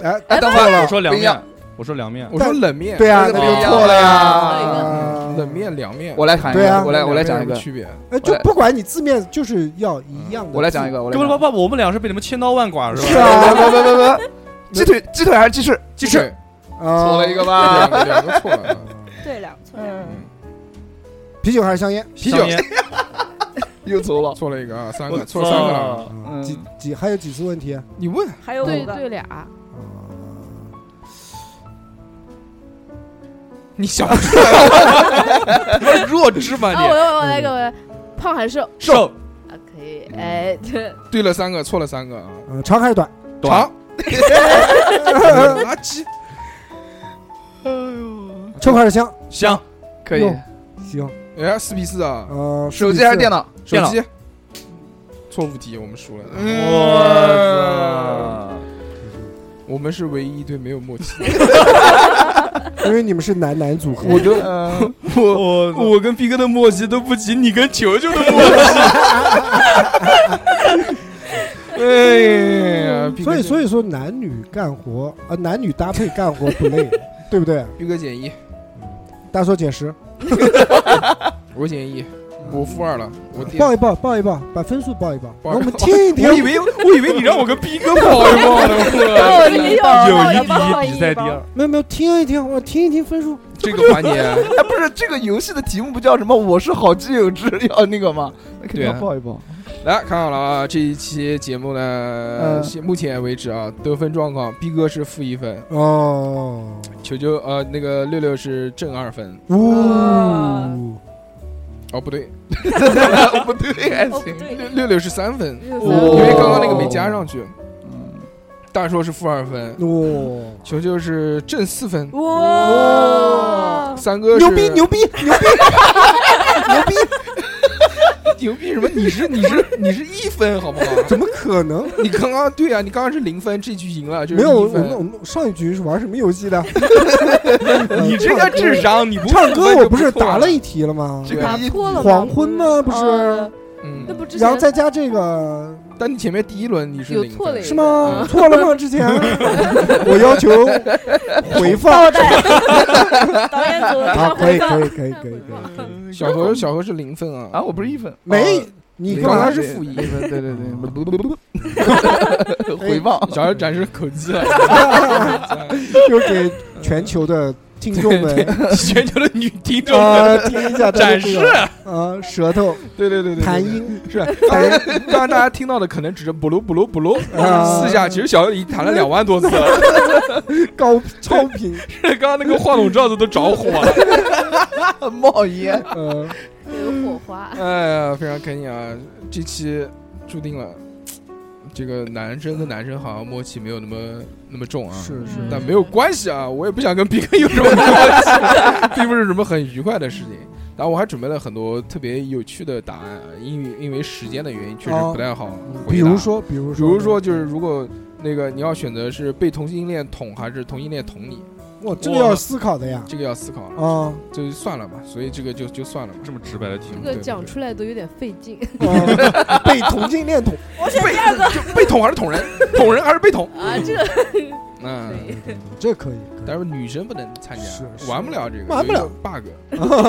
[SPEAKER 4] 哎，
[SPEAKER 3] 哎等会
[SPEAKER 4] 错
[SPEAKER 3] 儿
[SPEAKER 7] 我
[SPEAKER 4] 了，
[SPEAKER 7] 说
[SPEAKER 3] 不
[SPEAKER 7] 凉
[SPEAKER 3] 一样
[SPEAKER 7] 面，我说凉面，
[SPEAKER 2] 我说冷面，
[SPEAKER 4] 对啊，那
[SPEAKER 3] 那就
[SPEAKER 4] 就
[SPEAKER 3] 不
[SPEAKER 4] 错了
[SPEAKER 3] 一样
[SPEAKER 4] 呀。
[SPEAKER 2] 冷面凉面，
[SPEAKER 3] 我来喊一
[SPEAKER 4] 对啊
[SPEAKER 3] 个，我来我来
[SPEAKER 2] 两
[SPEAKER 3] 讲
[SPEAKER 2] 个
[SPEAKER 3] 一个，
[SPEAKER 2] 区别。
[SPEAKER 4] 哎，就不管你字面，就是要一样的。
[SPEAKER 3] 我来讲一，个，我来
[SPEAKER 7] 根
[SPEAKER 3] 讲
[SPEAKER 7] 本
[SPEAKER 3] 一个。
[SPEAKER 7] 爸爸，我们俩是被你们千刀万剐 是
[SPEAKER 4] 是
[SPEAKER 7] 吧？
[SPEAKER 4] 啊，
[SPEAKER 3] 不不不 不，鸡腿鸡腿还是鸡翅？
[SPEAKER 7] 鸡翅，
[SPEAKER 4] 啊
[SPEAKER 3] 错了一个
[SPEAKER 2] 两
[SPEAKER 3] 吧？
[SPEAKER 2] 个两个错了。
[SPEAKER 6] 对两 错两，
[SPEAKER 4] 啤酒还是香烟？
[SPEAKER 2] 啤酒
[SPEAKER 7] 香烟，
[SPEAKER 3] 又错了。
[SPEAKER 2] 错了一个啊，三
[SPEAKER 7] 我
[SPEAKER 2] 个错了三个了。
[SPEAKER 7] 操
[SPEAKER 4] 嗯
[SPEAKER 3] 嗯
[SPEAKER 4] 几几还有几次问题？啊
[SPEAKER 2] 你问
[SPEAKER 6] 还有
[SPEAKER 11] 对
[SPEAKER 6] 五个，
[SPEAKER 11] 对俩，
[SPEAKER 2] 你想不出 来，弱智吧
[SPEAKER 11] 啊，我
[SPEAKER 7] 哦
[SPEAKER 2] 你？
[SPEAKER 11] 来
[SPEAKER 4] 嗯
[SPEAKER 11] 我来一个，我来，胖还是瘦
[SPEAKER 2] 瘦，
[SPEAKER 11] 啊？可以，哎，对，
[SPEAKER 2] 对了三个，错了三个啊。
[SPEAKER 4] 嗯，长还是短？
[SPEAKER 2] 长，垃 圾，
[SPEAKER 4] 臭还是香？
[SPEAKER 7] 香，
[SPEAKER 3] 可以
[SPEAKER 4] 哟。行，
[SPEAKER 2] 哎，四比四啊，
[SPEAKER 4] 呃，
[SPEAKER 3] 手机还是电
[SPEAKER 4] 脑？
[SPEAKER 3] 脑？
[SPEAKER 2] 手
[SPEAKER 7] 电脑
[SPEAKER 2] 机。错误题，我们输了。
[SPEAKER 7] 我操！
[SPEAKER 2] 我们是唯一一对没有默契的。
[SPEAKER 4] 因为你们是男男组合。
[SPEAKER 2] 我跟
[SPEAKER 3] 嗯，
[SPEAKER 7] 我 我跟逼哥的默契都不及你跟球球的默契。
[SPEAKER 2] 哎呀，
[SPEAKER 4] 所以所
[SPEAKER 2] 以
[SPEAKER 4] 以说男女干活啊，男女搭配干活不累，对不对？
[SPEAKER 2] 逼哥减一，
[SPEAKER 4] 大硕减十，
[SPEAKER 2] 我减一，我负二了。我第
[SPEAKER 4] 报一报，报一报，把分数报一报，
[SPEAKER 2] 报
[SPEAKER 4] 让
[SPEAKER 2] 一报
[SPEAKER 4] 我们听一听
[SPEAKER 7] 我。以为我以为你让我跟逼哥跑一跑呢。
[SPEAKER 11] 有
[SPEAKER 7] 我
[SPEAKER 11] 一
[SPEAKER 7] 有一比一，比赛第二。
[SPEAKER 4] 没有没有，听一听，我听一听分数。
[SPEAKER 2] 这个环节，
[SPEAKER 3] 哎，不是这个游戏的题目不叫什么“我是好基友之” 要那个吗？那肯定
[SPEAKER 7] 对
[SPEAKER 3] 要
[SPEAKER 7] 啊
[SPEAKER 3] 报一报。
[SPEAKER 2] 来看好了啊，这一期节目呢，
[SPEAKER 7] 呃
[SPEAKER 3] 嗯
[SPEAKER 2] 现目前为止啊，得分状况，逼哥是负一分，
[SPEAKER 4] 哦，
[SPEAKER 2] 球球呃那个六六是正二分。
[SPEAKER 4] 呜，
[SPEAKER 2] 哦，不对，
[SPEAKER 3] 不对，还
[SPEAKER 6] 哦不
[SPEAKER 3] 行。
[SPEAKER 6] 对，
[SPEAKER 2] 六六是三分，
[SPEAKER 11] 六
[SPEAKER 3] 哦
[SPEAKER 11] 三
[SPEAKER 2] 因为刚刚那个没加上去。
[SPEAKER 3] 嗯
[SPEAKER 2] 大硕是负二分，
[SPEAKER 4] 哇，
[SPEAKER 2] 球球是正四分，
[SPEAKER 6] 哇，
[SPEAKER 2] 三哥是
[SPEAKER 4] 牛逼牛逼牛逼牛逼！
[SPEAKER 2] 牛逼什么？你是你是你是一分好不 好？
[SPEAKER 4] 怎么可能？
[SPEAKER 2] 你刚刚对啊，你刚刚是零分，这局赢了就是
[SPEAKER 4] 没有，我
[SPEAKER 2] 一分
[SPEAKER 4] 们我们上一局是玩什么游戏的？
[SPEAKER 7] 你这个智商，你不
[SPEAKER 4] 唱歌我不是
[SPEAKER 7] 错
[SPEAKER 2] 啊
[SPEAKER 7] 了
[SPEAKER 4] 答了一题了吗？
[SPEAKER 3] 这
[SPEAKER 6] 打
[SPEAKER 3] 个一
[SPEAKER 6] 错了吗
[SPEAKER 4] 黄昏吗？不是
[SPEAKER 11] 哦，
[SPEAKER 6] 那
[SPEAKER 2] 嗯，
[SPEAKER 6] 不之
[SPEAKER 4] 然后
[SPEAKER 6] 前
[SPEAKER 4] 再加这个
[SPEAKER 2] 但你前面第一轮你是
[SPEAKER 11] 有
[SPEAKER 2] 零
[SPEAKER 11] 错了
[SPEAKER 2] 分
[SPEAKER 11] 一，
[SPEAKER 4] 是 吗？错了吗？之前我要求回放
[SPEAKER 6] 导演组
[SPEAKER 4] 啊，
[SPEAKER 6] 他
[SPEAKER 4] 可
[SPEAKER 6] 回
[SPEAKER 4] 以
[SPEAKER 6] 放嗯
[SPEAKER 4] 可以可以可以可以，
[SPEAKER 2] 小何小何是零分
[SPEAKER 3] 啊，
[SPEAKER 2] 啊，
[SPEAKER 3] 我不是一 分，
[SPEAKER 4] 没
[SPEAKER 3] 哦
[SPEAKER 4] 你干
[SPEAKER 2] 刚
[SPEAKER 4] 嘛
[SPEAKER 2] 刚
[SPEAKER 3] 刚
[SPEAKER 2] 是
[SPEAKER 3] 是
[SPEAKER 2] 负
[SPEAKER 3] 负
[SPEAKER 2] 一
[SPEAKER 3] 一
[SPEAKER 2] 分，对对
[SPEAKER 3] 对，回放。
[SPEAKER 2] 小何展示口啊技 了，
[SPEAKER 4] 就给全球 的听众们
[SPEAKER 7] 全球的女听众
[SPEAKER 4] 啊听一下他的
[SPEAKER 7] 展
[SPEAKER 4] 这
[SPEAKER 7] 示
[SPEAKER 4] 个，啊舌头
[SPEAKER 2] 对对对对，
[SPEAKER 4] 弹音
[SPEAKER 2] 是
[SPEAKER 7] 啊
[SPEAKER 2] 当然刚刚大家听到的可能只是补噜补噜补噜
[SPEAKER 4] 啊
[SPEAKER 2] 四下，其实小何已经弹了两万多次了，
[SPEAKER 4] 高超频，
[SPEAKER 7] 刚刚那个话筒罩子都着火了。
[SPEAKER 3] 冒烟，
[SPEAKER 4] 呃，
[SPEAKER 11] 有火花，
[SPEAKER 2] 哎呀，非常开心啊！这期注定了，这个男生跟男生好像默契没有那么那么重啊。
[SPEAKER 4] 是
[SPEAKER 11] 嗯
[SPEAKER 4] 是，
[SPEAKER 2] 但没有关系啊，我也不想跟比哥有什么 关系，并不是什么很愉快的事情。然后我还准备了很多特别有趣的答案，啊，因为因为时间的原因，确实不太好
[SPEAKER 6] 嗯
[SPEAKER 2] 回答。
[SPEAKER 4] 哦比如，说比如
[SPEAKER 2] 比
[SPEAKER 4] 说
[SPEAKER 2] 如说就是如果那个你要选择是被同性恋捅还是同性恋捅你，
[SPEAKER 4] 我这个要思考的呀
[SPEAKER 2] 这个要思考，
[SPEAKER 4] 啊，
[SPEAKER 2] 就算了吧。所以这个就就 算了吧。
[SPEAKER 7] 这么直白的题
[SPEAKER 11] 这
[SPEAKER 7] 目，
[SPEAKER 11] 个讲出来都有点费劲。
[SPEAKER 4] 啊 被同性恋捅，
[SPEAKER 6] 我选第二个，
[SPEAKER 2] 就被捅还是捅人，捅人还是被捅？
[SPEAKER 11] 啊，这个
[SPEAKER 2] 嗯。
[SPEAKER 4] 这可以，可以
[SPEAKER 2] 但是女生不能参加，
[SPEAKER 4] 是是
[SPEAKER 2] 玩不了这个，
[SPEAKER 4] 玩不了
[SPEAKER 2] 有一个 bug。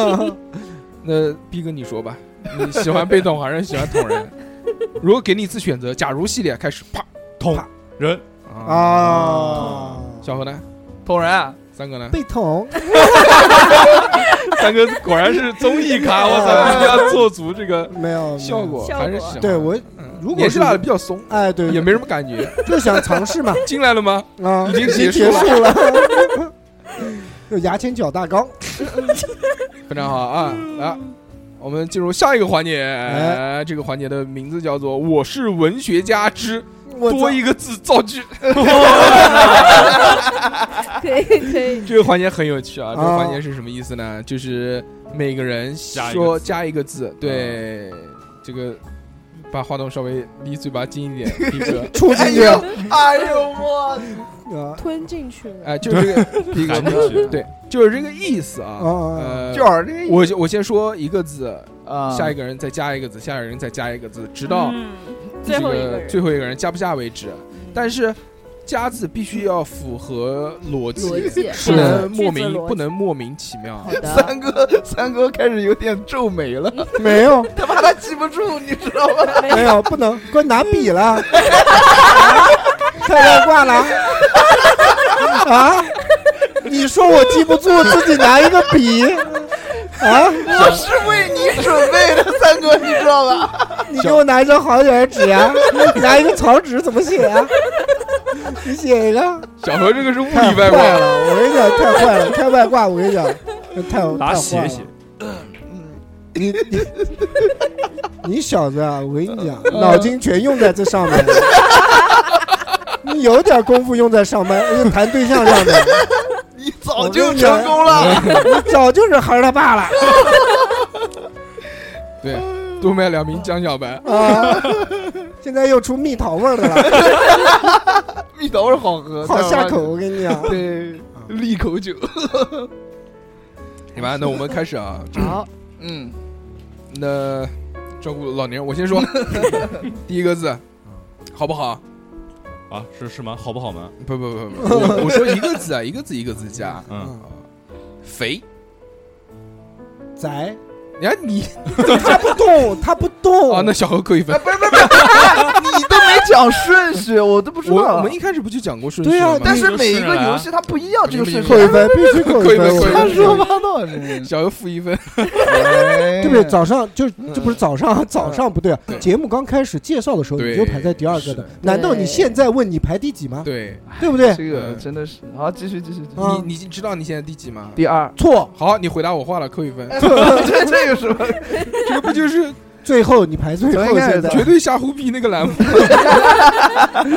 [SPEAKER 2] 那 逼哥，你说吧，你喜欢被捅还是喜欢捅人？ 如果给你一次选择，假如系列开始，啪
[SPEAKER 7] 捅
[SPEAKER 2] 啪
[SPEAKER 7] 人，
[SPEAKER 4] 啊，
[SPEAKER 2] 小何呢？
[SPEAKER 3] 捅人啊，
[SPEAKER 2] 三哥呢？
[SPEAKER 4] 被捅，
[SPEAKER 2] 三哥果然是综艺咖，我操， 一定要做足这个
[SPEAKER 4] 没有
[SPEAKER 2] 效果，还是喜欢
[SPEAKER 4] 对我如果
[SPEAKER 2] 年纪大的
[SPEAKER 4] 是
[SPEAKER 2] 比较松，
[SPEAKER 4] 哎对，
[SPEAKER 2] 也没什么感 觉。
[SPEAKER 4] 就想尝试嘛
[SPEAKER 2] 进来了吗？
[SPEAKER 4] 啊，
[SPEAKER 2] 已经
[SPEAKER 4] 结
[SPEAKER 2] 结
[SPEAKER 4] 束
[SPEAKER 2] 束了
[SPEAKER 4] 了，就牙签脚大纲，
[SPEAKER 2] 非常好啊！来，我们进入下一个环节。
[SPEAKER 4] 哎
[SPEAKER 2] 这个环节的名字叫做“我是文学家之
[SPEAKER 4] 我操
[SPEAKER 2] 多一个字造句
[SPEAKER 11] 可以可以”。，
[SPEAKER 2] 这个环节很有趣啊！这个
[SPEAKER 4] 啊
[SPEAKER 2] 环节是什么意思呢？就是每个人
[SPEAKER 7] 加一个
[SPEAKER 2] 说
[SPEAKER 7] 字
[SPEAKER 2] 加一个字，对，这个把话筒稍微离嘴巴近一点，逼哥。
[SPEAKER 4] 冲进去
[SPEAKER 3] 哎呦哎呦我，
[SPEAKER 4] 啊
[SPEAKER 6] 吞进去了。
[SPEAKER 2] 哎，就是这个逼哥
[SPEAKER 7] 含进去，
[SPEAKER 2] 对，就是这个意思啊。
[SPEAKER 4] 啊啊
[SPEAKER 2] 呃，
[SPEAKER 3] 就是这
[SPEAKER 2] 我我先说一个字，
[SPEAKER 3] 啊，
[SPEAKER 2] 下一
[SPEAKER 3] 个
[SPEAKER 2] 个人再加一个字，下一个人再加一个字，直到
[SPEAKER 6] 嗯
[SPEAKER 2] 这
[SPEAKER 6] 最后一个
[SPEAKER 2] 个
[SPEAKER 6] 人嗯
[SPEAKER 2] 最后一个人加不加为止。但是加字必须要符合逻辑，
[SPEAKER 11] 逻辑
[SPEAKER 2] 不能
[SPEAKER 6] 是
[SPEAKER 2] 莫
[SPEAKER 6] 句子
[SPEAKER 2] 名
[SPEAKER 6] 逻辑
[SPEAKER 2] 不能莫名其妙
[SPEAKER 11] 好。的，
[SPEAKER 3] 三哥，三哥开始有点皱眉了，
[SPEAKER 4] 没有
[SPEAKER 3] 他怕他记不住，你知道吗？
[SPEAKER 4] 没有不能，快拿笔了， 太要挂了啊！你说我记不住，自己拿一个笔啊！
[SPEAKER 3] 我是为你准备 的，三哥，你知道吧？
[SPEAKER 4] 你给我拿一张好点的纸啊，拿一个草纸怎么写啊？你写一个，
[SPEAKER 2] 小何这个是物
[SPEAKER 4] 太
[SPEAKER 2] 理外
[SPEAKER 4] 坏
[SPEAKER 2] 挂，
[SPEAKER 4] 了！我跟你讲，太坏了，太外挂！我跟你讲，太
[SPEAKER 7] 拿
[SPEAKER 4] 太坏
[SPEAKER 7] 写
[SPEAKER 4] 了
[SPEAKER 7] 写，
[SPEAKER 4] 你你 你小子啊！我跟你 讲，脑筋全用在这上面了。你有点功夫用在上班、呃谈对象上面，
[SPEAKER 3] 你早就成功了，
[SPEAKER 4] 你早就是孩儿他爸了
[SPEAKER 2] 对，多买两瓶江小白。
[SPEAKER 4] 啊！现在又出蜜桃味儿的 了，
[SPEAKER 3] 蜜桃味儿好喝，
[SPEAKER 4] 好下口！嗯
[SPEAKER 3] 口，
[SPEAKER 4] 我跟你讲，
[SPEAKER 3] 对，利口酒。
[SPEAKER 2] 你们，那我们开始啊。
[SPEAKER 11] 好，
[SPEAKER 3] 嗯，
[SPEAKER 2] 那照顾老年人，我先 说第一个字，好不好？
[SPEAKER 7] 啊，是是吗？好不好吗？
[SPEAKER 2] 不不不不，我我说一个字啊，一个字一个字加。哦
[SPEAKER 7] 嗯，
[SPEAKER 2] 肥，
[SPEAKER 4] 宅，
[SPEAKER 2] 你看你
[SPEAKER 4] 他不动，他不动
[SPEAKER 2] 啊，那小何扣一分
[SPEAKER 3] 哎，。不是不是不是，你都没讲顺序，我都不知
[SPEAKER 2] 我
[SPEAKER 3] 道
[SPEAKER 2] 我。们一开始不就讲过顺序
[SPEAKER 4] 对啊
[SPEAKER 2] 了吗
[SPEAKER 3] 但？是每一个游戏它不一啊样，这个顺序
[SPEAKER 4] 扣一。分，必 须扣
[SPEAKER 2] 扣一
[SPEAKER 4] 一
[SPEAKER 2] 分
[SPEAKER 4] 分，我
[SPEAKER 2] 扣一分
[SPEAKER 4] 跟
[SPEAKER 3] 乱
[SPEAKER 4] 你
[SPEAKER 3] 说
[SPEAKER 4] 讲
[SPEAKER 3] 八道，你
[SPEAKER 2] 小何负一分，
[SPEAKER 4] 对不对？早上就这不是早上啊，早上不对啊
[SPEAKER 2] 嗯对！
[SPEAKER 4] 节目刚开始介绍的时候，
[SPEAKER 2] 对
[SPEAKER 4] 你就排在第二
[SPEAKER 2] 是
[SPEAKER 4] 个
[SPEAKER 2] 的
[SPEAKER 4] 的，难道你现在问你排第几吗？
[SPEAKER 2] 对
[SPEAKER 4] 对不对？
[SPEAKER 3] 这个真的是哎好，继续继续。继续
[SPEAKER 4] 啊
[SPEAKER 2] 你，你知道你现在第几吗？
[SPEAKER 3] 第二，
[SPEAKER 4] 错，
[SPEAKER 2] 好，你回答我话了，扣一分。
[SPEAKER 4] 哎
[SPEAKER 3] 这这有什么？
[SPEAKER 2] 这个不 就是
[SPEAKER 4] 最后你排最
[SPEAKER 3] 从
[SPEAKER 4] 后
[SPEAKER 3] 一开
[SPEAKER 4] 现
[SPEAKER 3] 始
[SPEAKER 4] 在
[SPEAKER 2] 绝对瞎胡逼那个栏目？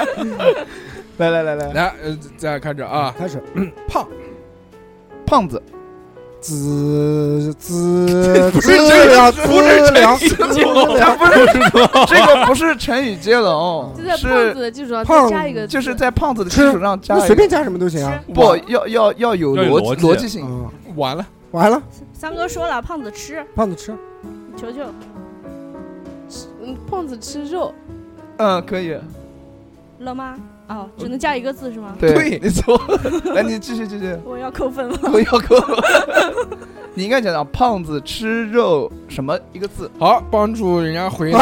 [SPEAKER 3] 来来来来，
[SPEAKER 2] 来，呃，再开始啊，
[SPEAKER 4] 开始，
[SPEAKER 2] 胖
[SPEAKER 3] 胖子，
[SPEAKER 4] 资资
[SPEAKER 2] 不是
[SPEAKER 4] 资
[SPEAKER 2] 这个
[SPEAKER 4] 料资
[SPEAKER 2] 不是
[SPEAKER 4] 料
[SPEAKER 2] 这个
[SPEAKER 4] 资料，
[SPEAKER 3] 他不是这个不是成语接 龙
[SPEAKER 11] 就，在胖子
[SPEAKER 3] 是
[SPEAKER 11] 的基础上
[SPEAKER 4] 胖
[SPEAKER 11] 再加一个字，
[SPEAKER 3] 就是在胖子的基础上加
[SPEAKER 4] 那
[SPEAKER 3] 一
[SPEAKER 4] 随
[SPEAKER 3] 个
[SPEAKER 4] 便加什么都行啊。
[SPEAKER 3] 不要要要有
[SPEAKER 7] 要有
[SPEAKER 3] 逻逻
[SPEAKER 7] 逻辑啊
[SPEAKER 3] 辑性。
[SPEAKER 4] 嗯，
[SPEAKER 2] 完了，
[SPEAKER 4] 完了，
[SPEAKER 6] 三哥说了，胖子吃，
[SPEAKER 4] 胖子吃
[SPEAKER 6] 球球
[SPEAKER 11] 嗯胖子吃肉，
[SPEAKER 3] 嗯，可以。
[SPEAKER 6] 了吗？哦，只能加一个字是吗？
[SPEAKER 2] 对
[SPEAKER 3] 你错。 来，你继续继续。
[SPEAKER 6] 我要扣 分了。
[SPEAKER 3] 我要扣。 你应该讲讲胖子吃肉什么一个字？
[SPEAKER 2] 好，帮助人家回答，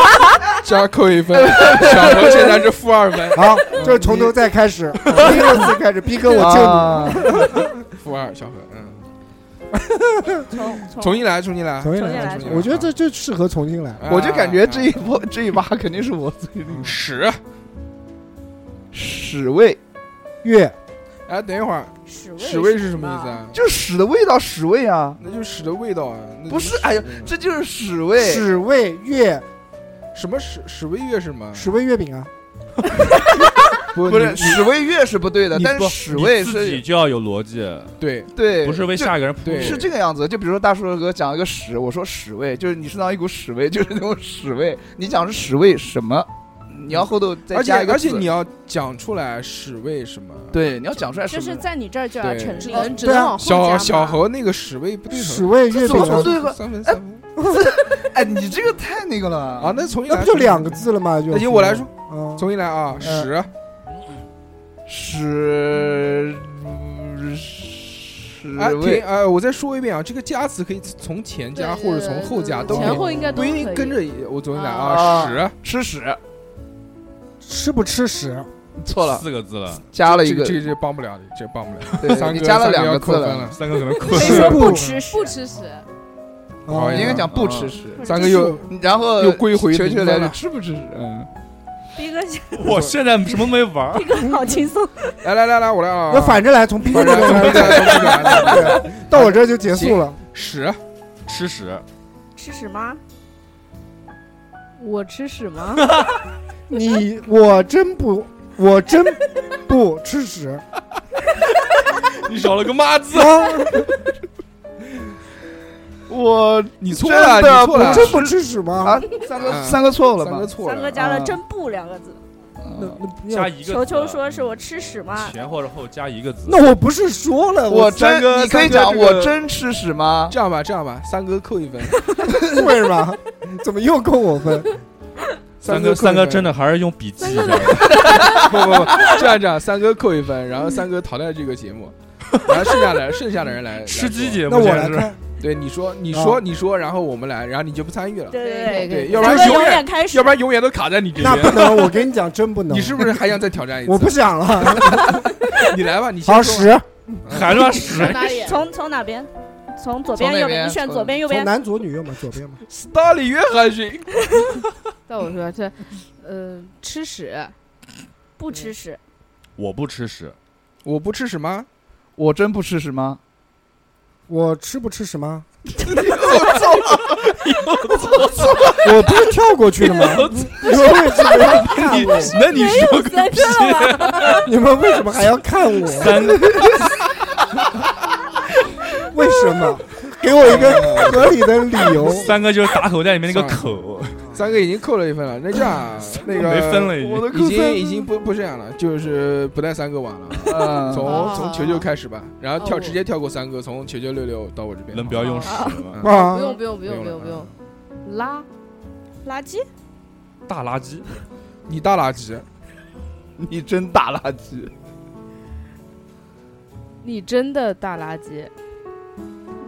[SPEAKER 2] 加扣一分。小何现在是负二分，
[SPEAKER 4] 好，就是从头再开 始，第一个字开始，逼哥我救
[SPEAKER 3] 救
[SPEAKER 2] 负二，小何，嗯，
[SPEAKER 6] 重重
[SPEAKER 2] 重新来，重新来
[SPEAKER 4] 你，，重新
[SPEAKER 6] 重新
[SPEAKER 4] 来
[SPEAKER 6] 来，
[SPEAKER 4] 重新来我觉得这就适合重新来。
[SPEAKER 2] 啊嗯
[SPEAKER 3] 我就感觉这一波这一把肯定是我最厉害。
[SPEAKER 2] 屎。
[SPEAKER 3] 屎味，
[SPEAKER 4] 月
[SPEAKER 2] 哎，等一会儿，
[SPEAKER 6] 屎
[SPEAKER 2] 屎味是什么意思？啊？
[SPEAKER 3] 就是屎的味道，屎味啊！
[SPEAKER 2] 那就是屎的味道啊！那就
[SPEAKER 3] 不是
[SPEAKER 2] 屎的
[SPEAKER 3] 哎呀
[SPEAKER 2] 味道
[SPEAKER 3] 这就是屎味。
[SPEAKER 4] 屎味月
[SPEAKER 2] 什么屎屎味月是吗？
[SPEAKER 4] 屎味月饼啊，
[SPEAKER 2] 不
[SPEAKER 3] 不
[SPEAKER 2] 是
[SPEAKER 3] 是屎味月是不对的，
[SPEAKER 7] 你
[SPEAKER 3] 但是
[SPEAKER 7] 不
[SPEAKER 3] 屎味
[SPEAKER 7] 你自己
[SPEAKER 3] 是
[SPEAKER 7] 就要有逻辑，
[SPEAKER 2] 对
[SPEAKER 3] 对，
[SPEAKER 7] 不是为
[SPEAKER 3] 就
[SPEAKER 7] 下一个人铺
[SPEAKER 2] 对
[SPEAKER 7] 路
[SPEAKER 3] 是这个样子，就比如说大叔哥讲一个屎，我说屎味，就是你身上一股屎味，就是那种屎味。你讲是屎味什么？你要后头再
[SPEAKER 2] 而且
[SPEAKER 3] 加一个
[SPEAKER 2] 而且
[SPEAKER 3] 字
[SPEAKER 2] 你要讲出来屎味什么？
[SPEAKER 3] 对，你要讲出来什
[SPEAKER 6] 就
[SPEAKER 3] 么？
[SPEAKER 6] 是在你这儿就要
[SPEAKER 2] 对
[SPEAKER 6] 成立
[SPEAKER 11] 你
[SPEAKER 6] 了
[SPEAKER 11] 们只
[SPEAKER 4] 对
[SPEAKER 11] 能
[SPEAKER 4] 啊
[SPEAKER 11] 往后加
[SPEAKER 2] 小小
[SPEAKER 11] 嘛
[SPEAKER 2] 何那个屎味不对
[SPEAKER 4] 屎
[SPEAKER 2] 头，
[SPEAKER 4] 味月
[SPEAKER 3] 这怎
[SPEAKER 4] 饼
[SPEAKER 3] 么
[SPEAKER 4] 啊
[SPEAKER 3] 不，对吧？
[SPEAKER 2] 三分三分
[SPEAKER 3] 哎，你这个太那个了
[SPEAKER 2] 啊
[SPEAKER 3] 啊！！
[SPEAKER 2] 那重新
[SPEAKER 4] 那
[SPEAKER 2] 来，
[SPEAKER 4] 不就两个字了吗？就
[SPEAKER 2] 那由我来说，
[SPEAKER 4] 嗯，
[SPEAKER 2] 重新来啊！
[SPEAKER 3] 嗯
[SPEAKER 2] 屎
[SPEAKER 3] 屎屎
[SPEAKER 2] 哎停
[SPEAKER 3] 味，
[SPEAKER 2] 哎，我再说一遍啊，这个加词可以从前加
[SPEAKER 11] 对
[SPEAKER 2] 或者从后加
[SPEAKER 11] 对
[SPEAKER 2] 都可
[SPEAKER 11] 前
[SPEAKER 2] 以，
[SPEAKER 11] 后应该都
[SPEAKER 2] 不一定
[SPEAKER 11] 可以
[SPEAKER 2] 啊跟着也。我重新来
[SPEAKER 3] 啊
[SPEAKER 2] 啊！屎
[SPEAKER 3] 吃屎
[SPEAKER 4] 吃不吃屎？
[SPEAKER 3] 错了，
[SPEAKER 7] 四个字了，
[SPEAKER 3] 加了一
[SPEAKER 2] 这
[SPEAKER 3] 个
[SPEAKER 2] 这这帮不了你，这帮不了你。
[SPEAKER 3] 对
[SPEAKER 2] 三
[SPEAKER 3] 你
[SPEAKER 2] 个
[SPEAKER 3] 加了
[SPEAKER 2] 三个
[SPEAKER 3] 两
[SPEAKER 2] 要
[SPEAKER 3] 个
[SPEAKER 2] 扣
[SPEAKER 3] 字
[SPEAKER 2] 分
[SPEAKER 3] 了
[SPEAKER 2] 了，
[SPEAKER 7] 三个可能
[SPEAKER 2] 扣
[SPEAKER 11] 所以说不吃屎，不吃屎。
[SPEAKER 2] 好
[SPEAKER 3] 哦，
[SPEAKER 4] 哎
[SPEAKER 3] 应该讲不吃
[SPEAKER 2] 嗯
[SPEAKER 3] 屎，
[SPEAKER 6] 啊
[SPEAKER 2] 三个又
[SPEAKER 3] 然后
[SPEAKER 2] 又归回
[SPEAKER 3] 球
[SPEAKER 2] 零
[SPEAKER 3] 球
[SPEAKER 2] 分
[SPEAKER 3] 来
[SPEAKER 2] 了
[SPEAKER 3] 了，吃不吃屎？嗯，
[SPEAKER 6] 逼哥现
[SPEAKER 7] 我现在什么都没玩儿，
[SPEAKER 6] 逼哥好轻松，
[SPEAKER 2] 来来来来，我来啊！
[SPEAKER 4] 那反着来， 从 B
[SPEAKER 2] 反
[SPEAKER 4] 站
[SPEAKER 2] 着来，从 B 站来，从 B 站来，
[SPEAKER 4] 到我这儿就结束了。
[SPEAKER 2] 屎
[SPEAKER 7] 吃屎，
[SPEAKER 6] 吃屎吗？
[SPEAKER 11] 我吃屎吗？
[SPEAKER 4] 你我真不，我真不吃屎
[SPEAKER 7] 你少了个妈 字，
[SPEAKER 4] 啊！
[SPEAKER 3] 我
[SPEAKER 2] 你
[SPEAKER 3] 错
[SPEAKER 2] 错了，
[SPEAKER 3] 了你
[SPEAKER 2] 啊你
[SPEAKER 3] 错
[SPEAKER 2] 错
[SPEAKER 3] 了
[SPEAKER 2] 了
[SPEAKER 4] 啊真不吃屎吗
[SPEAKER 3] 啊？，三
[SPEAKER 2] 嗯
[SPEAKER 3] 个三个错误了吧？
[SPEAKER 2] 三个错
[SPEAKER 6] 三
[SPEAKER 2] 了
[SPEAKER 6] 哥，加了“
[SPEAKER 3] 啊
[SPEAKER 6] 真不”两个字。
[SPEAKER 4] 啊
[SPEAKER 7] 加一个字啊
[SPEAKER 6] 球
[SPEAKER 7] 嗯
[SPEAKER 6] 球说是我吃屎吗？
[SPEAKER 7] 前或者后加一个字，
[SPEAKER 4] 那我不是说了，
[SPEAKER 3] 我
[SPEAKER 4] 我
[SPEAKER 3] 真
[SPEAKER 7] 三哥，
[SPEAKER 3] 你可以
[SPEAKER 7] 三
[SPEAKER 3] 讲
[SPEAKER 7] 哥这个
[SPEAKER 3] 我真吃屎吗？
[SPEAKER 2] 这样吧，这样吧，三哥扣一 分，
[SPEAKER 4] 为什么？怎么又扣我分？
[SPEAKER 7] 三哥三哥真
[SPEAKER 2] 的
[SPEAKER 7] 的还是用笔记的，
[SPEAKER 2] 不不不，这样这样，三哥扣一分，然后三哥淘汰这个节目，然后剩下的剩下的人来
[SPEAKER 7] 吃鸡，
[SPEAKER 2] 来
[SPEAKER 7] 节
[SPEAKER 4] 那我
[SPEAKER 7] 目简
[SPEAKER 4] 来
[SPEAKER 7] 直是
[SPEAKER 4] 看，
[SPEAKER 2] 说对你说你
[SPEAKER 4] 啊
[SPEAKER 2] 说你说，然后我们来，然后你就不参与了，
[SPEAKER 6] 对
[SPEAKER 11] 可
[SPEAKER 6] 对对，
[SPEAKER 11] 以可以
[SPEAKER 2] 对，要不
[SPEAKER 6] 三哥
[SPEAKER 2] 然永
[SPEAKER 6] 永
[SPEAKER 2] 远
[SPEAKER 6] 远开始
[SPEAKER 2] 要不然永远都卡在你这
[SPEAKER 4] 那不
[SPEAKER 2] 边，
[SPEAKER 4] 能，我跟你讲，真不能
[SPEAKER 2] 你。是不是还想再挑战一次？
[SPEAKER 4] 我不想了。
[SPEAKER 2] 你来吧，你先
[SPEAKER 4] 好
[SPEAKER 2] 说
[SPEAKER 4] 屎，
[SPEAKER 7] 还是把屎
[SPEAKER 11] 哪里？
[SPEAKER 6] 从从哪边？从左
[SPEAKER 3] 从
[SPEAKER 6] 边
[SPEAKER 3] 那
[SPEAKER 6] 右
[SPEAKER 3] 边
[SPEAKER 6] 边？你选
[SPEAKER 3] 从
[SPEAKER 6] 左边右
[SPEAKER 4] 从
[SPEAKER 6] 边？
[SPEAKER 4] 男左女右嘛，左边嘛。
[SPEAKER 2] 大里约翰逊，
[SPEAKER 11] 到我说这，呃，吃屎，
[SPEAKER 6] 不吃屎，
[SPEAKER 7] 我不吃屎，
[SPEAKER 2] 我不吃屎吗？
[SPEAKER 3] 我真不吃屎 吗？
[SPEAKER 4] 我吃不吃屎吗？我不是跳过去的吗？你们为什么要看我？
[SPEAKER 7] 那你说个
[SPEAKER 6] 三 哥了吧？
[SPEAKER 4] 你们为什么还要看我？
[SPEAKER 7] 三个
[SPEAKER 4] 为什么？给我一个合理的理由。
[SPEAKER 7] 三哥就是打口袋里面那个口，
[SPEAKER 2] 三哥已经扣了一分了，那这 样啊那个
[SPEAKER 7] 没分了已
[SPEAKER 3] 我
[SPEAKER 7] 经。
[SPEAKER 3] 的
[SPEAKER 2] 已
[SPEAKER 3] 扣
[SPEAKER 2] 经
[SPEAKER 3] 分
[SPEAKER 2] 已经不不这样了，就是不带三哥玩了，
[SPEAKER 3] 嗯
[SPEAKER 2] 从
[SPEAKER 11] 哦
[SPEAKER 2] 从球球开始吧，然后跳
[SPEAKER 11] 哦
[SPEAKER 2] 直接跳过三哥，从球球六六到我这边。
[SPEAKER 7] 能不要用屎吗？
[SPEAKER 2] 嗯
[SPEAKER 4] 啊
[SPEAKER 11] 不用不用不
[SPEAKER 2] 不
[SPEAKER 11] 用不用
[SPEAKER 2] 了嗯
[SPEAKER 11] 不用，，拉
[SPEAKER 6] 垃圾？
[SPEAKER 7] 大垃圾，
[SPEAKER 2] 你大垃圾，
[SPEAKER 3] 你真大垃圾！
[SPEAKER 11] 你真的大垃圾，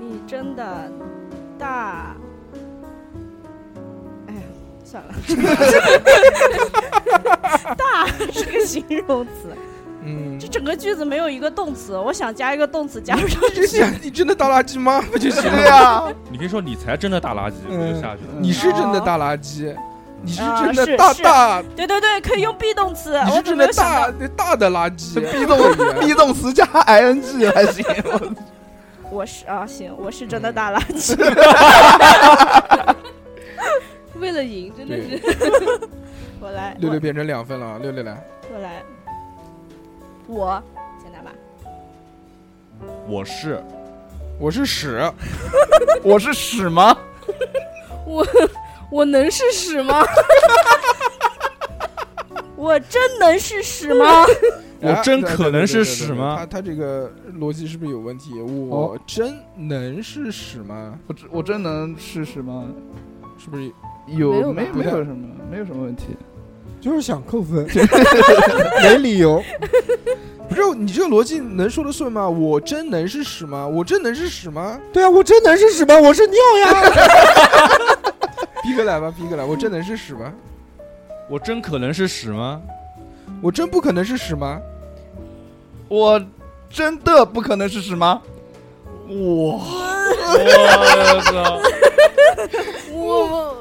[SPEAKER 6] 你真的大？哎呀，算了， 大是个形容词，
[SPEAKER 2] 嗯
[SPEAKER 6] 这，整个句子没有一个动词，我想加一个动词加不上
[SPEAKER 2] 这
[SPEAKER 6] 去。
[SPEAKER 2] 想你真的大垃圾吗？
[SPEAKER 11] 嗯
[SPEAKER 2] 不就行
[SPEAKER 3] 对啊
[SPEAKER 2] 了？
[SPEAKER 3] 呀，
[SPEAKER 7] 你可以说你才真的大垃圾，我就
[SPEAKER 4] 嗯
[SPEAKER 7] 下去了。
[SPEAKER 2] 你是真的大垃圾，你是真
[SPEAKER 6] 哦啊
[SPEAKER 2] 的
[SPEAKER 6] 是
[SPEAKER 2] 大
[SPEAKER 6] 是
[SPEAKER 2] 大，
[SPEAKER 6] 对对对，可以用 be 动词，
[SPEAKER 2] 你
[SPEAKER 6] 我
[SPEAKER 2] 是
[SPEAKER 6] 怎
[SPEAKER 2] 真
[SPEAKER 6] 么没
[SPEAKER 2] 的
[SPEAKER 6] 有想
[SPEAKER 2] 大
[SPEAKER 6] 到？
[SPEAKER 2] 大的垃圾。
[SPEAKER 3] be 动 be 动词加 ing 还 行，
[SPEAKER 6] 我是啊，行，我是
[SPEAKER 2] 嗯
[SPEAKER 6] 真的大垃圾。
[SPEAKER 11] 为了赢真的
[SPEAKER 2] 对
[SPEAKER 11] 是
[SPEAKER 6] 我来，
[SPEAKER 2] 六六变成两分了，啊！六六来，
[SPEAKER 6] 我我来，我简单吧？
[SPEAKER 7] 我是
[SPEAKER 2] 我是屎，
[SPEAKER 3] 我是屎吗？
[SPEAKER 11] 我我能是屎吗？
[SPEAKER 6] 我真能是屎吗？
[SPEAKER 7] 我
[SPEAKER 2] 啊
[SPEAKER 7] 真
[SPEAKER 2] 对
[SPEAKER 7] 可
[SPEAKER 2] 对
[SPEAKER 7] 能
[SPEAKER 2] 对
[SPEAKER 7] 是
[SPEAKER 2] 对
[SPEAKER 7] 屎
[SPEAKER 2] 对
[SPEAKER 7] 吗
[SPEAKER 2] 他他这个逻辑是不是有问题？
[SPEAKER 11] 哦
[SPEAKER 2] 我真能是屎吗？
[SPEAKER 3] 我真我真能吃屎吗？
[SPEAKER 2] 是不是？
[SPEAKER 3] 有
[SPEAKER 11] 没
[SPEAKER 3] 没没
[SPEAKER 11] 有吧
[SPEAKER 3] 有什么没有什么问题。
[SPEAKER 4] 就是想扣分，没理由。
[SPEAKER 2] 不是你这个逻辑能说得顺吗？我真能是屎吗？我真能是屎吗？
[SPEAKER 4] 对啊，我真能是屎吗？我是尿呀！
[SPEAKER 2] 逼哥来吧，逼哥来，我真能是屎吗？
[SPEAKER 7] 我真可能是屎 吗？
[SPEAKER 2] 我真不可能是屎 吗？
[SPEAKER 3] 我真的不可能是屎吗？哇，
[SPEAKER 7] 我操！
[SPEAKER 11] 我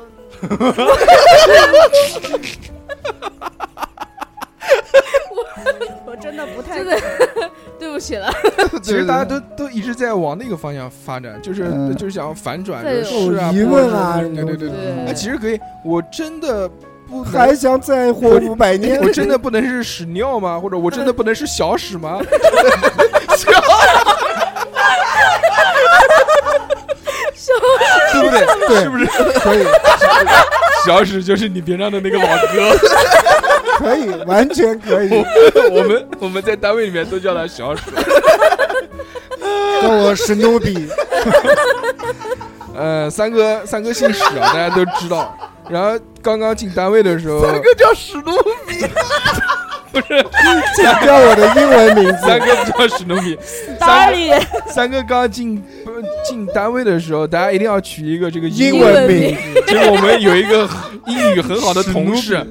[SPEAKER 6] 我真的不太
[SPEAKER 11] 真的对不起了，
[SPEAKER 2] 其实大家都都一直在往那个方向发展，就是、
[SPEAKER 3] 嗯
[SPEAKER 2] 就是想反转，就
[SPEAKER 11] 对
[SPEAKER 2] 是是啊，
[SPEAKER 4] 有疑
[SPEAKER 2] 不
[SPEAKER 4] 问
[SPEAKER 2] 是
[SPEAKER 4] 啊
[SPEAKER 2] 对
[SPEAKER 4] 什么
[SPEAKER 2] 对对对
[SPEAKER 4] 东西
[SPEAKER 2] 对。
[SPEAKER 11] 对
[SPEAKER 2] 哎，其实可以，我真的不能
[SPEAKER 4] 还想再活五百年？
[SPEAKER 2] 我真的不能是屎尿吗？或者我真的不能是小屎吗？对不对？
[SPEAKER 4] 对
[SPEAKER 2] 是不是
[SPEAKER 4] 可以，
[SPEAKER 2] 小史就是你边上的那个老 哥？
[SPEAKER 4] 可以，完全可以。
[SPEAKER 2] 我们我们在单位里面都叫他小史。
[SPEAKER 4] 那我是牛 逼，
[SPEAKER 2] 呃，三哥三哥姓史啊，大家都知道。然后刚刚进单位的时候，
[SPEAKER 3] 三个叫史努比，
[SPEAKER 2] 不是
[SPEAKER 4] 请叫我的英文名字。
[SPEAKER 2] 三哥不叫史努比，三哥三哥刚进进单位的时候，大家一定要取一个这个
[SPEAKER 4] 英
[SPEAKER 2] 文
[SPEAKER 4] 文名。
[SPEAKER 2] 结果我们有一个英语很好的同事，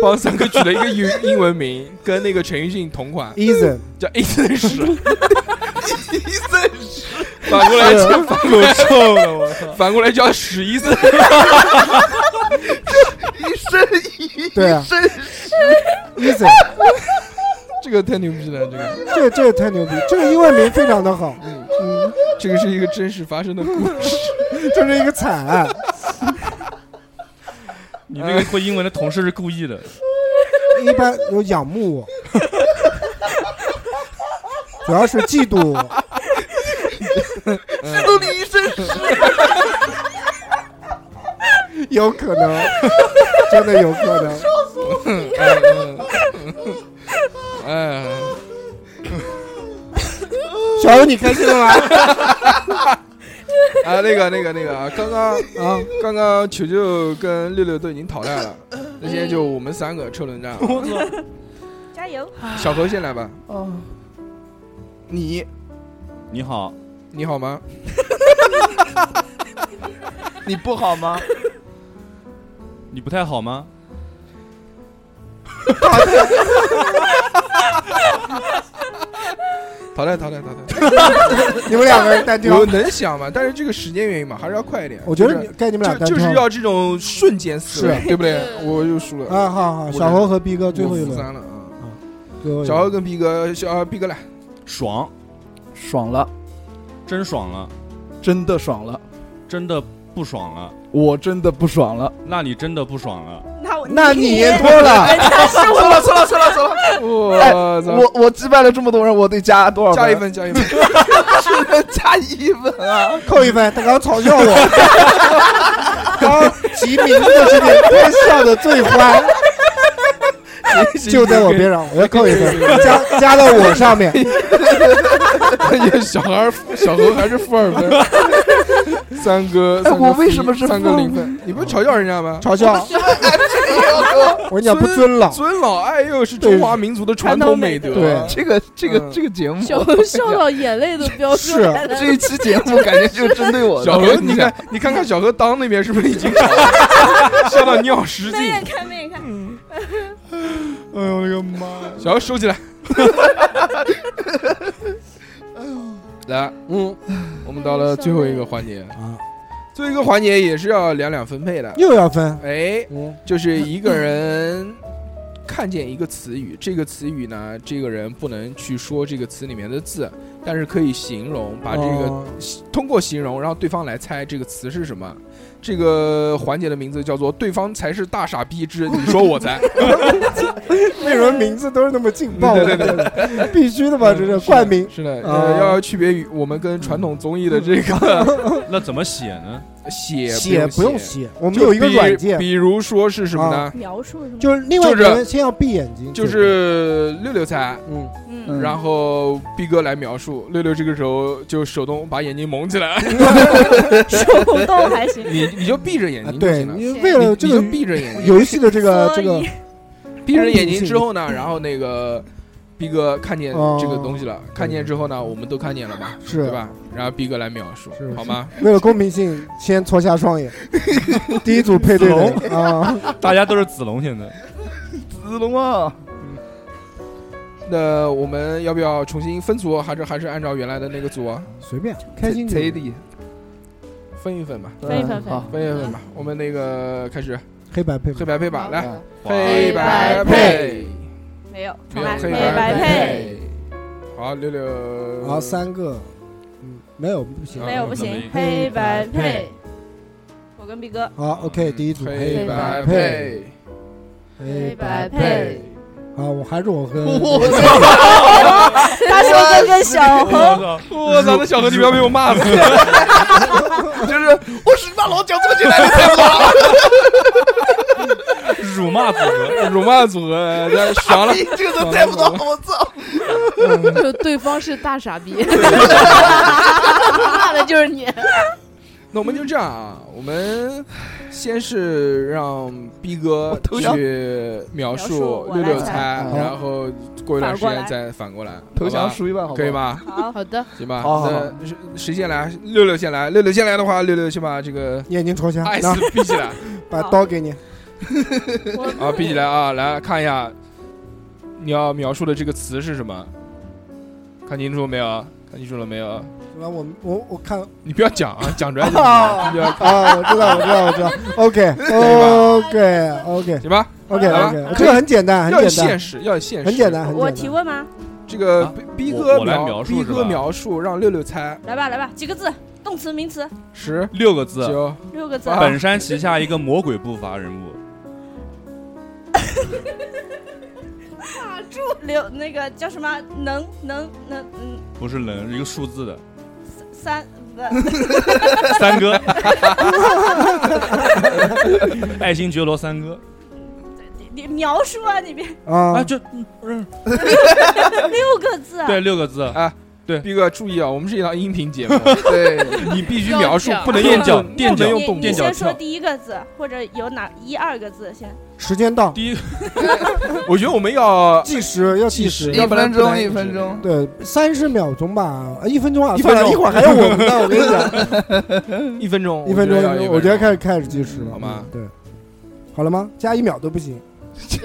[SPEAKER 2] 帮三哥取了一个英英文名，跟那个陈奕迅同款
[SPEAKER 4] Ethan
[SPEAKER 2] 叫 Ethan 史。反过来叫反过来
[SPEAKER 7] 臭了，我操！
[SPEAKER 2] 反过来叫史伊森，
[SPEAKER 3] 一身一
[SPEAKER 4] 对啊
[SPEAKER 3] 身
[SPEAKER 4] ，Ethan，
[SPEAKER 2] 这个太牛逼了，这个
[SPEAKER 4] 这这个太牛逼，这个英文名非常的好，嗯，
[SPEAKER 2] 这个是一个真实发生的故事。
[SPEAKER 4] 这是一个惨案。
[SPEAKER 7] 你那个会英文的同事是故意的，
[SPEAKER 4] 一般有仰慕我，主要是嫉妒我。
[SPEAKER 3] 这都你一身屎。
[SPEAKER 4] 有可能，真的有可 能。
[SPEAKER 2] 哎，
[SPEAKER 4] 小欧，你开心了吗？
[SPEAKER 2] 啊，那个那个那个啊，刚刚啊，刚刚球球跟六六都已经淘汰了，那现在就我们三个车轮战。
[SPEAKER 6] 加油！
[SPEAKER 2] 小何先来吧，
[SPEAKER 3] 哦，你
[SPEAKER 7] 你好，
[SPEAKER 2] 你好吗？
[SPEAKER 3] 你不好吗？
[SPEAKER 7] 你不太好吗？
[SPEAKER 2] 淘汰淘汰淘 汰！
[SPEAKER 4] 你们两个人单挑
[SPEAKER 2] 我能想嘛？但是这个时间原因嘛，还是要快一点。
[SPEAKER 4] 我觉得
[SPEAKER 2] 就是
[SPEAKER 4] 你该你们俩
[SPEAKER 2] 就
[SPEAKER 4] 单挑
[SPEAKER 2] 就是要这种瞬间死亡，
[SPEAKER 4] 是
[SPEAKER 2] 对不 对？我就输了
[SPEAKER 4] 啊好好
[SPEAKER 2] 我
[SPEAKER 4] 小侯和逼哥最后一轮
[SPEAKER 2] 我负三了啊！
[SPEAKER 4] 最后一
[SPEAKER 2] 小
[SPEAKER 4] 个
[SPEAKER 2] 侯跟逼哥，小啊逼哥来，
[SPEAKER 7] 爽，
[SPEAKER 3] 爽了，
[SPEAKER 7] 真爽了，
[SPEAKER 3] 真的爽了，
[SPEAKER 7] 真的不爽了，
[SPEAKER 3] 我真的不爽了。
[SPEAKER 7] 那你真的不爽了。
[SPEAKER 6] 那我哎
[SPEAKER 3] 那你也脱了
[SPEAKER 6] 错
[SPEAKER 3] 了错了错了错了！哎
[SPEAKER 2] 我操！
[SPEAKER 3] 我我击败了这么多人，我得加多少？
[SPEAKER 2] 加一分，，加一分。
[SPEAKER 3] 只能 加一分啊！
[SPEAKER 4] 扣一分，他刚嘲 笑我，刚提名字的时点，他笑的最欢，就在我边上，我要扣一分，加加到我上面。
[SPEAKER 2] 小孩儿小何还是负二分，三哥，
[SPEAKER 4] 哎
[SPEAKER 2] 三哥
[SPEAKER 4] 我为
[SPEAKER 2] 负一
[SPEAKER 4] 什么是
[SPEAKER 2] 三哥
[SPEAKER 4] 负
[SPEAKER 2] 零分？你不是嘲笑人家吗？
[SPEAKER 4] 嘲笑我跟你讲不尊老
[SPEAKER 2] 尊老爱幼是中华民族的传统美德。
[SPEAKER 4] 对
[SPEAKER 3] 这个这个
[SPEAKER 2] 嗯
[SPEAKER 3] 这个节目，
[SPEAKER 11] 小何笑到眼泪都飙出来了。
[SPEAKER 3] 这一期节目感觉就是针对 我的。
[SPEAKER 2] 小何，你看，你看看小何当那边是不是已经笑了笑到尿失
[SPEAKER 6] 慢
[SPEAKER 2] 禁？
[SPEAKER 6] 点看，慢点看。
[SPEAKER 2] 哎呦我的妈！ 小何收起来。哎来，嗯，我们到了最后一个环节
[SPEAKER 4] 啊，
[SPEAKER 2] 最后一个环节也是要两两分配的。
[SPEAKER 4] 又要分，
[SPEAKER 2] 哎，
[SPEAKER 4] 嗯，
[SPEAKER 2] 就是一个人看见一个词语，这个词语呢，这个人不能去说这个词里面的字，但是可以形容，把这个、
[SPEAKER 4] 哦
[SPEAKER 2] 通过形容让对方来猜这个词是什么。这个环节的名字叫做“对方才是大傻逼之你说我 猜
[SPEAKER 4] 为什么名字都是那么劲爆
[SPEAKER 2] 对对
[SPEAKER 4] 的？必须的嘛，这是冠名”，。
[SPEAKER 2] 是的，
[SPEAKER 4] 啊
[SPEAKER 2] 呃，要区别于我们跟传统综艺的这 个
[SPEAKER 7] 那怎么写呢？
[SPEAKER 2] 写
[SPEAKER 4] 写不
[SPEAKER 2] 不
[SPEAKER 4] 用
[SPEAKER 2] 用，
[SPEAKER 4] 写，我
[SPEAKER 2] 我
[SPEAKER 4] 们有一个软件，啊
[SPEAKER 2] 比如说是什么呢？
[SPEAKER 6] 描述嗯什么？
[SPEAKER 4] 就是另外一
[SPEAKER 2] 就
[SPEAKER 4] 个
[SPEAKER 2] 是
[SPEAKER 4] 人先要闭眼睛，
[SPEAKER 2] 就是六六猜，
[SPEAKER 4] 嗯，
[SPEAKER 6] 嗯，
[SPEAKER 3] 嗯
[SPEAKER 2] 然后逼哥来描述，六六这个时候就手动把眼睛蒙起来，
[SPEAKER 6] 手动还 行。
[SPEAKER 2] 你你就闭着眼
[SPEAKER 4] 啊
[SPEAKER 2] 睛就
[SPEAKER 4] 对，
[SPEAKER 2] 行了，
[SPEAKER 4] 你为了这
[SPEAKER 2] 你就
[SPEAKER 4] 个
[SPEAKER 2] 闭着眼睛，
[SPEAKER 4] 游戏的这个这个
[SPEAKER 6] 所以
[SPEAKER 2] 闭着眼睛之后呢，然后那个逼哥看见这个东西了，看见之后呢，我们都看见了嘛，
[SPEAKER 4] 是
[SPEAKER 2] 对吧？然后逼哥来描述
[SPEAKER 4] 是，
[SPEAKER 2] 好吗？
[SPEAKER 4] 为了公平性，先戳瞎双 眼。第一组配对
[SPEAKER 7] 子
[SPEAKER 4] 的啊，
[SPEAKER 7] 大家都是子龙，现在
[SPEAKER 3] 子龙啊，
[SPEAKER 2] 那我们要不要重新分组，啊还是还是按照原来的那个组啊？
[SPEAKER 4] 随便开心就
[SPEAKER 3] 贼
[SPEAKER 4] 行
[SPEAKER 3] 厉
[SPEAKER 2] 分一分吧，
[SPEAKER 11] 分一分分
[SPEAKER 3] 好，
[SPEAKER 2] 分一分吧。我们那个开始
[SPEAKER 4] 黑白配嘛
[SPEAKER 2] 黑白配吧，来
[SPEAKER 3] 嗯
[SPEAKER 2] 黑白
[SPEAKER 11] 白
[SPEAKER 2] 配
[SPEAKER 11] 配，没有，
[SPEAKER 2] 没有
[SPEAKER 11] 来
[SPEAKER 2] 黑
[SPEAKER 11] 白
[SPEAKER 2] 配。好，六六，
[SPEAKER 4] 然后三个，嗯，没有不行，
[SPEAKER 6] 没有不行，
[SPEAKER 2] 嗯
[SPEAKER 4] 黑
[SPEAKER 6] 黑白
[SPEAKER 4] 白配
[SPEAKER 6] 配。我跟毕哥，
[SPEAKER 4] 好，OK，第一组
[SPEAKER 2] 黑白
[SPEAKER 4] 白，
[SPEAKER 2] 配，
[SPEAKER 4] 黑
[SPEAKER 11] 白
[SPEAKER 4] 配。
[SPEAKER 11] 配，
[SPEAKER 4] 啊，我还是 我跟
[SPEAKER 3] 我
[SPEAKER 6] 大手哥跟小
[SPEAKER 7] 我
[SPEAKER 6] 红，
[SPEAKER 7] 操！
[SPEAKER 2] 我操，那小何你不要被我 骂死！
[SPEAKER 3] 就是我是把老蒋坐起来的，
[SPEAKER 7] 辱骂组 合，
[SPEAKER 2] 辱骂组合， 那爽了，
[SPEAKER 3] 哎这个都猜不到，我操！
[SPEAKER 11] 就对方是大傻逼，骂的就是你。
[SPEAKER 2] 那我们就这样啊，我们先是让逼哥
[SPEAKER 3] 头像
[SPEAKER 2] 去描
[SPEAKER 3] 描述
[SPEAKER 2] 述
[SPEAKER 3] 我
[SPEAKER 2] 六
[SPEAKER 3] 来
[SPEAKER 2] 六
[SPEAKER 3] 猜
[SPEAKER 2] 猜，
[SPEAKER 3] 好
[SPEAKER 2] 然后过一段时
[SPEAKER 3] 反过
[SPEAKER 2] 间
[SPEAKER 3] 来
[SPEAKER 2] 再反过来。
[SPEAKER 3] 投
[SPEAKER 2] 好吧
[SPEAKER 3] 降输一半好不好
[SPEAKER 2] 可以吗？
[SPEAKER 11] 好好的，
[SPEAKER 2] 行吧，
[SPEAKER 3] 好好好
[SPEAKER 2] 那谁谁先来？六六先来，六六先来的话，六六先把这个
[SPEAKER 4] 眼睛朝下，
[SPEAKER 2] 爱
[SPEAKER 4] 那
[SPEAKER 2] 死闭起来
[SPEAKER 4] 把刀给你。
[SPEAKER 2] 啊，闭起来啊，来看一下，你要描述的这个词是什么？看清楚没有？啊看清楚了没有？
[SPEAKER 4] 那我们我我看
[SPEAKER 2] 你不要讲啊，讲出来就行
[SPEAKER 4] 啊
[SPEAKER 2] 了。你不要
[SPEAKER 4] 啊，我知道，我知道，我知道。OK
[SPEAKER 2] 可以吧
[SPEAKER 4] OK OK，
[SPEAKER 2] 行吧
[SPEAKER 4] ？OK
[SPEAKER 2] 好吧
[SPEAKER 4] OK，这个很简单，很
[SPEAKER 2] 啊要
[SPEAKER 4] 简单，
[SPEAKER 2] 现实，要现实，
[SPEAKER 4] 很简单，很
[SPEAKER 6] 我
[SPEAKER 4] 简单。
[SPEAKER 6] 提问吗？
[SPEAKER 2] 这个逼逼
[SPEAKER 7] 啊我
[SPEAKER 2] 哥
[SPEAKER 7] 我来
[SPEAKER 2] 描，
[SPEAKER 7] 描述
[SPEAKER 2] 逼
[SPEAKER 7] 是
[SPEAKER 2] 哥
[SPEAKER 7] 吧
[SPEAKER 2] 描述，让六六猜
[SPEAKER 6] 来吧，来吧，几个字？动词、名词？
[SPEAKER 2] 十
[SPEAKER 7] 六个字，啊
[SPEAKER 2] 九
[SPEAKER 6] 六个字。
[SPEAKER 7] 本山旗下一个魔鬼步伐人物，
[SPEAKER 6] 卡住六那个叫什么？能能能嗯
[SPEAKER 7] 不是人，是一个数字的。
[SPEAKER 6] 三不
[SPEAKER 7] 三 哥，爱新觉罗三哥
[SPEAKER 6] 你描述啊，你别
[SPEAKER 2] 哎
[SPEAKER 4] 啊，
[SPEAKER 7] 就嗯
[SPEAKER 6] 六个字啊。
[SPEAKER 7] 对六个字
[SPEAKER 2] 啊。对，逼哥注意啊，我们是一档音频 节目，
[SPEAKER 3] 对
[SPEAKER 2] 你必须描述，不能
[SPEAKER 7] 垫
[SPEAKER 2] 用
[SPEAKER 7] 脚
[SPEAKER 2] 动
[SPEAKER 7] 垫
[SPEAKER 2] 不能
[SPEAKER 7] 脚
[SPEAKER 2] 用动
[SPEAKER 6] 你
[SPEAKER 2] 作
[SPEAKER 7] 垫脚
[SPEAKER 6] 先说
[SPEAKER 7] 跳。
[SPEAKER 6] 第一个字，或者有哪一二个字先。
[SPEAKER 4] 时间到，
[SPEAKER 7] 第一，
[SPEAKER 2] 我觉得我们要
[SPEAKER 4] 计时，要
[SPEAKER 2] 计时
[SPEAKER 4] 要
[SPEAKER 3] 一
[SPEAKER 4] 不然
[SPEAKER 3] 分
[SPEAKER 4] 不
[SPEAKER 3] 钟，
[SPEAKER 4] 能
[SPEAKER 3] 一分钟，
[SPEAKER 4] 对，三十秒钟吧，啊一分钟啊，
[SPEAKER 2] 一分
[SPEAKER 4] 算了
[SPEAKER 2] 钟
[SPEAKER 4] 一会儿还有我们呢，我跟你讲，
[SPEAKER 2] 一分钟，
[SPEAKER 4] 一分
[SPEAKER 2] 我
[SPEAKER 4] 钟
[SPEAKER 2] 觉得要一，
[SPEAKER 4] 我
[SPEAKER 2] 分
[SPEAKER 4] 觉得
[SPEAKER 2] 钟
[SPEAKER 4] 开始开始计时了，
[SPEAKER 2] 好吗
[SPEAKER 4] 嗯？对，好了吗？加一秒都不行，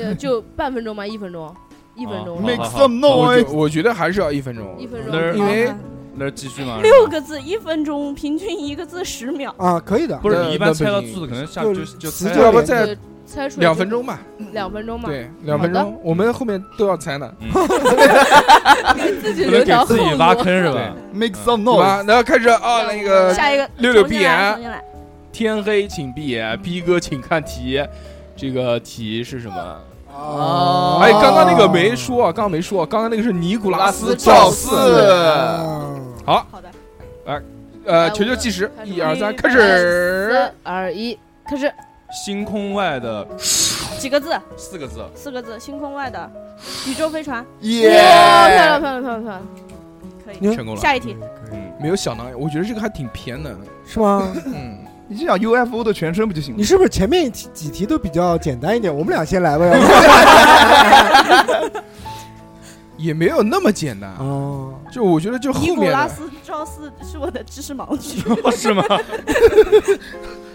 [SPEAKER 11] 呃，就半分钟吧，一分钟，一分钟
[SPEAKER 7] 好好
[SPEAKER 11] 了，
[SPEAKER 7] 好
[SPEAKER 3] Make some
[SPEAKER 2] 我觉
[SPEAKER 3] noise
[SPEAKER 2] 我觉得还是要一分钟，
[SPEAKER 11] 一分钟
[SPEAKER 7] 那是
[SPEAKER 2] 因为
[SPEAKER 4] 啊
[SPEAKER 7] 那继续嘛。
[SPEAKER 6] 六个字，一分钟，平均一个字十秒。
[SPEAKER 4] 啊，可以的，
[SPEAKER 7] 不是
[SPEAKER 2] 那
[SPEAKER 7] 你一般
[SPEAKER 2] 那
[SPEAKER 7] 猜到
[SPEAKER 2] 不行
[SPEAKER 7] 字可能下
[SPEAKER 4] 就
[SPEAKER 7] 就就
[SPEAKER 4] 词
[SPEAKER 7] 猜
[SPEAKER 4] 就
[SPEAKER 2] 要不
[SPEAKER 4] 连
[SPEAKER 2] 再
[SPEAKER 11] 就猜出来
[SPEAKER 2] 两
[SPEAKER 11] 就
[SPEAKER 2] 分钟吧，
[SPEAKER 11] 两分钟嘛，
[SPEAKER 2] 对，两分
[SPEAKER 11] 好
[SPEAKER 2] 钟，我们后面都要猜呢，
[SPEAKER 11] 自己
[SPEAKER 7] 不能
[SPEAKER 11] 留
[SPEAKER 7] 给
[SPEAKER 11] 条后
[SPEAKER 7] 自己
[SPEAKER 11] 路。
[SPEAKER 7] 挖坑是吧？
[SPEAKER 3] ，make some
[SPEAKER 2] 好
[SPEAKER 3] noise，
[SPEAKER 2] 吧？然后开始啊，那个
[SPEAKER 6] 下一个
[SPEAKER 2] 六六
[SPEAKER 6] 重新
[SPEAKER 2] 闭
[SPEAKER 6] 来
[SPEAKER 2] 眼
[SPEAKER 6] 重新来。
[SPEAKER 2] 天黑请闭眼，逼哥请看题，这个题是什么？
[SPEAKER 3] 哦
[SPEAKER 2] 哎，刚刚那个没说，刚刚没说，刚刚那个是尼古拉斯赵四。
[SPEAKER 3] 四，
[SPEAKER 4] 啊，
[SPEAKER 6] 好的，
[SPEAKER 2] 呃，求求计时，
[SPEAKER 11] 来我
[SPEAKER 2] 一二三，
[SPEAKER 6] 一
[SPEAKER 2] 开始。
[SPEAKER 11] 三二一，开始。
[SPEAKER 7] 星空外的
[SPEAKER 6] 几个字？
[SPEAKER 7] 四个字，
[SPEAKER 6] 四个字，星空外的宇宙飞船，
[SPEAKER 11] 哇漂
[SPEAKER 3] 耶
[SPEAKER 11] 亮，漂亮，漂亮，漂亮！
[SPEAKER 6] 可以。
[SPEAKER 4] 嗯
[SPEAKER 2] 成功了，
[SPEAKER 6] 下一题，
[SPEAKER 2] 没有想到，我觉得这个还挺偏的。
[SPEAKER 4] 是吗？
[SPEAKER 2] 嗯，
[SPEAKER 3] 你就讲 UFO 的全称不就行
[SPEAKER 4] 你
[SPEAKER 3] 了？
[SPEAKER 4] 是不是前面几几题都比较简单一点？我们俩先来吧，要 不
[SPEAKER 2] 也没有那么简单。
[SPEAKER 4] 哦，
[SPEAKER 2] 就我觉得，就
[SPEAKER 6] 尼
[SPEAKER 2] 后
[SPEAKER 6] 古
[SPEAKER 2] 面
[SPEAKER 6] 拉
[SPEAKER 2] 的，
[SPEAKER 6] 斯赵四是我的知识盲区。
[SPEAKER 7] 是吗？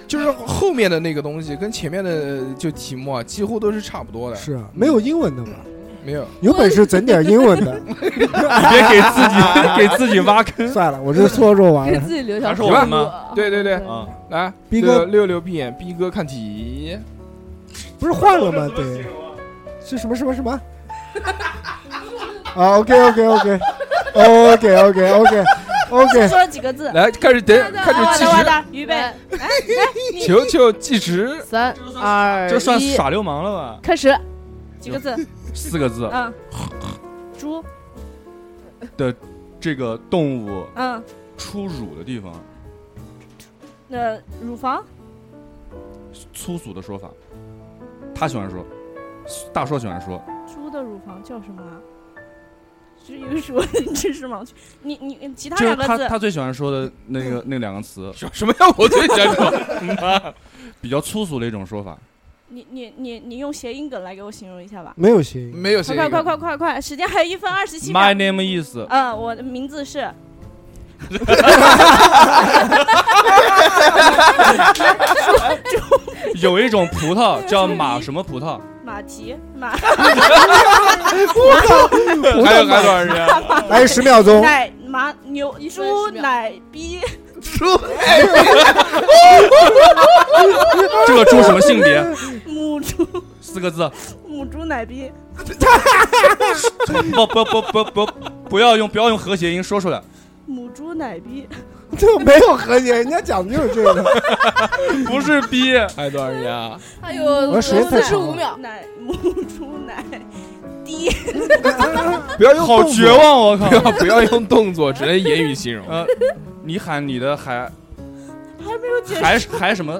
[SPEAKER 2] 就是后面的那个东西，跟前面的就题目啊，几乎都是差不多的。
[SPEAKER 4] 是啊，没有英文的吧？
[SPEAKER 2] 没有，
[SPEAKER 4] 有本事整点英 文的。
[SPEAKER 7] 你别给自 己给自己挖坑
[SPEAKER 4] 算了，我这说说完
[SPEAKER 11] 给
[SPEAKER 4] 了。
[SPEAKER 11] 自己留条
[SPEAKER 7] 还是
[SPEAKER 11] 后
[SPEAKER 7] 我们
[SPEAKER 11] 路
[SPEAKER 6] 哦
[SPEAKER 7] 吗。
[SPEAKER 2] 对对对
[SPEAKER 7] 啊！
[SPEAKER 2] 来，
[SPEAKER 4] 逼
[SPEAKER 2] 这
[SPEAKER 4] 哥
[SPEAKER 2] 个六六闭眼，逼哥看题。
[SPEAKER 4] 不是换了吗？ 对，是什么什么 什么？啊，OK OK OK OK OK OK OK，
[SPEAKER 6] 说了几个字？
[SPEAKER 2] 来，开始等，开
[SPEAKER 6] 哇
[SPEAKER 2] 始计
[SPEAKER 6] 哒哇
[SPEAKER 2] 时，
[SPEAKER 6] 哒，预备，来来，
[SPEAKER 2] 求求计时。
[SPEAKER 11] 三二
[SPEAKER 7] 这算
[SPEAKER 11] 一，
[SPEAKER 7] 耍流氓了吧？
[SPEAKER 11] 开始。
[SPEAKER 6] 你几个字？
[SPEAKER 7] 四个字，
[SPEAKER 6] 嗯，猪，
[SPEAKER 7] 这个动物
[SPEAKER 6] 嗯，
[SPEAKER 7] 出乳的地方，
[SPEAKER 6] 那乳房，
[SPEAKER 7] 粗俗的说法，他喜欢说，大硕喜欢说，
[SPEAKER 6] 猪的乳房叫什么啊？这又是 我的知识盲区。你你你其他
[SPEAKER 7] 就是
[SPEAKER 6] 两
[SPEAKER 7] 他
[SPEAKER 6] 个字，
[SPEAKER 7] 他最喜欢说的那个那两个 词，
[SPEAKER 2] 什什么叫我最 想说？
[SPEAKER 7] 比较粗俗的一种说法。
[SPEAKER 6] 你你你你用谐音梗来给我形容一下吧。
[SPEAKER 4] 没有谐音，
[SPEAKER 3] 没有谐
[SPEAKER 6] 快
[SPEAKER 3] 音
[SPEAKER 6] 快
[SPEAKER 3] 梗，
[SPEAKER 6] 快快快快，时间还有一分二十七秒。
[SPEAKER 7] My name is，
[SPEAKER 6] 嗯，我的名字是。
[SPEAKER 7] 有一种葡萄叫马什么葡萄？
[SPEAKER 6] 马蹄马
[SPEAKER 7] 还有还啊有多少人？
[SPEAKER 4] 还有哎十秒钟，
[SPEAKER 6] 奶马牛猪
[SPEAKER 11] 30秒
[SPEAKER 6] 奶逼
[SPEAKER 7] 这个猪什么性别？
[SPEAKER 6] 母猪
[SPEAKER 7] 四个字。
[SPEAKER 6] 母猪奶逼
[SPEAKER 7] 不不不不不，不要用不要用和谐音说出来。
[SPEAKER 6] 母猪奶逼
[SPEAKER 4] 这没有和谐，人家讲的就是这个。
[SPEAKER 7] 不是逼，
[SPEAKER 2] 还有多少人啊？
[SPEAKER 11] 还
[SPEAKER 4] 我
[SPEAKER 11] 有
[SPEAKER 4] 时间太
[SPEAKER 11] 四十
[SPEAKER 4] 长了
[SPEAKER 11] 五秒，
[SPEAKER 6] 奶母猪奶滴
[SPEAKER 2] 不要用
[SPEAKER 7] 好
[SPEAKER 2] 动作
[SPEAKER 7] 绝，望！我靠
[SPEAKER 2] 不。要不要用动作，只能言语形容。
[SPEAKER 7] 呃，你喊你的孩
[SPEAKER 6] 还没有解释
[SPEAKER 7] 孩孩什么？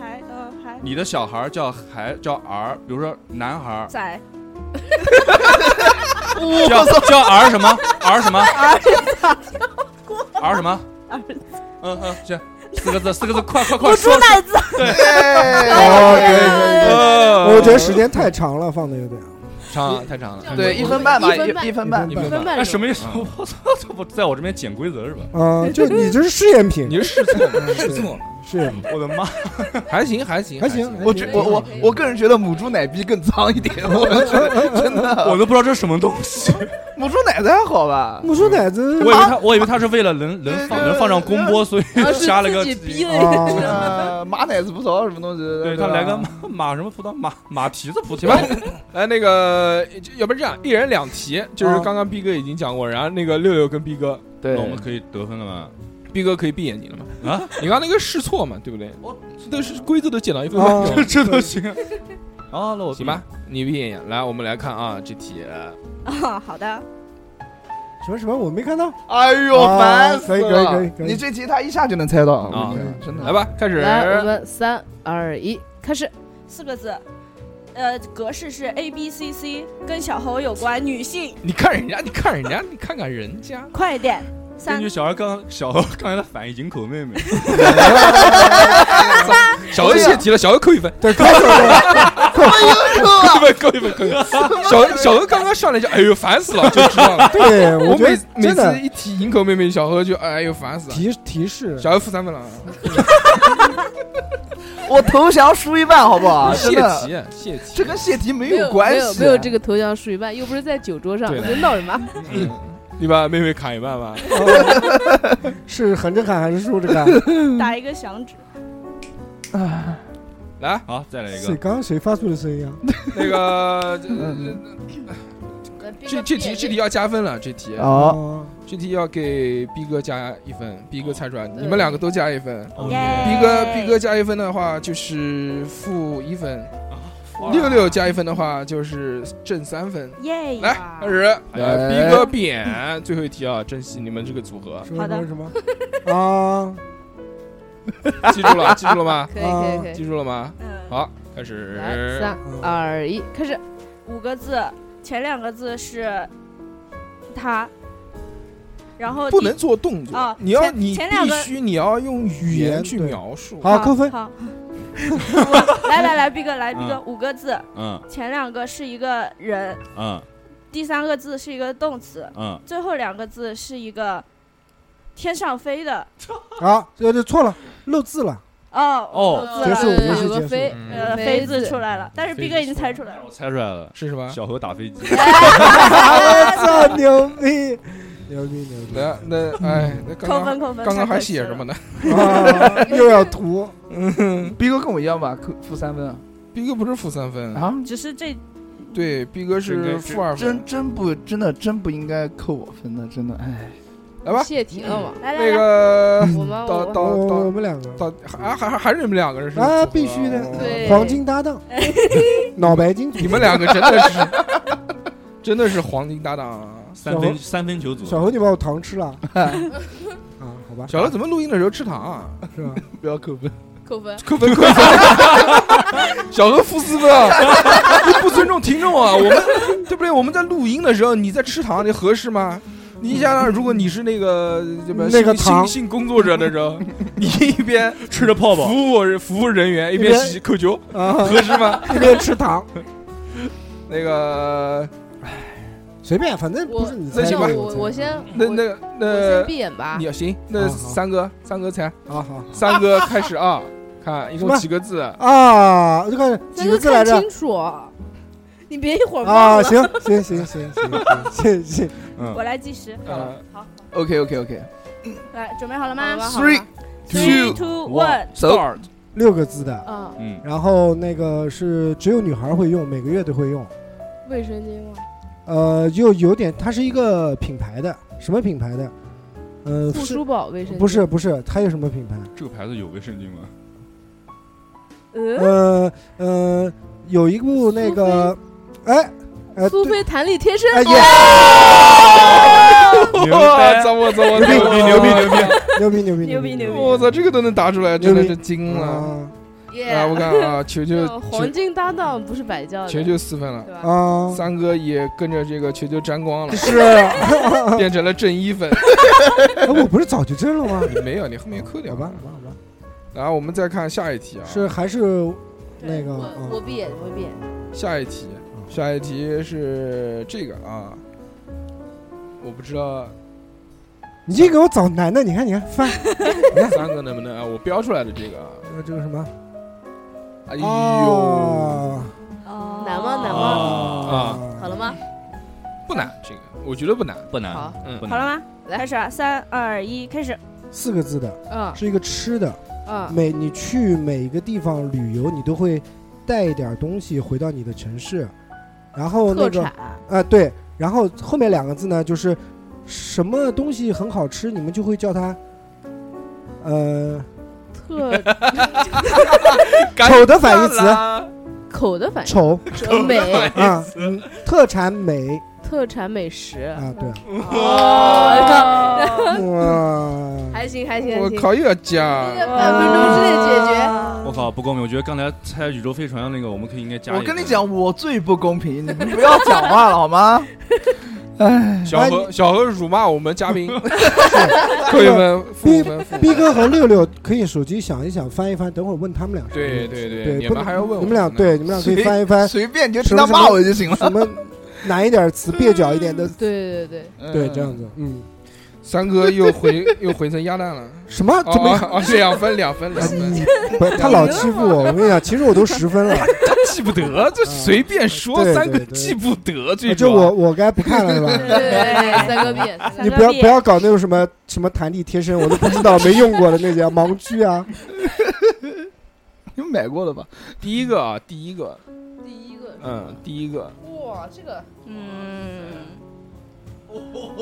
[SPEAKER 6] 还嗯还
[SPEAKER 7] 你的小孩叫孩叫儿，比如说男孩
[SPEAKER 6] 仔
[SPEAKER 7] 叫叫儿什么儿什么儿什么？嗯嗯，行，四个字，四个字，快快快！
[SPEAKER 6] 我猪
[SPEAKER 7] 说出
[SPEAKER 6] 奶子，
[SPEAKER 7] 对，
[SPEAKER 4] 哦，可以
[SPEAKER 7] 呃
[SPEAKER 4] 可以可以，我觉得时间太长了，放的有点。
[SPEAKER 7] 长太长了，
[SPEAKER 3] 对一分半吧一分半
[SPEAKER 7] 一
[SPEAKER 3] 一分半
[SPEAKER 7] 一
[SPEAKER 3] 一分
[SPEAKER 7] 分
[SPEAKER 3] 半
[SPEAKER 7] 那什么意思？我操，这不在我这边捡规则是吧？
[SPEAKER 4] 啊，就你这是试验品，
[SPEAKER 7] 你是试错， 试错，
[SPEAKER 4] 是
[SPEAKER 7] 我的妈，
[SPEAKER 2] 还行还行
[SPEAKER 4] 还行
[SPEAKER 3] 我觉我我我个人觉得母猪奶逼更脏一点，我觉得真的，
[SPEAKER 7] 我都不知道这是什么东 西。
[SPEAKER 3] 母猪奶子还好吧？
[SPEAKER 4] 母猪奶子，
[SPEAKER 7] 我以为他，我以为他是为了能能放能放上公播，所以加了个
[SPEAKER 3] 逼
[SPEAKER 4] 的
[SPEAKER 7] 哦
[SPEAKER 3] 的，马奶子葡萄什么东西？对
[SPEAKER 7] 对他
[SPEAKER 3] 吧
[SPEAKER 7] 来个马 马什么葡萄马马蹄子葡萄
[SPEAKER 2] 行吧，哎，那个，要不然这样，一人两题，就是
[SPEAKER 7] 啊
[SPEAKER 2] 刚刚逼哥已经讲过，然后那个六六跟逼哥，
[SPEAKER 3] 对
[SPEAKER 7] 那我们可以得分了吗？
[SPEAKER 2] 逼哥可以闭眼睛了嘛？
[SPEAKER 7] 啊，哦
[SPEAKER 2] 你刚刚那个试错嘛，对不对？
[SPEAKER 7] 我
[SPEAKER 2] 都是规则都剪到一分
[SPEAKER 7] 啊
[SPEAKER 2] 半，
[SPEAKER 7] 这都行 啊？那我
[SPEAKER 2] 行吧，你闭眼睛，来，我们来看啊，这题，呃
[SPEAKER 6] 啊，好的，
[SPEAKER 4] 什么什么我没看 到，
[SPEAKER 3] 哎呦，
[SPEAKER 4] 啊
[SPEAKER 3] 烦死
[SPEAKER 4] 可以可以
[SPEAKER 3] 了！
[SPEAKER 4] 可以可以
[SPEAKER 3] 你这题他一下就能猜到
[SPEAKER 2] 啊
[SPEAKER 3] 我跟你讲真的
[SPEAKER 2] 来吧，开始，
[SPEAKER 11] 来，我们三二一，开始。
[SPEAKER 6] 四个字，呃，格式是 A B C C，跟小猴有关，女性，
[SPEAKER 2] 你看人家，你看人家，你看看人家，
[SPEAKER 6] 快一点，
[SPEAKER 7] 根
[SPEAKER 6] 三
[SPEAKER 7] 据，小孩刚小何刚才的反应，营口妹妹，
[SPEAKER 2] 小何泄题了，小何扣一分，
[SPEAKER 4] 对，扣一
[SPEAKER 2] 分，扣一分，扣一分。小何小何刚刚上来就，哎呦，烦死了，就知道了。
[SPEAKER 4] 对 我
[SPEAKER 2] 我
[SPEAKER 4] 觉
[SPEAKER 2] 每
[SPEAKER 4] 得
[SPEAKER 2] 每
[SPEAKER 4] 真的嗯
[SPEAKER 2] 次一提营口妹妹，小何就哎呦烦死了。
[SPEAKER 4] 提提示，
[SPEAKER 2] 小何负三分了，
[SPEAKER 3] 我投降输一半，好不 好？
[SPEAKER 2] 泄
[SPEAKER 3] 啊真的，
[SPEAKER 2] 题，啊泄题。
[SPEAKER 3] 这跟泄题没
[SPEAKER 11] 没
[SPEAKER 3] 有关
[SPEAKER 11] 没有
[SPEAKER 3] 系，啊
[SPEAKER 11] 没有这个投降输一半，又不是在酒桌上，
[SPEAKER 2] 对的
[SPEAKER 11] 能闹什么？
[SPEAKER 2] 你把妹妹砍一半吧。
[SPEAKER 4] 哦 是横着砍还是竖着砍？
[SPEAKER 6] 打一个响指，
[SPEAKER 2] 来，
[SPEAKER 7] 好，啊再来一
[SPEAKER 4] 谁
[SPEAKER 7] 个。
[SPEAKER 4] 刚刚谁发出的声音啊？
[SPEAKER 2] 那个 这这这题这题要加分了，这题
[SPEAKER 3] 哦，
[SPEAKER 4] 哦，
[SPEAKER 2] 这题要给逼哥加一分，逼哥猜出来，你们两个都加一分。
[SPEAKER 7] 哦
[SPEAKER 2] 逼
[SPEAKER 6] 耶，
[SPEAKER 2] 哥逼哥加一分的话就是负一分，六六加一分的话就是正三分。
[SPEAKER 6] 耶，
[SPEAKER 2] 来开始，呃，
[SPEAKER 3] 哎
[SPEAKER 2] 逼哥闭眼，最后一题啊，珍惜你们这个组 合，
[SPEAKER 4] 什
[SPEAKER 6] 好
[SPEAKER 4] 么
[SPEAKER 6] 的
[SPEAKER 4] 什么什么啊？
[SPEAKER 2] 记住 了，记住了吗？
[SPEAKER 11] 可以可以可以
[SPEAKER 2] 记，住了吗？
[SPEAKER 6] 嗯，
[SPEAKER 2] 好，开
[SPEAKER 11] 来
[SPEAKER 2] 始。
[SPEAKER 11] 三
[SPEAKER 4] 啊
[SPEAKER 11] 二一，开始。
[SPEAKER 6] 五个字，前两个字是他，然后
[SPEAKER 2] 不
[SPEAKER 6] 第
[SPEAKER 2] 能做动作
[SPEAKER 6] 啊，
[SPEAKER 2] 你要
[SPEAKER 6] 前
[SPEAKER 2] 你
[SPEAKER 6] 前两
[SPEAKER 2] 必
[SPEAKER 6] 个
[SPEAKER 2] 须你要用语
[SPEAKER 4] 言
[SPEAKER 2] 言去
[SPEAKER 4] 对
[SPEAKER 2] 描述。
[SPEAKER 4] 好，扣分。
[SPEAKER 6] 好，我来来来，毕哥来，毕哥，五个字，
[SPEAKER 7] 嗯
[SPEAKER 6] 前两个是一个人，
[SPEAKER 7] 嗯
[SPEAKER 6] 第三个字是一个动词，
[SPEAKER 7] 嗯，
[SPEAKER 6] 最后两个字是一个天上飞的。
[SPEAKER 4] 啊，这这错了，漏字了。
[SPEAKER 6] 哦
[SPEAKER 7] 哦
[SPEAKER 6] 我知
[SPEAKER 4] 结
[SPEAKER 6] 道
[SPEAKER 4] 束
[SPEAKER 6] 了
[SPEAKER 4] 不是
[SPEAKER 11] 有个
[SPEAKER 4] 结束
[SPEAKER 11] 飞
[SPEAKER 2] 嗯
[SPEAKER 6] 呃，飞字出来了，但是毕哥已经猜出来了。
[SPEAKER 7] 我猜出来了，
[SPEAKER 2] 是什么？
[SPEAKER 7] 小何打飞机。
[SPEAKER 4] 我操，啊牛逼，牛逼牛逼！
[SPEAKER 2] 那那哎，那刚
[SPEAKER 6] 扣
[SPEAKER 2] 刚
[SPEAKER 6] 分扣分，
[SPEAKER 2] 刚
[SPEAKER 6] 太
[SPEAKER 2] 刚还
[SPEAKER 6] 可惜
[SPEAKER 2] 写
[SPEAKER 6] 了
[SPEAKER 2] 什么？呢？
[SPEAKER 4] 啊，又要涂，
[SPEAKER 3] 逼哥跟我一样吧，扣负三分啊
[SPEAKER 2] 逼哥不是负三分，
[SPEAKER 3] 啊！
[SPEAKER 6] 只是这
[SPEAKER 2] 嗯对，逼哥是负二分
[SPEAKER 3] 真。真不真的真不应该扣我分的，真的哎。
[SPEAKER 2] 来吧，
[SPEAKER 11] 泄题了嘛？
[SPEAKER 6] 来来
[SPEAKER 2] 那
[SPEAKER 6] 来，
[SPEAKER 2] 个
[SPEAKER 11] 我们
[SPEAKER 2] 到
[SPEAKER 11] 我
[SPEAKER 2] 到
[SPEAKER 4] 我我
[SPEAKER 2] 到
[SPEAKER 4] 们两个
[SPEAKER 2] 到，还还还还是你们两个人是吧哦
[SPEAKER 4] 啊，必须的，
[SPEAKER 11] 对
[SPEAKER 4] 黄金搭 档，脑白金组，
[SPEAKER 2] 你们两个真的是 真的是黄金搭档啊。
[SPEAKER 7] 三分三分球组，
[SPEAKER 4] 小侯，你把我糖吃了 啊？好吧，
[SPEAKER 2] 小乐怎么录音的时候吃糖啊？
[SPEAKER 4] 是吧？
[SPEAKER 3] 不要扣分，
[SPEAKER 11] 扣分。
[SPEAKER 2] 扣 分扣分，小何负四分啊！你不尊重听众啊！我们对不对？我们在录音的时候，你在吃糖，你合适吗？你想想，如果你是那个什么
[SPEAKER 4] 那个
[SPEAKER 2] 性性
[SPEAKER 4] 糖
[SPEAKER 2] 性工作者的时 候，你一边
[SPEAKER 7] 吃着泡泡，
[SPEAKER 2] 服务人服务人员一
[SPEAKER 4] 一
[SPEAKER 2] 边
[SPEAKER 4] 边
[SPEAKER 2] 洗扣球，
[SPEAKER 4] 啊，
[SPEAKER 2] 合适吗？
[SPEAKER 4] 一边吃糖，
[SPEAKER 2] 那个
[SPEAKER 4] 随便，反正不
[SPEAKER 11] 我
[SPEAKER 4] 是你猜
[SPEAKER 11] 那
[SPEAKER 4] 的，
[SPEAKER 2] 吧
[SPEAKER 11] 我我先
[SPEAKER 2] 那
[SPEAKER 11] 嗯我
[SPEAKER 2] 那
[SPEAKER 11] 我
[SPEAKER 2] 那
[SPEAKER 11] 先闭眼吧
[SPEAKER 2] 你。要行，那
[SPEAKER 4] 嗯好好
[SPEAKER 2] 三哥三哥 猜，
[SPEAKER 4] 啊好
[SPEAKER 2] 三哥开始啊，看一
[SPEAKER 4] 什
[SPEAKER 2] 共
[SPEAKER 4] 么
[SPEAKER 2] 几个字？
[SPEAKER 4] 啊，这个
[SPEAKER 11] 那
[SPEAKER 4] 几
[SPEAKER 11] 就
[SPEAKER 4] 个字来
[SPEAKER 11] 看
[SPEAKER 4] 着？
[SPEAKER 11] 清楚，你别一会儿忘
[SPEAKER 4] 啊，
[SPEAKER 11] 了。
[SPEAKER 4] 行行行行行行行，
[SPEAKER 6] 我来计时。嗯
[SPEAKER 2] 呃，
[SPEAKER 6] 好，
[SPEAKER 3] OK OK OK，
[SPEAKER 6] 来，准备好了
[SPEAKER 11] 好了吧
[SPEAKER 6] 吗
[SPEAKER 11] 好了吧
[SPEAKER 6] Three, two, one。
[SPEAKER 3] 走。
[SPEAKER 4] 六个字的，
[SPEAKER 11] 啊，
[SPEAKER 7] 嗯，
[SPEAKER 4] 然后那个是只有女孩会用，每个月都会用。
[SPEAKER 11] 卫生巾吗？
[SPEAKER 4] 呃，就有点，它是一个品牌的，什么品牌的？呃，
[SPEAKER 11] 护
[SPEAKER 4] 是
[SPEAKER 11] 舒宝卫生巾
[SPEAKER 4] 不是不是，它有什么品牌？
[SPEAKER 7] 这个牌子有卫生巾吗？
[SPEAKER 11] 嗯，
[SPEAKER 4] 呃呃，有一部那个，哎哎，
[SPEAKER 11] 苏
[SPEAKER 4] 对
[SPEAKER 11] 菲弹力贴身。
[SPEAKER 4] 哎耶，
[SPEAKER 7] 牛
[SPEAKER 2] 哇，
[SPEAKER 7] 掰
[SPEAKER 2] 走我走我
[SPEAKER 4] 牛逼
[SPEAKER 2] 牛逼牛逼牛逼！
[SPEAKER 4] 牛逼牛
[SPEAKER 6] 牛
[SPEAKER 4] 逼
[SPEAKER 6] 逼牛逼
[SPEAKER 2] 我操，这个都能答出来，真的
[SPEAKER 4] 牛逼
[SPEAKER 2] 是惊了！
[SPEAKER 4] 啊
[SPEAKER 11] 耶
[SPEAKER 2] 来，我看啊，球球
[SPEAKER 11] 叫哦黄金搭档不是白叫的，
[SPEAKER 2] 球球四分了，
[SPEAKER 11] 对吧？
[SPEAKER 4] 啊！
[SPEAKER 2] 三哥也跟着这个球球沾光了，
[SPEAKER 4] 是，啊
[SPEAKER 2] 变成了正一分。
[SPEAKER 4] 哎我不是早就这了吗？
[SPEAKER 2] 没有，你后面扣
[SPEAKER 4] 好
[SPEAKER 2] 点
[SPEAKER 4] 吧，好吧，好吧，
[SPEAKER 2] 然后我们再看下一题啊，
[SPEAKER 4] 是还是那个啊嗯
[SPEAKER 11] 我我闭眼，我闭眼。
[SPEAKER 2] 下一题，下一题是这个啊，我不知道
[SPEAKER 4] 你这给我找男的，你看你看翻，
[SPEAKER 2] 三哥能不能啊，我标出来的这个啊，
[SPEAKER 4] 这个这个什么？
[SPEAKER 2] 哎呦
[SPEAKER 4] 哦，
[SPEAKER 11] 难吗？难吗？
[SPEAKER 2] 啊，
[SPEAKER 11] 好了吗？
[SPEAKER 2] 不难，这个我觉得不难，
[SPEAKER 7] 不难
[SPEAKER 11] 好
[SPEAKER 2] 嗯，
[SPEAKER 6] 好了吗？开始啊，三二一，开始。
[SPEAKER 4] 四个字的，
[SPEAKER 11] 嗯
[SPEAKER 4] 是一个吃的，
[SPEAKER 11] 嗯
[SPEAKER 4] 每你去每一个地方旅游，你都会带一点东西回到你的城市，然后那
[SPEAKER 11] 特
[SPEAKER 4] 个
[SPEAKER 11] 产
[SPEAKER 4] 啊、对，然后后面两个字呢，就是什么东西很好吃，你们就会叫它，呃，
[SPEAKER 11] 特
[SPEAKER 4] 丑的反义词，
[SPEAKER 11] 口的反应，
[SPEAKER 4] 丑
[SPEAKER 11] 丑美
[SPEAKER 4] 啊、嗯特产美
[SPEAKER 11] 特产美食。
[SPEAKER 4] 啊，对，
[SPEAKER 11] 哦
[SPEAKER 4] 哇
[SPEAKER 11] 还行还行，还
[SPEAKER 2] 我
[SPEAKER 11] 行
[SPEAKER 2] 靠，又要加，
[SPEAKER 11] 半分钟之内解决。
[SPEAKER 7] 我靠，不公平！我觉得刚才猜宇宙飞船那个，我们可以应该加。
[SPEAKER 3] 我跟你，讲，我最不公平，你们不要讲话了好 吗？哎，
[SPEAKER 2] 小何小何辱骂我们嘉 宾，扣一分，负五分，负五
[SPEAKER 4] 逼
[SPEAKER 2] 分。
[SPEAKER 4] 哥和六六可以手机想一想，翻一翻，等会儿问他们俩。
[SPEAKER 2] 对对对
[SPEAKER 4] 对，
[SPEAKER 2] 你
[SPEAKER 4] 不
[SPEAKER 2] 们
[SPEAKER 4] 能
[SPEAKER 2] 还要问我
[SPEAKER 4] 你们俩
[SPEAKER 2] 呢
[SPEAKER 4] 对，你们俩可以
[SPEAKER 3] 随
[SPEAKER 4] 翻一翻，
[SPEAKER 3] 随便你就
[SPEAKER 4] 什
[SPEAKER 3] 听
[SPEAKER 4] 么
[SPEAKER 3] 他
[SPEAKER 4] 什
[SPEAKER 3] 骂
[SPEAKER 4] 么
[SPEAKER 3] 我就行了。
[SPEAKER 4] 什么难一点儿词，蹩脚一点的
[SPEAKER 2] 嗯
[SPEAKER 4] 词，
[SPEAKER 11] 对对对，
[SPEAKER 4] 对，这样子。嗯，
[SPEAKER 2] 三哥又回 又回成鸭蛋了，
[SPEAKER 4] 什么
[SPEAKER 2] 哦
[SPEAKER 4] 怎么
[SPEAKER 2] 哦哦，是两分两分两分，
[SPEAKER 4] 不是？他老欺负我，我跟你讲，其实我都十分了，
[SPEAKER 2] 他记不得，这随便说
[SPEAKER 4] 对对
[SPEAKER 2] 三个
[SPEAKER 4] 对对
[SPEAKER 2] 记不得，这
[SPEAKER 4] 啊就
[SPEAKER 2] 种啊
[SPEAKER 4] 我我该不看了是吧？
[SPEAKER 11] 对三哥闭眼，三哥
[SPEAKER 4] 你不要不要搞那种什么什么弹力贴身，我都不知道没用过的那些盲区啊。
[SPEAKER 3] 你们买过了吧？
[SPEAKER 2] 第一个啊，第一个，
[SPEAKER 11] 第一个，
[SPEAKER 2] 嗯，第一个，
[SPEAKER 11] 哇，这个
[SPEAKER 6] 嗯，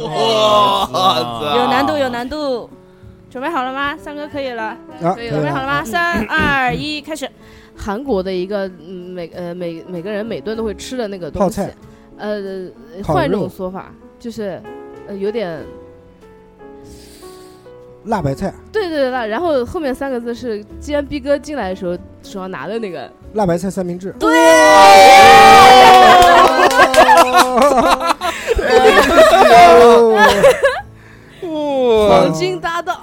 [SPEAKER 2] 啊
[SPEAKER 3] 哇
[SPEAKER 6] 有难度，有难度。准备好了吗？三哥可以了。
[SPEAKER 4] 啊，
[SPEAKER 11] 可以
[SPEAKER 6] 准备好
[SPEAKER 11] 了
[SPEAKER 6] 了吗？三二一，开始。
[SPEAKER 11] 韩国的一个嗯每呃每每个人每顿都会吃的那个
[SPEAKER 4] 泡
[SPEAKER 11] 东西
[SPEAKER 4] 菜，
[SPEAKER 11] 呃，
[SPEAKER 4] 烤
[SPEAKER 11] 换一
[SPEAKER 4] 肉
[SPEAKER 11] 种说法就是，呃，有点
[SPEAKER 4] 辣白菜，
[SPEAKER 11] 对对对辣，然后后面三个字是，既然逼哥进来的时候手上拿的那
[SPEAKER 2] 嗯
[SPEAKER 11] 个，
[SPEAKER 4] 辣白菜三明治。
[SPEAKER 2] 哇
[SPEAKER 4] 啊
[SPEAKER 11] 黄，金搭档，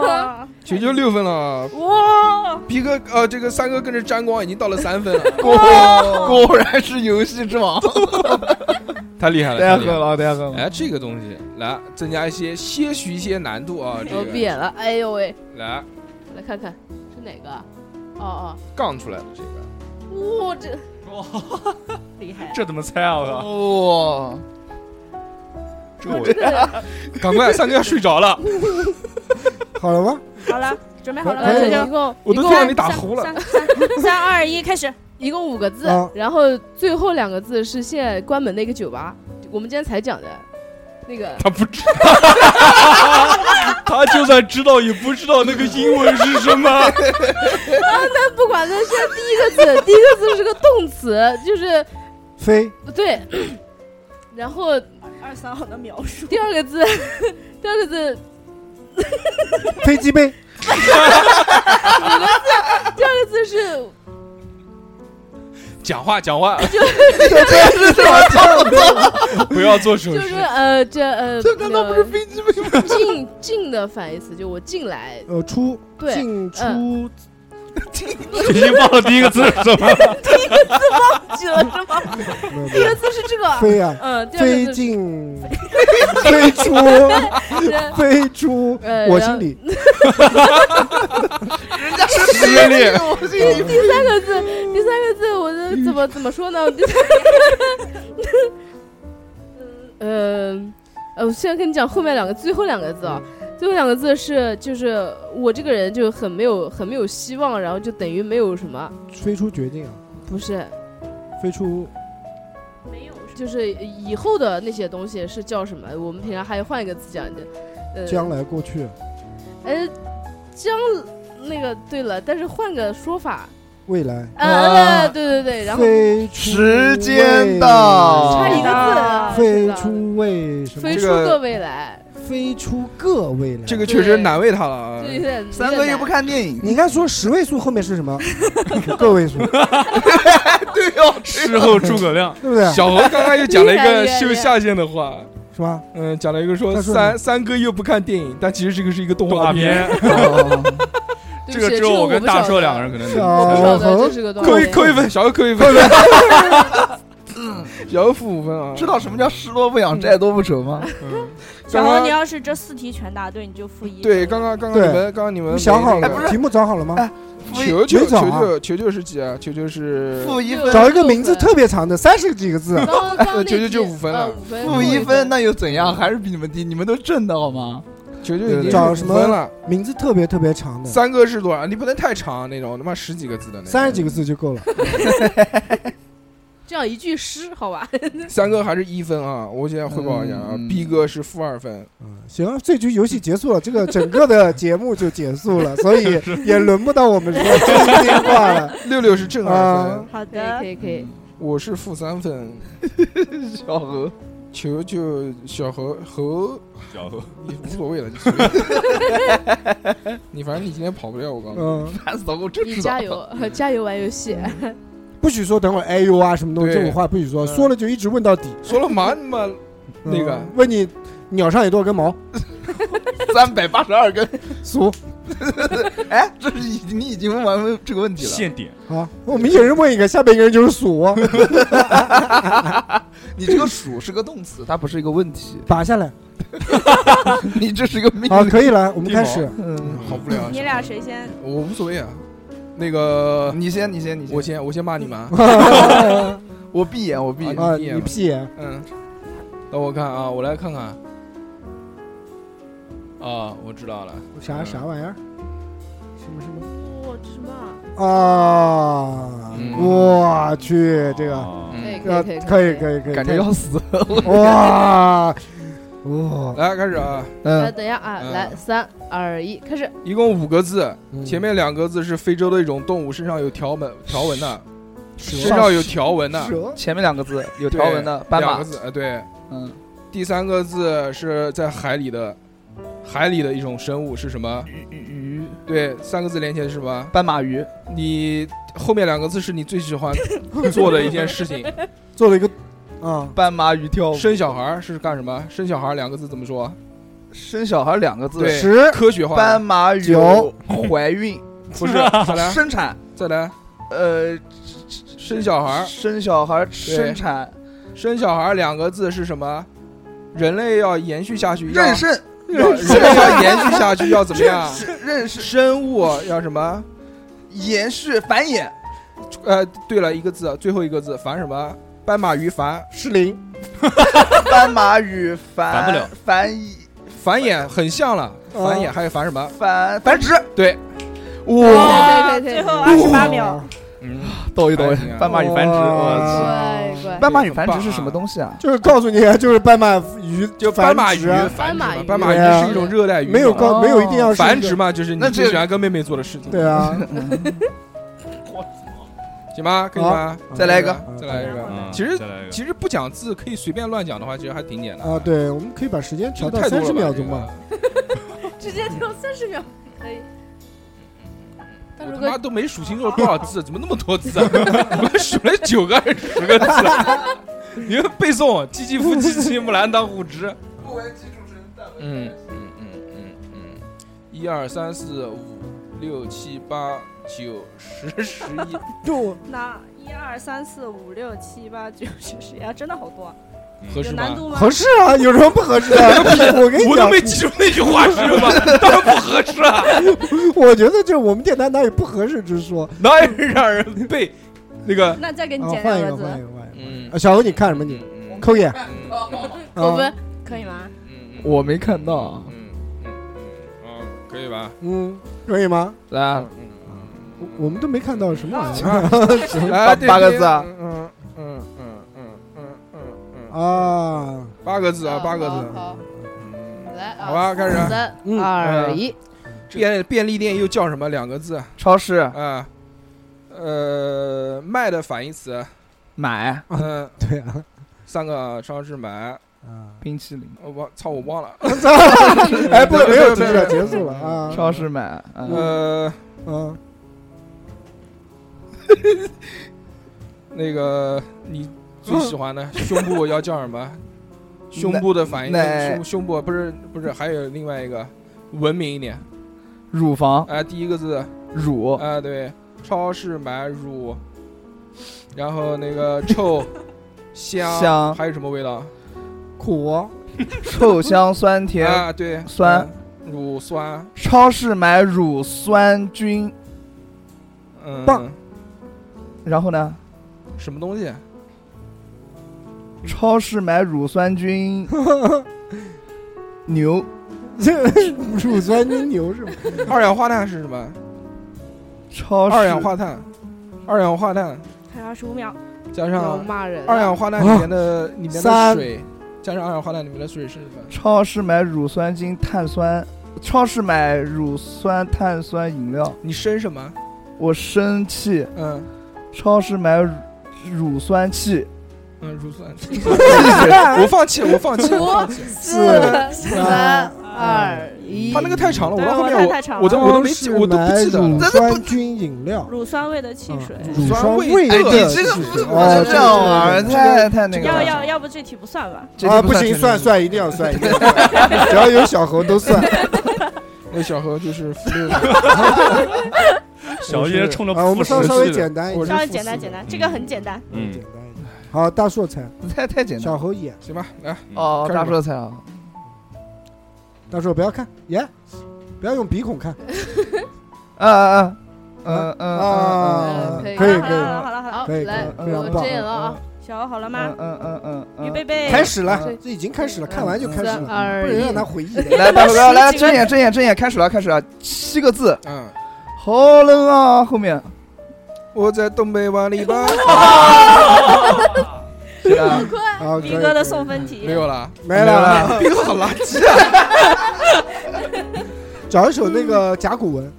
[SPEAKER 6] 哇
[SPEAKER 2] 九九六分了，
[SPEAKER 6] 哇！
[SPEAKER 2] 皮哥呃，这个三哥跟着沾光已经到了三分了，
[SPEAKER 3] 果果然是游戏之王，
[SPEAKER 2] 太厉害了，
[SPEAKER 3] 太
[SPEAKER 2] 太厉
[SPEAKER 3] 狠
[SPEAKER 2] 害了。
[SPEAKER 3] 了，太狠了！
[SPEAKER 2] 哎，这个东西来增加一些些许一些难度啊，这
[SPEAKER 11] 我闭
[SPEAKER 2] 个
[SPEAKER 11] 眼了，哎呦喂，
[SPEAKER 2] 来
[SPEAKER 11] 来看看是哪个啊？哦
[SPEAKER 2] 杠出来的这个，
[SPEAKER 11] 哦，哇这
[SPEAKER 6] 厉害！
[SPEAKER 7] 这怎么猜啊？我靠！
[SPEAKER 3] 哇，
[SPEAKER 2] 这我 赶快，三哥要睡着了，
[SPEAKER 4] 好了吗？
[SPEAKER 6] 好了，准备好了吗？
[SPEAKER 4] 可
[SPEAKER 6] 九
[SPEAKER 4] 以
[SPEAKER 6] 九
[SPEAKER 11] 一，共
[SPEAKER 2] 我哎都
[SPEAKER 6] 一共
[SPEAKER 2] 听到你打呼了。
[SPEAKER 6] 三三三三二一，开始。
[SPEAKER 11] 一共五个字
[SPEAKER 4] 啊，
[SPEAKER 11] 然后最后两个字是现在关门的一个酒吧，我们今天才讲的，那个
[SPEAKER 7] 他不知道，他就算知道也不知道那个英文是什么。
[SPEAKER 11] 不管啊那现在第一个字，第一个字是个动词，就是
[SPEAKER 4] 飞
[SPEAKER 11] 不对。 然后
[SPEAKER 6] 二三好的描述。
[SPEAKER 11] 第二个字， 第二个字，
[SPEAKER 4] 飞机杯，
[SPEAKER 11] 第二个字是
[SPEAKER 2] 讲话讲 话，
[SPEAKER 3] 这是我操！
[SPEAKER 2] 不要做手
[SPEAKER 11] 就是
[SPEAKER 2] 势。
[SPEAKER 11] 呃这呃
[SPEAKER 3] 这难道不是飞机杯吗？
[SPEAKER 11] 进进的反义词，就我进来，
[SPEAKER 4] 呃，出
[SPEAKER 11] 对嗯
[SPEAKER 4] 进出
[SPEAKER 7] 已经忘了第一个字是什 么，
[SPEAKER 11] 记了是吗？
[SPEAKER 4] 没有 没
[SPEAKER 11] 第一
[SPEAKER 4] 有
[SPEAKER 11] 个字是这个，
[SPEAKER 4] 呃飞啊，
[SPEAKER 11] 嗯，第二
[SPEAKER 4] 飞
[SPEAKER 11] 个字
[SPEAKER 4] 进飞出
[SPEAKER 11] 是
[SPEAKER 4] 飞出
[SPEAKER 11] 呃，
[SPEAKER 4] 我
[SPEAKER 11] 然
[SPEAKER 4] 心
[SPEAKER 11] 后
[SPEAKER 4] 里
[SPEAKER 3] 人家是失恋，我心
[SPEAKER 4] 呃
[SPEAKER 3] 里
[SPEAKER 11] 第三个字，第三个字，我这怎么怎么说呢？第 三呃，呃，我现在跟你讲后面两个，最后两个字啊，最后两个字是就是我这个人就很没有很没有希望，然后就等于没有什么，
[SPEAKER 4] 飞出绝境啊，
[SPEAKER 11] 不是，
[SPEAKER 4] 飞出
[SPEAKER 6] 没有什么
[SPEAKER 11] 就是以后的那些东西是叫什么？我们平常还换一个词讲的，呃，
[SPEAKER 4] 将来过去
[SPEAKER 11] 呃，将那个对了，但是换个说法，
[SPEAKER 4] 未来，
[SPEAKER 11] 啊，
[SPEAKER 3] 啊
[SPEAKER 11] 呃对对对，然后
[SPEAKER 4] 飞出
[SPEAKER 3] 时间到
[SPEAKER 11] 差一个字啊，
[SPEAKER 4] 未来，飞
[SPEAKER 11] 知道
[SPEAKER 4] 出为什么
[SPEAKER 11] 飞？出
[SPEAKER 2] 这个
[SPEAKER 11] 个未来，
[SPEAKER 4] 飞出个未来。
[SPEAKER 2] 这个确实难为他了啊
[SPEAKER 11] 对，有点
[SPEAKER 3] 三哥又不，看电影，
[SPEAKER 4] 你看，说十位数后面是 什么？个位数，对
[SPEAKER 3] 对哦，
[SPEAKER 7] 事后诸葛亮。
[SPEAKER 4] 不对？
[SPEAKER 2] 小何刚刚又讲了一
[SPEAKER 11] 越来
[SPEAKER 2] 个
[SPEAKER 11] 越
[SPEAKER 2] 修下限的话，
[SPEAKER 4] 是吧？
[SPEAKER 2] 嗯，讲了一个说
[SPEAKER 4] 他说什么
[SPEAKER 2] 三三哥又不看电影，但其实这个是一个动
[SPEAKER 7] 动画
[SPEAKER 2] 画片，
[SPEAKER 7] 片，
[SPEAKER 3] 哦
[SPEAKER 11] 对
[SPEAKER 7] 这
[SPEAKER 11] 不起
[SPEAKER 7] 个只有我跟大硕两个人可能
[SPEAKER 4] 哦
[SPEAKER 11] 这个我不晓得这是个多少
[SPEAKER 7] 扣一
[SPEAKER 11] 钱
[SPEAKER 7] 扣一分，小优扣一分。
[SPEAKER 3] 小优负五分啊！知道什么叫失落不养，债多不愁吗？
[SPEAKER 6] 小何，你要是这四题全答对，你就负一。
[SPEAKER 2] 嗯对，刚刚刚刚你
[SPEAKER 3] 对
[SPEAKER 2] 们刚刚你们
[SPEAKER 4] 想好
[SPEAKER 3] 哎
[SPEAKER 2] 没那
[SPEAKER 4] 了
[SPEAKER 2] 个
[SPEAKER 4] 题目找好了吗？
[SPEAKER 11] 嗯
[SPEAKER 2] 球球
[SPEAKER 4] 没
[SPEAKER 2] 球
[SPEAKER 4] 找啊
[SPEAKER 2] 球球球是几啊？球球是
[SPEAKER 3] 负一分
[SPEAKER 4] 找一个名字特别长的，三十几个字。啊
[SPEAKER 2] 球球就五分了，
[SPEAKER 3] 负一分那又怎样？还是比你们低，你们都挣的好吗？
[SPEAKER 2] 球球已经
[SPEAKER 4] 找
[SPEAKER 2] 是
[SPEAKER 4] 什
[SPEAKER 2] 五分了
[SPEAKER 4] 么。名字特别特别长的，
[SPEAKER 2] 三个是多少？你不能太长那种，他妈十几个字的那种。
[SPEAKER 4] 三十几个字就够了。
[SPEAKER 11] 这样一句诗，好吧？
[SPEAKER 2] 三哥还是一分啊！我现在汇报一下啊、b
[SPEAKER 4] 嗯
[SPEAKER 2] 哥是负二分，
[SPEAKER 4] 行，这局游戏结束了，这个整个的节目就结束了，所以也轮不到我们说真心话了。
[SPEAKER 2] 六 六是正二分，
[SPEAKER 4] 啊
[SPEAKER 6] 好
[SPEAKER 11] 的，可以可以。
[SPEAKER 2] 我是负三分，
[SPEAKER 3] 小何，
[SPEAKER 2] 球球小何何
[SPEAKER 7] 小何，
[SPEAKER 2] 你无所谓了，你随便你反正你今天跑不了，我告诉
[SPEAKER 3] 嗯
[SPEAKER 2] 你，
[SPEAKER 3] 烦死了，我就
[SPEAKER 11] 你加油，呃加油玩游戏。
[SPEAKER 4] 不许说等会儿哎呦啊什么东西，
[SPEAKER 2] 对
[SPEAKER 4] 这种话不许说，说了就一直问到底。
[SPEAKER 2] 说了嘛，你妈那个
[SPEAKER 4] 嗯问你鸟上有多少 根毛？
[SPEAKER 3] 三百八十二根。
[SPEAKER 4] 数
[SPEAKER 3] 哎，这是已你已经问完问这个问题了。
[SPEAKER 7] 现点，
[SPEAKER 4] 啊！我们一人问一个，下边一个人就是数，
[SPEAKER 3] 你这个数是个动词，它不是一个问题。
[SPEAKER 4] 拔下来。
[SPEAKER 3] 你这是一个命令。
[SPEAKER 2] 哎
[SPEAKER 4] 好，啊可以了，我们 开始。
[SPEAKER 3] 嗯，
[SPEAKER 2] 好无聊啊。
[SPEAKER 6] 你俩谁先？
[SPEAKER 2] 我无所谓啊。那个，
[SPEAKER 3] 你先，你先，你先。
[SPEAKER 2] 我先，我先骂你们啊。
[SPEAKER 3] 我闭眼，我闭眼。
[SPEAKER 4] 啊，
[SPEAKER 2] 闭
[SPEAKER 4] 你
[SPEAKER 2] 眼吧
[SPEAKER 4] 屁眼，
[SPEAKER 2] 嗯，等我看啊，我来看看。啊，我知道了。
[SPEAKER 4] 啥
[SPEAKER 2] 嗯
[SPEAKER 4] 啥玩意儿？什么什么？
[SPEAKER 6] 我什么？
[SPEAKER 4] 啊！我去，这个
[SPEAKER 7] 哦
[SPEAKER 11] 哎
[SPEAKER 2] 嗯
[SPEAKER 4] 呃
[SPEAKER 6] 可以
[SPEAKER 4] 可
[SPEAKER 6] 可
[SPEAKER 4] 以
[SPEAKER 6] 以
[SPEAKER 4] 可以可以，
[SPEAKER 3] 感觉
[SPEAKER 4] 可以
[SPEAKER 3] 要死 了
[SPEAKER 4] 哇！哇！
[SPEAKER 2] 来开始啊，
[SPEAKER 11] 呃，等一下啊，
[SPEAKER 2] 嗯
[SPEAKER 11] 来，三二一，开始。
[SPEAKER 2] 一共五个字，前面两个字是非洲的一种动物，身上有条纹条纹的，身上有条纹的，
[SPEAKER 4] 蛇
[SPEAKER 3] 前面两个字有条纹的
[SPEAKER 2] 对
[SPEAKER 3] 斑
[SPEAKER 2] 两
[SPEAKER 3] 马
[SPEAKER 2] 个，字，呃对。
[SPEAKER 3] 嗯，
[SPEAKER 2] 第三个字是在海里的，海里的一种生物是什么？
[SPEAKER 3] 鱼，
[SPEAKER 2] 对，三个字连起来是什么？
[SPEAKER 3] 斑马鱼，
[SPEAKER 2] 你后面两个字是你最喜欢 做的一件事 情。
[SPEAKER 4] 做了一个啊，
[SPEAKER 3] 斑马鱼跳舞。
[SPEAKER 2] 生小孩儿是干什么？生小孩儿两个字怎么说？
[SPEAKER 3] 生小孩两个字，
[SPEAKER 2] 对，
[SPEAKER 4] 十
[SPEAKER 2] 科学化。
[SPEAKER 3] 斑马鱼
[SPEAKER 4] 九
[SPEAKER 3] 怀孕
[SPEAKER 2] 不 是，再来，
[SPEAKER 3] 生产，
[SPEAKER 2] 再来，
[SPEAKER 3] 呃，
[SPEAKER 2] 生小孩儿，
[SPEAKER 3] 生小孩生产
[SPEAKER 2] 生小孩儿两个字是什么？人类要延续下去，要
[SPEAKER 3] 妊娠
[SPEAKER 2] 要人
[SPEAKER 3] 妊
[SPEAKER 2] 类要
[SPEAKER 3] 娠
[SPEAKER 2] 延续下去要怎么 样？
[SPEAKER 3] 妊娠
[SPEAKER 2] 生物要什么？
[SPEAKER 3] 延续繁衍
[SPEAKER 2] 呃，对了，一个字，最后一个字，繁什么？斑马鱼繁
[SPEAKER 4] 失灵
[SPEAKER 3] 斑马鱼繁
[SPEAKER 7] 烦不了
[SPEAKER 3] 繁
[SPEAKER 2] 繁衍很像了，
[SPEAKER 4] 哦
[SPEAKER 2] 繁衍还有繁什么？
[SPEAKER 3] 繁繁殖，
[SPEAKER 2] 对，
[SPEAKER 11] 哇，对对
[SPEAKER 6] 最
[SPEAKER 11] 对，
[SPEAKER 6] 后二十八秒，
[SPEAKER 2] 嗯，
[SPEAKER 3] 抖一
[SPEAKER 2] 抖一
[SPEAKER 3] 斑马鱼繁殖，我
[SPEAKER 11] 乖
[SPEAKER 3] 去，
[SPEAKER 11] 乖。
[SPEAKER 3] 斑马鱼繁殖是什么东西啊？
[SPEAKER 4] 就是告诉你，就是斑马鱼
[SPEAKER 2] 就
[SPEAKER 4] 繁
[SPEAKER 2] 斑马鱼
[SPEAKER 4] 殖啊
[SPEAKER 2] 繁殖嘛
[SPEAKER 11] 斑马鱼
[SPEAKER 2] 斑马鱼是一种热带鱼种，
[SPEAKER 4] 没有告
[SPEAKER 3] 哦
[SPEAKER 4] 没有一定要是一个
[SPEAKER 2] 繁殖嘛，就是你
[SPEAKER 3] 那这
[SPEAKER 2] 最喜欢跟妹妹做的事情，
[SPEAKER 4] 对啊，
[SPEAKER 2] 行吧？可以吗？
[SPEAKER 3] 再来一个
[SPEAKER 2] 再来一个。
[SPEAKER 7] 嗯
[SPEAKER 2] 其实
[SPEAKER 7] 再来一个
[SPEAKER 2] 其实不讲字可以随便乱讲的话，其实还挺简单的
[SPEAKER 4] 啊，，对，我们可以把时间调到
[SPEAKER 2] 太多
[SPEAKER 4] 三
[SPEAKER 2] 了
[SPEAKER 4] 十
[SPEAKER 2] 吧
[SPEAKER 4] 秒钟吧。。
[SPEAKER 11] 直接跳三十秒，可以。
[SPEAKER 2] 这
[SPEAKER 11] 但
[SPEAKER 2] 个
[SPEAKER 11] 如
[SPEAKER 2] 我他妈
[SPEAKER 11] 果
[SPEAKER 2] 都没数清楚多少字，怎么那么多字啊？我数了九个还是十个字？你们背诵“唧唧复唧唧，木兰当户织”。嗯嗯嗯嗯嗯，一二三四五六七八九十十一，
[SPEAKER 4] 就
[SPEAKER 6] 那一二三四五六七八九十十一，啊，真的好多，
[SPEAKER 2] 合
[SPEAKER 6] 有
[SPEAKER 2] 适
[SPEAKER 6] 难
[SPEAKER 2] 吗？
[SPEAKER 6] 度吗？
[SPEAKER 4] 合适啊，有什么不合适的？啊我跟你
[SPEAKER 2] 我都
[SPEAKER 4] 讲，
[SPEAKER 2] 没记住那句话是什么，当然不合适了，
[SPEAKER 4] 我觉得就是我们电台哪有不合适之说？
[SPEAKER 2] 哪有让人背那个？
[SPEAKER 6] 那再给你
[SPEAKER 4] 啊，
[SPEAKER 6] 减
[SPEAKER 4] 换
[SPEAKER 6] 两
[SPEAKER 4] 一
[SPEAKER 6] 个
[SPEAKER 4] 个，换一
[SPEAKER 6] 字，
[SPEAKER 4] 个，换一
[SPEAKER 2] 嗯
[SPEAKER 4] 个。啊，小欧，你看什么？你
[SPEAKER 2] 嗯
[SPEAKER 4] 抠眼。啊
[SPEAKER 11] 我们
[SPEAKER 6] 可以吗？
[SPEAKER 3] 我没看到啊，
[SPEAKER 2] 嗯嗯嗯，哦，可以吧？
[SPEAKER 4] 嗯，可以吗？
[SPEAKER 3] 来啊
[SPEAKER 4] 我我们都没看到什么玩意儿
[SPEAKER 2] 来
[SPEAKER 3] 八八个字啊
[SPEAKER 2] 哎嗯嗯嗯嗯嗯嗯嗯嗯，
[SPEAKER 4] 啊！
[SPEAKER 2] 八个字啊，
[SPEAKER 11] 啊
[SPEAKER 2] 八个字。
[SPEAKER 11] 好，好来啊，
[SPEAKER 2] 好吧开始啊
[SPEAKER 11] 三
[SPEAKER 4] 嗯
[SPEAKER 11] 二一，
[SPEAKER 2] 便便利店又叫什么？两个字
[SPEAKER 3] 超市
[SPEAKER 2] 啊，呃，卖的反义 词，
[SPEAKER 3] 买
[SPEAKER 2] 嗯，
[SPEAKER 4] 对啊，
[SPEAKER 2] 三个超市买，
[SPEAKER 4] 啊，
[SPEAKER 3] 冰淇淋，
[SPEAKER 2] 我忘，操，我忘了。
[SPEAKER 4] 哎，不，没有提示，结束了啊。
[SPEAKER 3] 超市买，嗯，
[SPEAKER 2] 呃，
[SPEAKER 4] 嗯，
[SPEAKER 2] 那个你最喜欢 的胸部要叫什么？胸部的反义
[SPEAKER 3] 奶
[SPEAKER 2] 胸胸部不是不是，还有另外一个文明一点，
[SPEAKER 3] 乳房
[SPEAKER 2] 啊，第一个字
[SPEAKER 3] 乳
[SPEAKER 2] 啊，对，超市买乳，然后那个 臭香
[SPEAKER 3] 香
[SPEAKER 2] 还有什么味道？
[SPEAKER 4] 苦，
[SPEAKER 3] 臭香酸甜
[SPEAKER 2] 啊，对，
[SPEAKER 3] 酸。
[SPEAKER 2] 嗯乳酸，
[SPEAKER 3] 超市买乳酸菌
[SPEAKER 2] 嗯，
[SPEAKER 3] 棒，然后呢？
[SPEAKER 2] 什么东西？
[SPEAKER 3] 超市买乳酸菌 牛
[SPEAKER 4] 乳酸菌牛是吧？
[SPEAKER 2] 二氧化碳是什么？
[SPEAKER 3] 超市
[SPEAKER 2] 二氧化碳，二氧化碳
[SPEAKER 6] 还有二十五秒，
[SPEAKER 2] 加
[SPEAKER 11] 要
[SPEAKER 2] 上
[SPEAKER 11] 骂人了
[SPEAKER 2] 二氧化碳里面的、里面的
[SPEAKER 3] 啊三
[SPEAKER 2] 水，加上二氧化碳里面的水是什么？
[SPEAKER 3] 超市买乳酸菌碳酸，超市买乳酸碳酸饮料。
[SPEAKER 2] 你生什么？
[SPEAKER 3] 我生气。
[SPEAKER 2] 嗯。
[SPEAKER 3] 超市买乳乳酸气。
[SPEAKER 2] 嗯，乳 酸。
[SPEAKER 3] 水
[SPEAKER 2] 我放弃，我放弃，我放弃。
[SPEAKER 11] 四三二一，
[SPEAKER 2] 他那个太长了，我
[SPEAKER 6] 对
[SPEAKER 2] 到后面
[SPEAKER 6] 我太
[SPEAKER 2] 我
[SPEAKER 6] 太长
[SPEAKER 2] 我都
[SPEAKER 6] 了
[SPEAKER 2] 我都没记，我都不记得
[SPEAKER 4] 乳
[SPEAKER 2] 了。
[SPEAKER 4] 酸菌饮料，
[SPEAKER 6] 乳酸味的汽水。
[SPEAKER 4] 乳酸味的
[SPEAKER 3] 哎，你这
[SPEAKER 4] 汽
[SPEAKER 3] 个不
[SPEAKER 4] 水
[SPEAKER 3] 不能这样玩儿，
[SPEAKER 4] 哦这个
[SPEAKER 3] 太太那个
[SPEAKER 6] 要
[SPEAKER 3] 了。
[SPEAKER 6] 要要不这题不算吧？
[SPEAKER 3] 这
[SPEAKER 4] 啊，
[SPEAKER 3] 题
[SPEAKER 4] 不行，
[SPEAKER 3] 这
[SPEAKER 4] 算
[SPEAKER 3] 题
[SPEAKER 4] 算，一定要算，一定要算只要有小猴都算。
[SPEAKER 2] 那小何就是 负六，
[SPEAKER 7] 小叶冲着
[SPEAKER 4] 啊，我们稍
[SPEAKER 7] 复
[SPEAKER 4] 微
[SPEAKER 7] 试
[SPEAKER 4] 稍微
[SPEAKER 7] 去的
[SPEAKER 4] 简单一
[SPEAKER 2] 我是
[SPEAKER 4] 点，
[SPEAKER 6] 稍微
[SPEAKER 2] 复
[SPEAKER 6] 简单
[SPEAKER 2] 试
[SPEAKER 6] 简单，
[SPEAKER 7] 嗯
[SPEAKER 6] 这个很简单。
[SPEAKER 7] 嗯，
[SPEAKER 4] 好，大硕猜，
[SPEAKER 3] 太太简单
[SPEAKER 4] 小。猴演，
[SPEAKER 2] 行吧，来，
[SPEAKER 3] 哦，
[SPEAKER 2] 开始
[SPEAKER 3] 大
[SPEAKER 2] 吧
[SPEAKER 3] 硕菜啊，
[SPEAKER 4] 大硕不要看，演，不要用鼻孔看。
[SPEAKER 3] 啊啊啊，嗯
[SPEAKER 4] 啊
[SPEAKER 3] 嗯嗯，
[SPEAKER 11] 可以
[SPEAKER 4] 可以
[SPEAKER 6] 好
[SPEAKER 4] 可以
[SPEAKER 6] 了好了好了，
[SPEAKER 11] 好
[SPEAKER 4] 可以
[SPEAKER 11] 来，
[SPEAKER 4] 可以非常
[SPEAKER 11] 我
[SPEAKER 4] 棒
[SPEAKER 11] 这演了啊，
[SPEAKER 6] 小欧好了
[SPEAKER 3] 嗯
[SPEAKER 6] 吗？
[SPEAKER 3] 嗯嗯嗯嗯，
[SPEAKER 6] 预备备，
[SPEAKER 4] 开始了
[SPEAKER 11] 嗯，
[SPEAKER 4] 这已经开始了，看完就开始
[SPEAKER 11] 三
[SPEAKER 4] 了，不
[SPEAKER 11] 二
[SPEAKER 4] 能
[SPEAKER 11] 一
[SPEAKER 4] 让，他回忆的。
[SPEAKER 3] 来，大哥， 来，
[SPEAKER 11] 十几个
[SPEAKER 3] 睁眼，睁眼，睁眼，开始了，开始了，七个字，
[SPEAKER 2] 嗯，
[SPEAKER 3] 好冷啊！后面，
[SPEAKER 2] 我在东北万里 吧，
[SPEAKER 3] 对吧？
[SPEAKER 4] 好，
[SPEAKER 6] 逼哥的
[SPEAKER 4] 可以
[SPEAKER 6] 送分题
[SPEAKER 2] 没，有了，
[SPEAKER 4] 可以没了，
[SPEAKER 2] 这个好垃 圾啊！
[SPEAKER 4] 找一首那个甲骨文，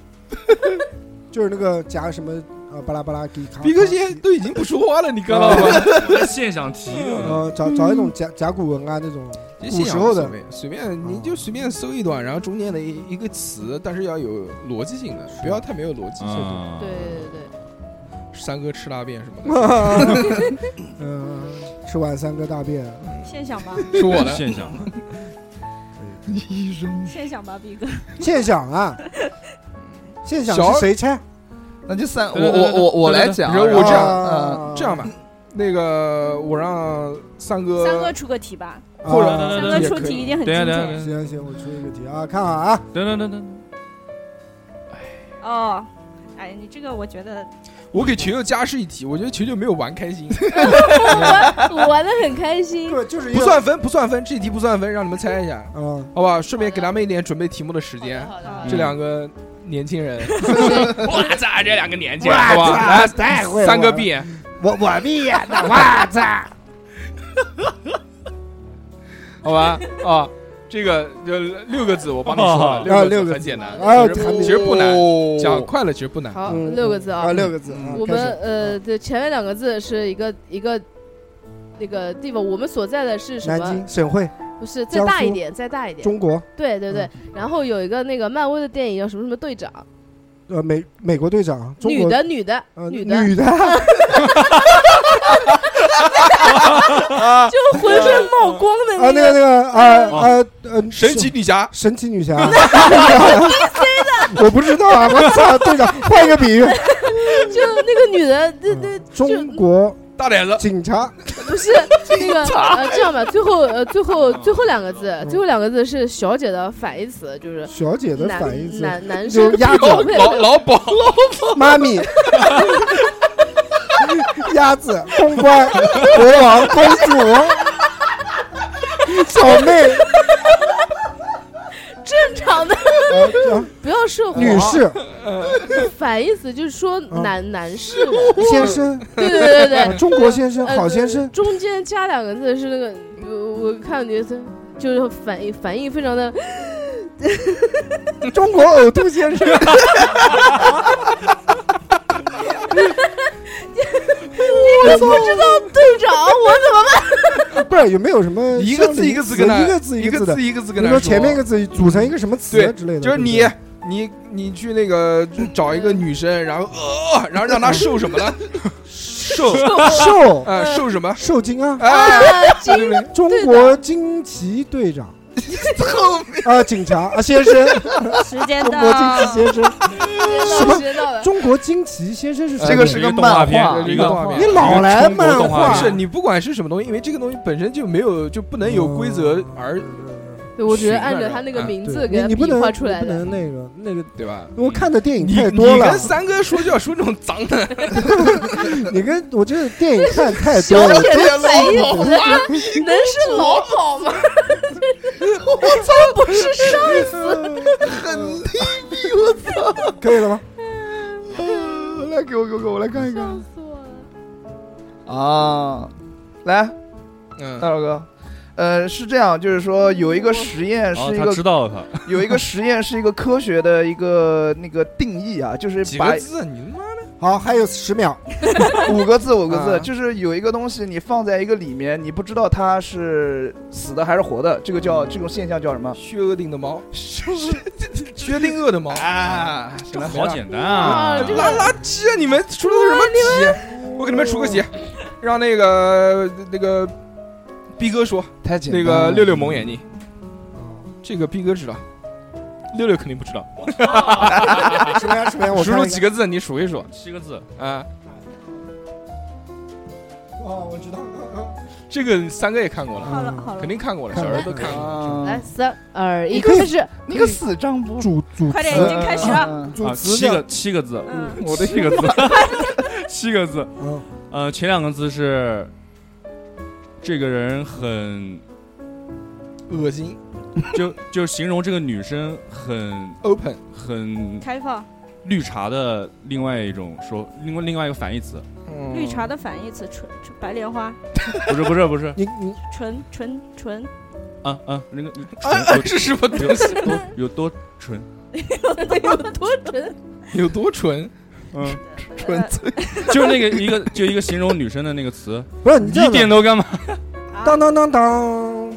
[SPEAKER 4] 就是那个甲什么啊巴拉巴拉给卡。
[SPEAKER 2] 逼哥现在都已经不说话了，你看到
[SPEAKER 4] 哦
[SPEAKER 2] 吗？
[SPEAKER 3] 嗯
[SPEAKER 7] 嗯现象题，
[SPEAKER 4] 呃，找找一种甲甲骨文啊那种，
[SPEAKER 2] 这
[SPEAKER 4] 古
[SPEAKER 2] 信
[SPEAKER 4] 时
[SPEAKER 2] 仰
[SPEAKER 4] 候的
[SPEAKER 2] 无所谓，随便你就随便搜一段，然后中间的一一个词，但是要有逻辑性的，不要太没有逻辑性。
[SPEAKER 7] 啊
[SPEAKER 11] 对，对对对，
[SPEAKER 2] 三哥吃大便什么
[SPEAKER 4] 嗯，吃完三个大便，
[SPEAKER 6] 现想吧，
[SPEAKER 2] 的，是我的。
[SPEAKER 7] 现象，
[SPEAKER 3] 医生，
[SPEAKER 6] 现想吧，逼哥。
[SPEAKER 4] 现想啊，现想
[SPEAKER 2] 小
[SPEAKER 4] 是谁拆？
[SPEAKER 3] 那就三，我
[SPEAKER 7] 对对对
[SPEAKER 3] 我我我来
[SPEAKER 7] 对对对
[SPEAKER 3] 讲，
[SPEAKER 2] 然后
[SPEAKER 3] 然
[SPEAKER 2] 我这样
[SPEAKER 3] 嗯，
[SPEAKER 2] 这样吧，那个我让三哥，
[SPEAKER 6] 三哥出个题吧，
[SPEAKER 4] 啊，
[SPEAKER 2] 或者
[SPEAKER 6] 三
[SPEAKER 7] 对对对
[SPEAKER 6] 哥
[SPEAKER 2] 也
[SPEAKER 6] 出
[SPEAKER 2] 可以
[SPEAKER 6] 题一定很
[SPEAKER 7] 等
[SPEAKER 6] 精
[SPEAKER 7] 一下等一下
[SPEAKER 6] 准
[SPEAKER 7] 等。一
[SPEAKER 4] 行
[SPEAKER 7] 下
[SPEAKER 4] 行，我出一个题啊，看好啊，
[SPEAKER 7] 等等等等，
[SPEAKER 6] 哦，哎，你这个我觉得
[SPEAKER 2] 我给球球加试一题，我觉得球球没有玩开心，
[SPEAKER 11] 我玩的很开心，
[SPEAKER 4] 不就是一
[SPEAKER 2] 不
[SPEAKER 4] 个
[SPEAKER 2] 算分，不算分，这一题不算分，让你们猜一下，
[SPEAKER 4] 啊，
[SPEAKER 2] 好吧？顺便给他们一点准备题目的时间。
[SPEAKER 11] 好的好
[SPEAKER 4] 嗯
[SPEAKER 11] 的
[SPEAKER 2] 这两个年轻 人，
[SPEAKER 7] 我操，这两个年纪，
[SPEAKER 2] 好吧？来，
[SPEAKER 4] 太会玩了
[SPEAKER 2] 三哥闭眼，
[SPEAKER 4] 我我闭眼 的，我操！
[SPEAKER 2] 好吧？啊，这个就六个字，我帮你说了，
[SPEAKER 4] 啊
[SPEAKER 2] 六
[SPEAKER 4] 六
[SPEAKER 2] 字
[SPEAKER 4] 个
[SPEAKER 2] 很
[SPEAKER 4] 字
[SPEAKER 2] 简单，
[SPEAKER 4] 啊
[SPEAKER 2] 其
[SPEAKER 4] 还
[SPEAKER 2] 实
[SPEAKER 4] 没
[SPEAKER 2] 其实不难，
[SPEAKER 3] 哦
[SPEAKER 2] 讲快了其实不难。
[SPEAKER 11] 好
[SPEAKER 4] 嗯
[SPEAKER 11] 六个字
[SPEAKER 4] 啊，
[SPEAKER 11] 啊，
[SPEAKER 4] 六个字啊，
[SPEAKER 11] 我
[SPEAKER 4] 开
[SPEAKER 11] 们
[SPEAKER 4] 始
[SPEAKER 11] 呃，对，前面两个字是一个一个那个地方，我们所在的是什
[SPEAKER 4] 南
[SPEAKER 11] 么
[SPEAKER 4] 京？省会，
[SPEAKER 11] 不是，再
[SPEAKER 4] 江
[SPEAKER 11] 大一
[SPEAKER 4] 苏
[SPEAKER 11] 点，再大一点，
[SPEAKER 4] 中国，
[SPEAKER 11] 对对对
[SPEAKER 4] 嗯。
[SPEAKER 11] 然后有一个那个漫威的电影叫什么什么队长，
[SPEAKER 4] 呃，美美国队长，中
[SPEAKER 11] 女
[SPEAKER 4] 国
[SPEAKER 11] 的女的
[SPEAKER 4] 呃
[SPEAKER 11] 女
[SPEAKER 4] 女
[SPEAKER 11] 的，啊
[SPEAKER 4] 的，
[SPEAKER 11] 就浑身冒光的
[SPEAKER 4] 啊，那个那个啊啊呃，
[SPEAKER 2] 哦神奇女侠，
[SPEAKER 4] 神奇女侠，啊 我不知道啊，我操，队长，换一个比喻，
[SPEAKER 11] 就那个女的，对对，
[SPEAKER 4] 嗯中国
[SPEAKER 2] 大胆子，
[SPEAKER 4] 警察，
[SPEAKER 11] 不 是那个呃，这样吧，最后呃，最后
[SPEAKER 4] 啊
[SPEAKER 11] 最后两个字，最后两个字是小姐的反义词，就是
[SPEAKER 4] 嗯小姐的
[SPEAKER 11] 男
[SPEAKER 4] 反义词，
[SPEAKER 11] 男男
[SPEAKER 4] 就
[SPEAKER 11] 生
[SPEAKER 4] 鸭子
[SPEAKER 11] 不配
[SPEAKER 2] 老老鸨，
[SPEAKER 4] 妈咪，鸭子，公关，国王，公主，小妹，
[SPEAKER 11] 正常的，
[SPEAKER 4] 呃叫
[SPEAKER 11] 不要说谎
[SPEAKER 4] 女，士，
[SPEAKER 11] 反义词就是说男男士嘛，
[SPEAKER 4] 先生，
[SPEAKER 11] 对对对对
[SPEAKER 4] 呃
[SPEAKER 11] 对，
[SPEAKER 4] 中国先生，
[SPEAKER 11] 呃
[SPEAKER 4] 好先生，
[SPEAKER 11] 中间加两个字是那个，我我看觉得就是反应反应非常的，
[SPEAKER 4] 中国呕吐先 生，
[SPEAKER 11] 我不知道队长，我怎么办？
[SPEAKER 4] 不是有没有什么
[SPEAKER 2] 一个
[SPEAKER 4] 相
[SPEAKER 2] 字
[SPEAKER 4] 邻
[SPEAKER 2] 一个字跟他
[SPEAKER 4] 呃一个字
[SPEAKER 2] 一
[SPEAKER 4] 个
[SPEAKER 2] 个
[SPEAKER 4] 字的
[SPEAKER 2] 字，一个字
[SPEAKER 4] 比
[SPEAKER 2] 跟
[SPEAKER 4] 如
[SPEAKER 2] 他
[SPEAKER 4] 说前面一个字组成一个什么词啊
[SPEAKER 2] 对
[SPEAKER 4] 之类的，
[SPEAKER 2] 就是
[SPEAKER 4] 对不
[SPEAKER 2] 你
[SPEAKER 4] 对。
[SPEAKER 2] 你你去那个找一个女生，然后呃，然后让她受什么呢？受
[SPEAKER 4] 受
[SPEAKER 2] 啊受什么？
[SPEAKER 4] 受惊啊！
[SPEAKER 2] 哎，
[SPEAKER 11] 金
[SPEAKER 4] 中国惊奇队长，
[SPEAKER 3] 后面
[SPEAKER 4] 啊，警察啊，先生，
[SPEAKER 6] 时间
[SPEAKER 4] 中
[SPEAKER 6] 到
[SPEAKER 4] 国惊奇先生，什
[SPEAKER 11] 时间到了
[SPEAKER 4] 么？中国惊奇先生是什么
[SPEAKER 3] 这个是个
[SPEAKER 2] 动画
[SPEAKER 3] 漫
[SPEAKER 2] 片，这
[SPEAKER 3] 画，
[SPEAKER 2] 是一个动画片。
[SPEAKER 4] 你老来
[SPEAKER 2] 中国动画
[SPEAKER 4] 漫画
[SPEAKER 2] 不是你不管是什么东西，因为这个东西本身就没有就不能有规
[SPEAKER 3] 嗯
[SPEAKER 2] 则而
[SPEAKER 11] 对，我只是按照他那个名字给
[SPEAKER 4] 你
[SPEAKER 11] 他
[SPEAKER 4] 你不
[SPEAKER 11] 比
[SPEAKER 4] 能
[SPEAKER 11] 划出来
[SPEAKER 4] 你不
[SPEAKER 11] 的。
[SPEAKER 4] 能那个那个，
[SPEAKER 2] 对吧？
[SPEAKER 4] 我看的电影
[SPEAKER 2] 你
[SPEAKER 4] 太
[SPEAKER 2] 你
[SPEAKER 4] 多了
[SPEAKER 3] 啊
[SPEAKER 2] 跟。三哥说就要说这种脏的，
[SPEAKER 4] 你跟我觉得 电影看太多了，
[SPEAKER 11] 小
[SPEAKER 4] 都
[SPEAKER 11] 白衣服的人能是老鸨吗？
[SPEAKER 3] 我操，
[SPEAKER 11] 不是上司，
[SPEAKER 3] 很低迷，我操！
[SPEAKER 4] 可以了吗？
[SPEAKER 3] 呃 来给我给我给我来看一看
[SPEAKER 11] 上司我了。
[SPEAKER 3] 啊！来，大
[SPEAKER 2] 嗯，
[SPEAKER 3] 老哥，呃，是这样，就是说有一个实验
[SPEAKER 7] 然后
[SPEAKER 2] 嗯哦
[SPEAKER 3] 是一
[SPEAKER 7] 哦他知
[SPEAKER 3] 个
[SPEAKER 7] 道了他，
[SPEAKER 3] 有一个实验是一个科学的一个那个定义啊，就是
[SPEAKER 2] 几
[SPEAKER 3] 把
[SPEAKER 2] 个字，你他妈的
[SPEAKER 4] 好，还有十秒，
[SPEAKER 3] 五个字，五个字，
[SPEAKER 2] 啊
[SPEAKER 3] 就是有一个东西，你放在一个里面，你不知道它是死的还是活的，这个叫这种现象叫什么？
[SPEAKER 2] 薛定谔的猫，薛定谔的猫，
[SPEAKER 3] 啊，
[SPEAKER 7] 这
[SPEAKER 3] 行了
[SPEAKER 7] 好简单啊
[SPEAKER 11] 啊！这个
[SPEAKER 2] 拉垃圾啊！你们出的都是什么啊题？我给你们出个题，让那个那个逼哥说，
[SPEAKER 3] 太简
[SPEAKER 2] 那
[SPEAKER 3] 单啊
[SPEAKER 2] 个
[SPEAKER 3] 了
[SPEAKER 2] 六六蒙眼睛，这个逼哥知道，六六肯定不知道。
[SPEAKER 4] 啊十秒，十秒，我
[SPEAKER 2] 数
[SPEAKER 4] 看
[SPEAKER 2] 数
[SPEAKER 4] 了
[SPEAKER 2] 几个字，你数一数
[SPEAKER 7] 七个字，
[SPEAKER 2] 啊。
[SPEAKER 4] 哦，我知道，嗯
[SPEAKER 2] 这个三哥也看过了，
[SPEAKER 6] 好了好了
[SPEAKER 2] 肯，定看过了，
[SPEAKER 4] 看
[SPEAKER 2] 小
[SPEAKER 4] 过
[SPEAKER 2] 时候都看过。
[SPEAKER 3] 啊
[SPEAKER 11] 来，三二一，
[SPEAKER 4] 你可以
[SPEAKER 11] 开始。
[SPEAKER 3] 你个死张不
[SPEAKER 4] 嗯主主
[SPEAKER 6] 快点，
[SPEAKER 4] 词
[SPEAKER 6] 哎已经开始了。
[SPEAKER 3] 嗯
[SPEAKER 4] 主
[SPEAKER 7] 啊，
[SPEAKER 4] 词
[SPEAKER 7] 七
[SPEAKER 4] 叫
[SPEAKER 7] 个七个字，
[SPEAKER 6] 嗯，
[SPEAKER 7] 我的七个字，七个字。
[SPEAKER 4] 嗯，
[SPEAKER 7] 呃，前两个字是这个人很，
[SPEAKER 2] 恶心
[SPEAKER 7] 就就形容这个女生很
[SPEAKER 2] ，open
[SPEAKER 7] 很
[SPEAKER 6] 开放。
[SPEAKER 7] 绿茶的另外一种说，另外另外一个反义词，
[SPEAKER 2] 嗯
[SPEAKER 6] 绿茶的反义词纯纯白莲花，
[SPEAKER 7] 不是不是不是，
[SPEAKER 4] 你你
[SPEAKER 6] 纯纯纯，
[SPEAKER 7] 啊啊，那个
[SPEAKER 2] 啊
[SPEAKER 7] 纯
[SPEAKER 2] 这是什么东西？
[SPEAKER 7] 有多有多纯，
[SPEAKER 6] 有多纯？呃
[SPEAKER 2] 有多纯？
[SPEAKER 7] 嗯，
[SPEAKER 3] 纯粹
[SPEAKER 7] 就是那个一个就一个形容女生的那个词，
[SPEAKER 4] 不是你这
[SPEAKER 7] 你
[SPEAKER 4] 样
[SPEAKER 7] 点
[SPEAKER 4] 的，
[SPEAKER 7] 头干嘛？
[SPEAKER 6] 啊
[SPEAKER 4] 当当当当，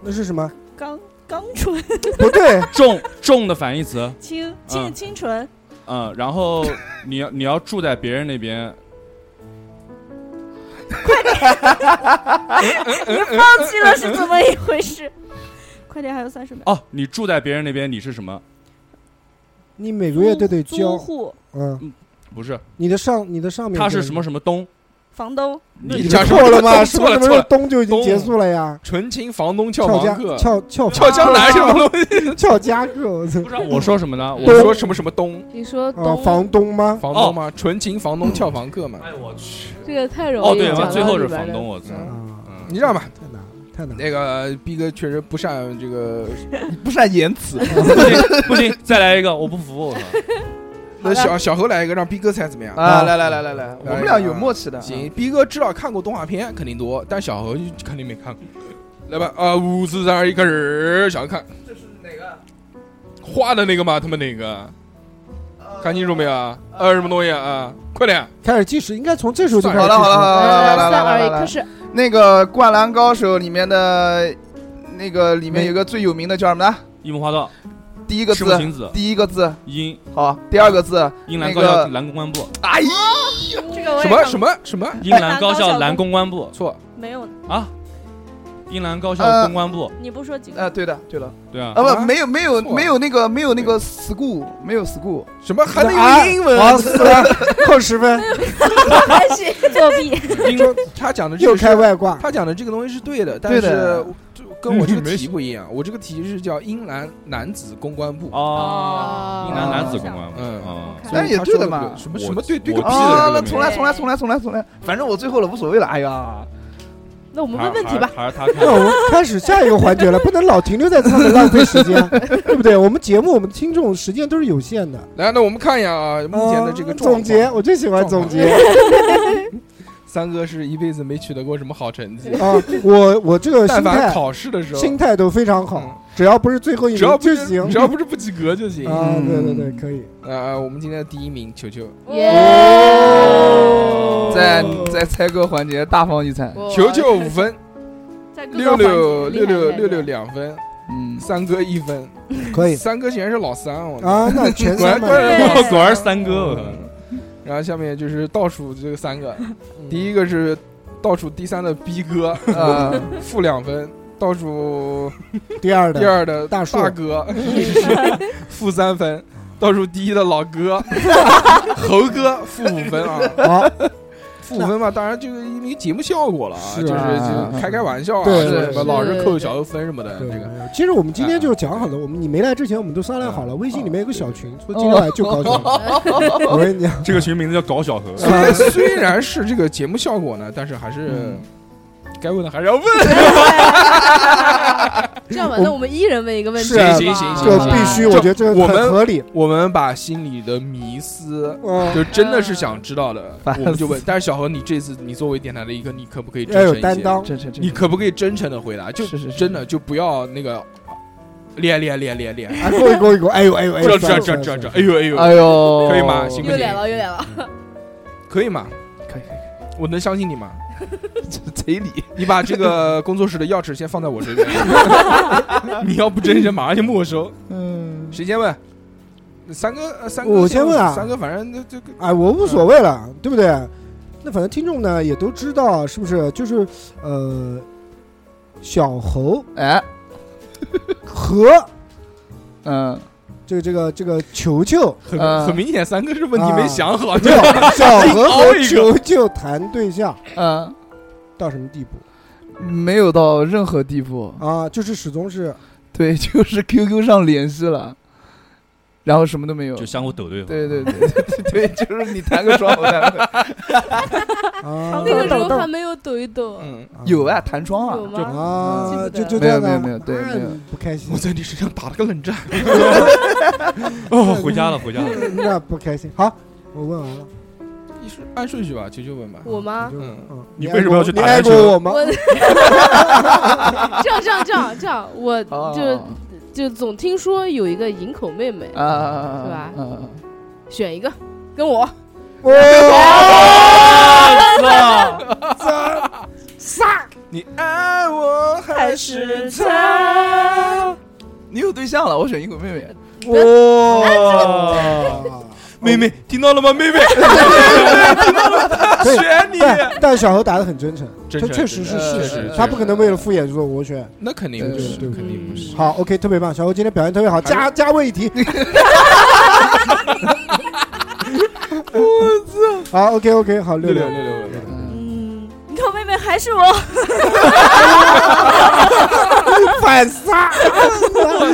[SPEAKER 4] 那是什么？
[SPEAKER 6] 刚刚纯
[SPEAKER 4] 不对，
[SPEAKER 7] 重重的反义词，
[SPEAKER 6] 清
[SPEAKER 7] 嗯
[SPEAKER 6] 清清纯，
[SPEAKER 7] 嗯，然后你要你要住在别人那边，
[SPEAKER 6] 忘记了是怎么一回事。 快点，还有三十秒。
[SPEAKER 7] 哦，你住在别人那边，你是什么？
[SPEAKER 4] 你每个月都得
[SPEAKER 6] 租
[SPEAKER 4] 交，
[SPEAKER 6] 户、
[SPEAKER 4] 嗯，
[SPEAKER 7] 不是，
[SPEAKER 4] 你的上你的上面
[SPEAKER 7] 他是什么？什么东？
[SPEAKER 6] 房东，
[SPEAKER 2] 你
[SPEAKER 4] 讲
[SPEAKER 2] 讲什么
[SPEAKER 4] 错了吗？是不
[SPEAKER 2] 错
[SPEAKER 4] 是
[SPEAKER 2] 了
[SPEAKER 4] 不
[SPEAKER 2] 错
[SPEAKER 4] 是
[SPEAKER 2] 了，
[SPEAKER 4] 东就已经
[SPEAKER 2] 东
[SPEAKER 4] 结束了呀？
[SPEAKER 2] 纯情房东撬
[SPEAKER 4] 俏
[SPEAKER 2] 房
[SPEAKER 4] 家
[SPEAKER 2] 客，
[SPEAKER 4] 俏俏
[SPEAKER 2] 撬江南什么东西？
[SPEAKER 4] 俏家客，我操
[SPEAKER 7] 不！知道我说什么呢？我
[SPEAKER 2] 我
[SPEAKER 7] 说
[SPEAKER 2] 说什么什么东
[SPEAKER 11] 你说
[SPEAKER 4] 啊，
[SPEAKER 11] 东，
[SPEAKER 4] 房东吗？
[SPEAKER 2] 房东吗？纯情房东撬房客嘛？
[SPEAKER 7] 哎我去，
[SPEAKER 11] 这个太容
[SPEAKER 7] 哦
[SPEAKER 11] 易
[SPEAKER 7] 对，
[SPEAKER 11] 讲
[SPEAKER 7] 完
[SPEAKER 11] 到
[SPEAKER 7] 最后
[SPEAKER 11] 里
[SPEAKER 7] 是
[SPEAKER 11] 边
[SPEAKER 7] 房
[SPEAKER 11] 了
[SPEAKER 7] 东，。我操，
[SPEAKER 4] 啊，
[SPEAKER 7] 嗯
[SPEAKER 2] 你这样吧，
[SPEAKER 4] 太难了，太难了。
[SPEAKER 2] 那个逼哥确实不善这个
[SPEAKER 3] 不善言辞，
[SPEAKER 7] 不行不行，再来一个，我不服，我操，
[SPEAKER 2] 那小小何来一个，让逼哥猜怎么样？
[SPEAKER 3] 啊！来来来来来，我们俩有默契的。
[SPEAKER 2] 行，逼哥知道看过动画片肯定多，但小何就肯定没看过。来吧，啊，五四三二一，开始，小何看
[SPEAKER 3] 这是哪个？
[SPEAKER 2] 画的那个吗？他们哪个？看清楚没有啊？呃，什么东西啊？快点！
[SPEAKER 4] 开始计时，应该从这时候就开始
[SPEAKER 3] 好
[SPEAKER 4] 计时。
[SPEAKER 3] 了好了好了来
[SPEAKER 11] 来来来，
[SPEAKER 3] 来
[SPEAKER 11] 呃三
[SPEAKER 3] 来
[SPEAKER 11] 二一，
[SPEAKER 3] 来
[SPEAKER 11] 开
[SPEAKER 3] 来，
[SPEAKER 11] 始。
[SPEAKER 3] 啊那个《灌篮高手》里面的那个里面有个最有名的叫什么呢？
[SPEAKER 7] 樱木花道，
[SPEAKER 3] 第一个
[SPEAKER 7] 赤木
[SPEAKER 3] 字，
[SPEAKER 7] 晴子，
[SPEAKER 3] 第一个字
[SPEAKER 7] 樱
[SPEAKER 3] 好，第二个字，
[SPEAKER 7] 樱兰
[SPEAKER 3] 那
[SPEAKER 7] 高校
[SPEAKER 3] 个
[SPEAKER 7] 蓝公关 部，
[SPEAKER 3] 哎，
[SPEAKER 6] 这个我
[SPEAKER 2] 什么什么什么？
[SPEAKER 7] 樱兰高校蓝公关部
[SPEAKER 2] 错，
[SPEAKER 6] 没有？
[SPEAKER 7] 啊，
[SPEAKER 11] 嗯
[SPEAKER 7] 樱兰高校
[SPEAKER 3] 呃
[SPEAKER 7] 公关部，
[SPEAKER 6] 你不说几个？
[SPEAKER 3] 呃，对的对的，
[SPEAKER 7] 对啊，
[SPEAKER 3] 啊
[SPEAKER 2] 啊
[SPEAKER 3] 不，没有没有
[SPEAKER 2] 错啊
[SPEAKER 3] 没有那个没有那个 school，没有 school，
[SPEAKER 2] 什么还能
[SPEAKER 4] 啊
[SPEAKER 2] 有英文？
[SPEAKER 4] 王思安 扣 十分，
[SPEAKER 6] 还是作弊？
[SPEAKER 2] 英他讲的这
[SPEAKER 4] 又
[SPEAKER 2] 个是
[SPEAKER 4] 开外挂。
[SPEAKER 2] 他讲的这个东西是对的，但
[SPEAKER 3] 对
[SPEAKER 2] 是
[SPEAKER 3] 的
[SPEAKER 2] 就跟我这个题不一样，我这个题是叫英兰男子公关部。
[SPEAKER 7] 哦，樱兰男子公关部，
[SPEAKER 2] 嗯
[SPEAKER 7] 哦
[SPEAKER 6] 我看
[SPEAKER 2] 所以
[SPEAKER 3] 哦哎也
[SPEAKER 2] 他
[SPEAKER 3] 对的
[SPEAKER 2] 说
[SPEAKER 3] 嘛
[SPEAKER 2] 对什么
[SPEAKER 7] 我
[SPEAKER 2] 什么对对个
[SPEAKER 7] 我
[SPEAKER 2] 屁
[SPEAKER 7] 记得
[SPEAKER 2] 的
[SPEAKER 7] 这
[SPEAKER 3] 啊
[SPEAKER 7] 个
[SPEAKER 3] 那
[SPEAKER 7] 名字
[SPEAKER 3] 重来重来重来重来重来，反正我最后了，无所谓了，哎呀，
[SPEAKER 11] 那我们
[SPEAKER 7] 还
[SPEAKER 11] 问
[SPEAKER 7] 是
[SPEAKER 11] 问题吧。
[SPEAKER 7] 还是他
[SPEAKER 4] 那
[SPEAKER 7] 看，
[SPEAKER 4] 我们开始下一个环节了，不能老停留在这里浪费时间， 对不对？我们节目我们听众时间都是有限的。
[SPEAKER 2] 来，那我们看一下啊，目前的这个
[SPEAKER 4] 嗯
[SPEAKER 2] 状况
[SPEAKER 4] 总结，。我最喜欢
[SPEAKER 2] 状
[SPEAKER 4] 总
[SPEAKER 2] 况
[SPEAKER 4] 结
[SPEAKER 2] 三哥是一辈子没取得过什么好成绩，
[SPEAKER 4] 啊！我我这个
[SPEAKER 2] 但
[SPEAKER 4] 心
[SPEAKER 2] 凡
[SPEAKER 4] 态
[SPEAKER 2] 考试的时候，嗯
[SPEAKER 4] 心态都非常好，只要不是最后一
[SPEAKER 2] 只要
[SPEAKER 4] 名
[SPEAKER 2] 不
[SPEAKER 4] 就是行
[SPEAKER 2] 只。要不是不及格就行。
[SPEAKER 4] 啊，对对
[SPEAKER 3] 嗯
[SPEAKER 4] 对，可以。
[SPEAKER 2] 呃，我们今天的第一名球球，
[SPEAKER 11] 耶！
[SPEAKER 3] 在在猜歌环节大放异彩，
[SPEAKER 11] 哇
[SPEAKER 2] 球球五 分，
[SPEAKER 11] 在各个
[SPEAKER 2] 六六
[SPEAKER 11] 环节
[SPEAKER 2] 六六六六，
[SPEAKER 11] 厉害厉害
[SPEAKER 2] 两分，
[SPEAKER 3] 嗯，
[SPEAKER 2] 三哥一分，
[SPEAKER 4] 可以
[SPEAKER 2] 三哥竟然是老三，我操！
[SPEAKER 4] 啊，那全
[SPEAKER 2] 嗯果然
[SPEAKER 4] 三
[SPEAKER 2] 果
[SPEAKER 4] 嘛，
[SPEAKER 7] 然
[SPEAKER 6] 对
[SPEAKER 7] 果然是三哥，我靠。
[SPEAKER 2] 然后下面就是倒数这个 嗯 三个，第一个是倒数第三的逼哥，呃
[SPEAKER 3] 啊，
[SPEAKER 2] 负两分，倒数
[SPEAKER 4] 第二的
[SPEAKER 2] 第二的
[SPEAKER 4] 大树
[SPEAKER 2] 哥负三分，倒数第一的老 哥猴哥负五分啊。
[SPEAKER 4] 好，
[SPEAKER 2] 负五分嘛，当然这个因为节目效果了啊，
[SPEAKER 4] 是
[SPEAKER 2] 就是
[SPEAKER 4] 啊
[SPEAKER 2] 就开开玩笑啊，
[SPEAKER 4] 对
[SPEAKER 2] 什么
[SPEAKER 4] 是
[SPEAKER 2] 老是
[SPEAKER 4] 是
[SPEAKER 2] 扣小扣分什么的，呃这个呃
[SPEAKER 4] 其实我们今天就讲好了，我们你没来之前，我们都商量好了，微信里面有个小
[SPEAKER 2] 呃
[SPEAKER 4] 群，说今天晚上就搞小何。我跟 你讲，
[SPEAKER 7] 这个群名字叫搞小何，
[SPEAKER 2] 虽然虽然是这个节目效果呢，但是还是
[SPEAKER 4] 嗯
[SPEAKER 2] 该问的还是要问。
[SPEAKER 11] 这样吧，那我们一人问一个问题
[SPEAKER 2] 是
[SPEAKER 11] 吧，
[SPEAKER 2] 行行行，
[SPEAKER 4] 这
[SPEAKER 2] 行
[SPEAKER 4] 必须
[SPEAKER 2] 啊就
[SPEAKER 4] 我觉得这个
[SPEAKER 2] 我
[SPEAKER 4] 很
[SPEAKER 2] 们
[SPEAKER 4] 合理。
[SPEAKER 2] 我们把心里的迷思
[SPEAKER 4] 嗯，
[SPEAKER 2] 就真的是想知道的，
[SPEAKER 3] 烦
[SPEAKER 2] 我们就问。但是小何，你这次你作为电台的一个，你可不可以真
[SPEAKER 4] 要有
[SPEAKER 2] 诚一
[SPEAKER 4] 担
[SPEAKER 2] 些
[SPEAKER 4] 当
[SPEAKER 3] 这这这，
[SPEAKER 2] 你可不可以真诚的回答？就是
[SPEAKER 3] 是
[SPEAKER 2] 真的就不要那个脸脸脸脸脸，
[SPEAKER 4] 哎，过一过一过，哎呦哎呦哎
[SPEAKER 2] 这
[SPEAKER 4] 呦，
[SPEAKER 2] 这这这这，哎呦哎呦
[SPEAKER 3] 哎呦
[SPEAKER 2] 可以吗？行不
[SPEAKER 11] 又
[SPEAKER 2] 行？
[SPEAKER 11] 来了又来了，
[SPEAKER 2] 可以吗？
[SPEAKER 3] 可以可
[SPEAKER 2] 以，我能相信你吗？
[SPEAKER 3] 贼理，
[SPEAKER 2] 你把这个工作室的钥匙先放在我这边，你要不真诚，马上就没收。
[SPEAKER 3] 嗯，
[SPEAKER 2] 谁先问？三哥，呃三哥，
[SPEAKER 4] 我先问啊
[SPEAKER 2] 三哥，反正这这个
[SPEAKER 4] 哎，我无所谓了，对不对？那反正听众呢也都知道，是不是？就是呃，小猴
[SPEAKER 3] 哎，
[SPEAKER 4] 和
[SPEAKER 3] 嗯，
[SPEAKER 4] 这个这个这个 球球，
[SPEAKER 2] 很
[SPEAKER 3] 呃
[SPEAKER 2] 很明显，三哥是问题
[SPEAKER 4] 啊
[SPEAKER 2] 没想好，
[SPEAKER 4] 没有小
[SPEAKER 2] 硬
[SPEAKER 4] 何
[SPEAKER 2] 凹
[SPEAKER 4] 和
[SPEAKER 2] 一
[SPEAKER 4] 球
[SPEAKER 2] 个。
[SPEAKER 4] 球谈对象
[SPEAKER 3] 嗯，
[SPEAKER 4] 到什么地步
[SPEAKER 3] 没有到任何地步，
[SPEAKER 4] 啊？就是始终是
[SPEAKER 3] 对， 就是 QQ 上联系了，然后什么都没有
[SPEAKER 7] 就。相互抖对方。
[SPEAKER 3] 对对对对对，就是你弹个双偶弹 个，
[SPEAKER 4] 啊
[SPEAKER 6] 那
[SPEAKER 11] 那个时候还没有抖一抖，
[SPEAKER 2] 嗯，
[SPEAKER 3] 有啊，弹窗
[SPEAKER 11] 有
[SPEAKER 3] 啊，
[SPEAKER 11] 吗？记
[SPEAKER 4] 啊，
[SPEAKER 11] 不
[SPEAKER 4] 就就
[SPEAKER 3] 没
[SPEAKER 11] 得
[SPEAKER 4] 这
[SPEAKER 3] 有
[SPEAKER 4] 样
[SPEAKER 3] 没
[SPEAKER 4] 的
[SPEAKER 3] 有没有，对
[SPEAKER 4] 啊
[SPEAKER 3] 没有，
[SPEAKER 4] 不开心
[SPEAKER 2] 我，在你身上打了个冷战。哦，
[SPEAKER 7] 回家了，回家了。
[SPEAKER 4] 那不开心。好，我问完了，
[SPEAKER 2] 你是按顺序吧，球球问吧。
[SPEAKER 11] 我吗
[SPEAKER 4] 你？就
[SPEAKER 2] 嗯
[SPEAKER 4] 嗯，
[SPEAKER 7] 你
[SPEAKER 4] 爱
[SPEAKER 7] 为什么
[SPEAKER 4] 过
[SPEAKER 7] 要去打
[SPEAKER 4] 你爱
[SPEAKER 7] 篮
[SPEAKER 4] 过
[SPEAKER 7] 球
[SPEAKER 4] 我吗？
[SPEAKER 11] 我这样这样这样这样，我
[SPEAKER 3] 哦
[SPEAKER 11] 就就总听说有一个营口妹妹，
[SPEAKER 3] 啊，
[SPEAKER 11] 是吧
[SPEAKER 3] 嗯？
[SPEAKER 11] 选一个跟我，
[SPEAKER 2] 你爱我还是
[SPEAKER 3] 他，你有对象了，我选一个妹妹。
[SPEAKER 2] 哇？
[SPEAKER 4] 啊
[SPEAKER 2] 妹妹听到了吗？妹妹，
[SPEAKER 4] 对
[SPEAKER 2] 选你。
[SPEAKER 4] 但但小何打的很真诚，
[SPEAKER 2] 真
[SPEAKER 4] 这
[SPEAKER 2] 诚
[SPEAKER 4] 确实是
[SPEAKER 2] 真诚
[SPEAKER 4] 事
[SPEAKER 2] 确实
[SPEAKER 4] 实
[SPEAKER 2] 确，
[SPEAKER 4] 他
[SPEAKER 2] 实
[SPEAKER 4] 不可能为了敷衍说我选。
[SPEAKER 2] 那肯定不是，
[SPEAKER 4] 对对对
[SPEAKER 2] 肯定不是。
[SPEAKER 4] 好，OK，特别棒，小何今天表现特别好，加加位一题。我操！好，OK OK，好，
[SPEAKER 2] 六
[SPEAKER 4] 六
[SPEAKER 2] 六
[SPEAKER 4] 六
[SPEAKER 2] 六六六，
[SPEAKER 6] 嗯，你看妹妹还是我，
[SPEAKER 4] 反杀，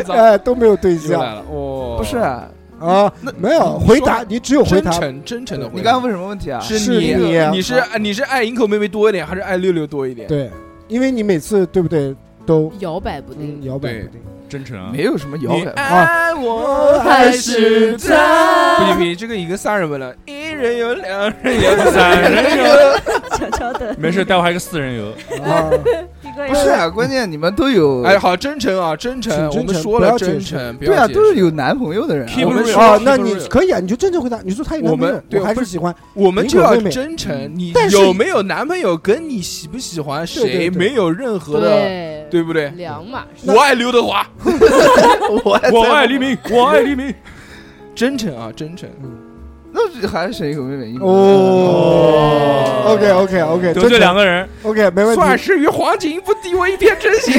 [SPEAKER 4] 哎，都没有对
[SPEAKER 2] 又来
[SPEAKER 4] 象
[SPEAKER 2] 了，哇！
[SPEAKER 3] 不是，啊，
[SPEAKER 2] 哦
[SPEAKER 4] 啊，没有回答，你只有回
[SPEAKER 2] 真
[SPEAKER 4] 答。
[SPEAKER 2] 诚真诚的回答。
[SPEAKER 3] 你刚刚问什么问题啊？
[SPEAKER 4] 是
[SPEAKER 2] 你
[SPEAKER 4] 你啊
[SPEAKER 2] 你是你是爱营口妹妹多一点，还是爱六六多一点？
[SPEAKER 4] 对，因为你每次对不对都
[SPEAKER 11] 摇摆不定
[SPEAKER 4] 嗯。摇摆 不定。
[SPEAKER 7] 真诚啊，
[SPEAKER 3] 没有什么摇
[SPEAKER 2] 你哎
[SPEAKER 3] 摆，
[SPEAKER 2] 爱我还是
[SPEAKER 6] 在
[SPEAKER 2] 不行不行，这个已经三人问了，一人有两人有三人有，
[SPEAKER 6] 悄悄的，
[SPEAKER 7] 没事，待会儿还有个四人游。
[SPEAKER 4] 啊，
[SPEAKER 6] 一个人
[SPEAKER 3] 不是啊，关键你们都有，
[SPEAKER 2] 哎，好真诚啊，真诚，我
[SPEAKER 4] 请真
[SPEAKER 2] 们
[SPEAKER 4] 诚
[SPEAKER 2] 说
[SPEAKER 4] 不
[SPEAKER 2] 了
[SPEAKER 4] 要
[SPEAKER 2] 真
[SPEAKER 4] 解释
[SPEAKER 2] 诚，不
[SPEAKER 3] 对
[SPEAKER 2] 要
[SPEAKER 3] 啊，
[SPEAKER 2] 解
[SPEAKER 3] 都是
[SPEAKER 2] 释。
[SPEAKER 3] 有男朋友的人啊，
[SPEAKER 2] Keep
[SPEAKER 4] 我们
[SPEAKER 2] real，
[SPEAKER 4] 啊
[SPEAKER 2] keep，
[SPEAKER 4] 那你
[SPEAKER 2] real
[SPEAKER 4] 可以啊，你就正确回答。你说他有男朋
[SPEAKER 2] 我
[SPEAKER 4] 友
[SPEAKER 2] 们，对
[SPEAKER 4] 我还
[SPEAKER 2] 不
[SPEAKER 4] 是
[SPEAKER 2] 是
[SPEAKER 4] 喜欢。
[SPEAKER 2] 我们就要
[SPEAKER 4] 林可妹妹
[SPEAKER 2] 真诚，你
[SPEAKER 4] 但是
[SPEAKER 2] 有没有男朋友跟你喜不喜欢
[SPEAKER 4] 对对
[SPEAKER 2] 谁
[SPEAKER 4] 对
[SPEAKER 2] 没有任何的，
[SPEAKER 11] 对，
[SPEAKER 2] 对不对？
[SPEAKER 11] 两码事。
[SPEAKER 2] 我爱刘德 华，
[SPEAKER 3] 我还
[SPEAKER 7] 我
[SPEAKER 3] 在
[SPEAKER 7] 爱黎明，我爱黎明。
[SPEAKER 2] 真诚啊，真诚。
[SPEAKER 3] 那还是选一个妹妹
[SPEAKER 2] 嗯
[SPEAKER 3] 一个呃
[SPEAKER 4] 哦，OK OK OK，
[SPEAKER 7] 得罪两个人，
[SPEAKER 4] OK，没问题。
[SPEAKER 2] 算是与黄景不敌我一片真心。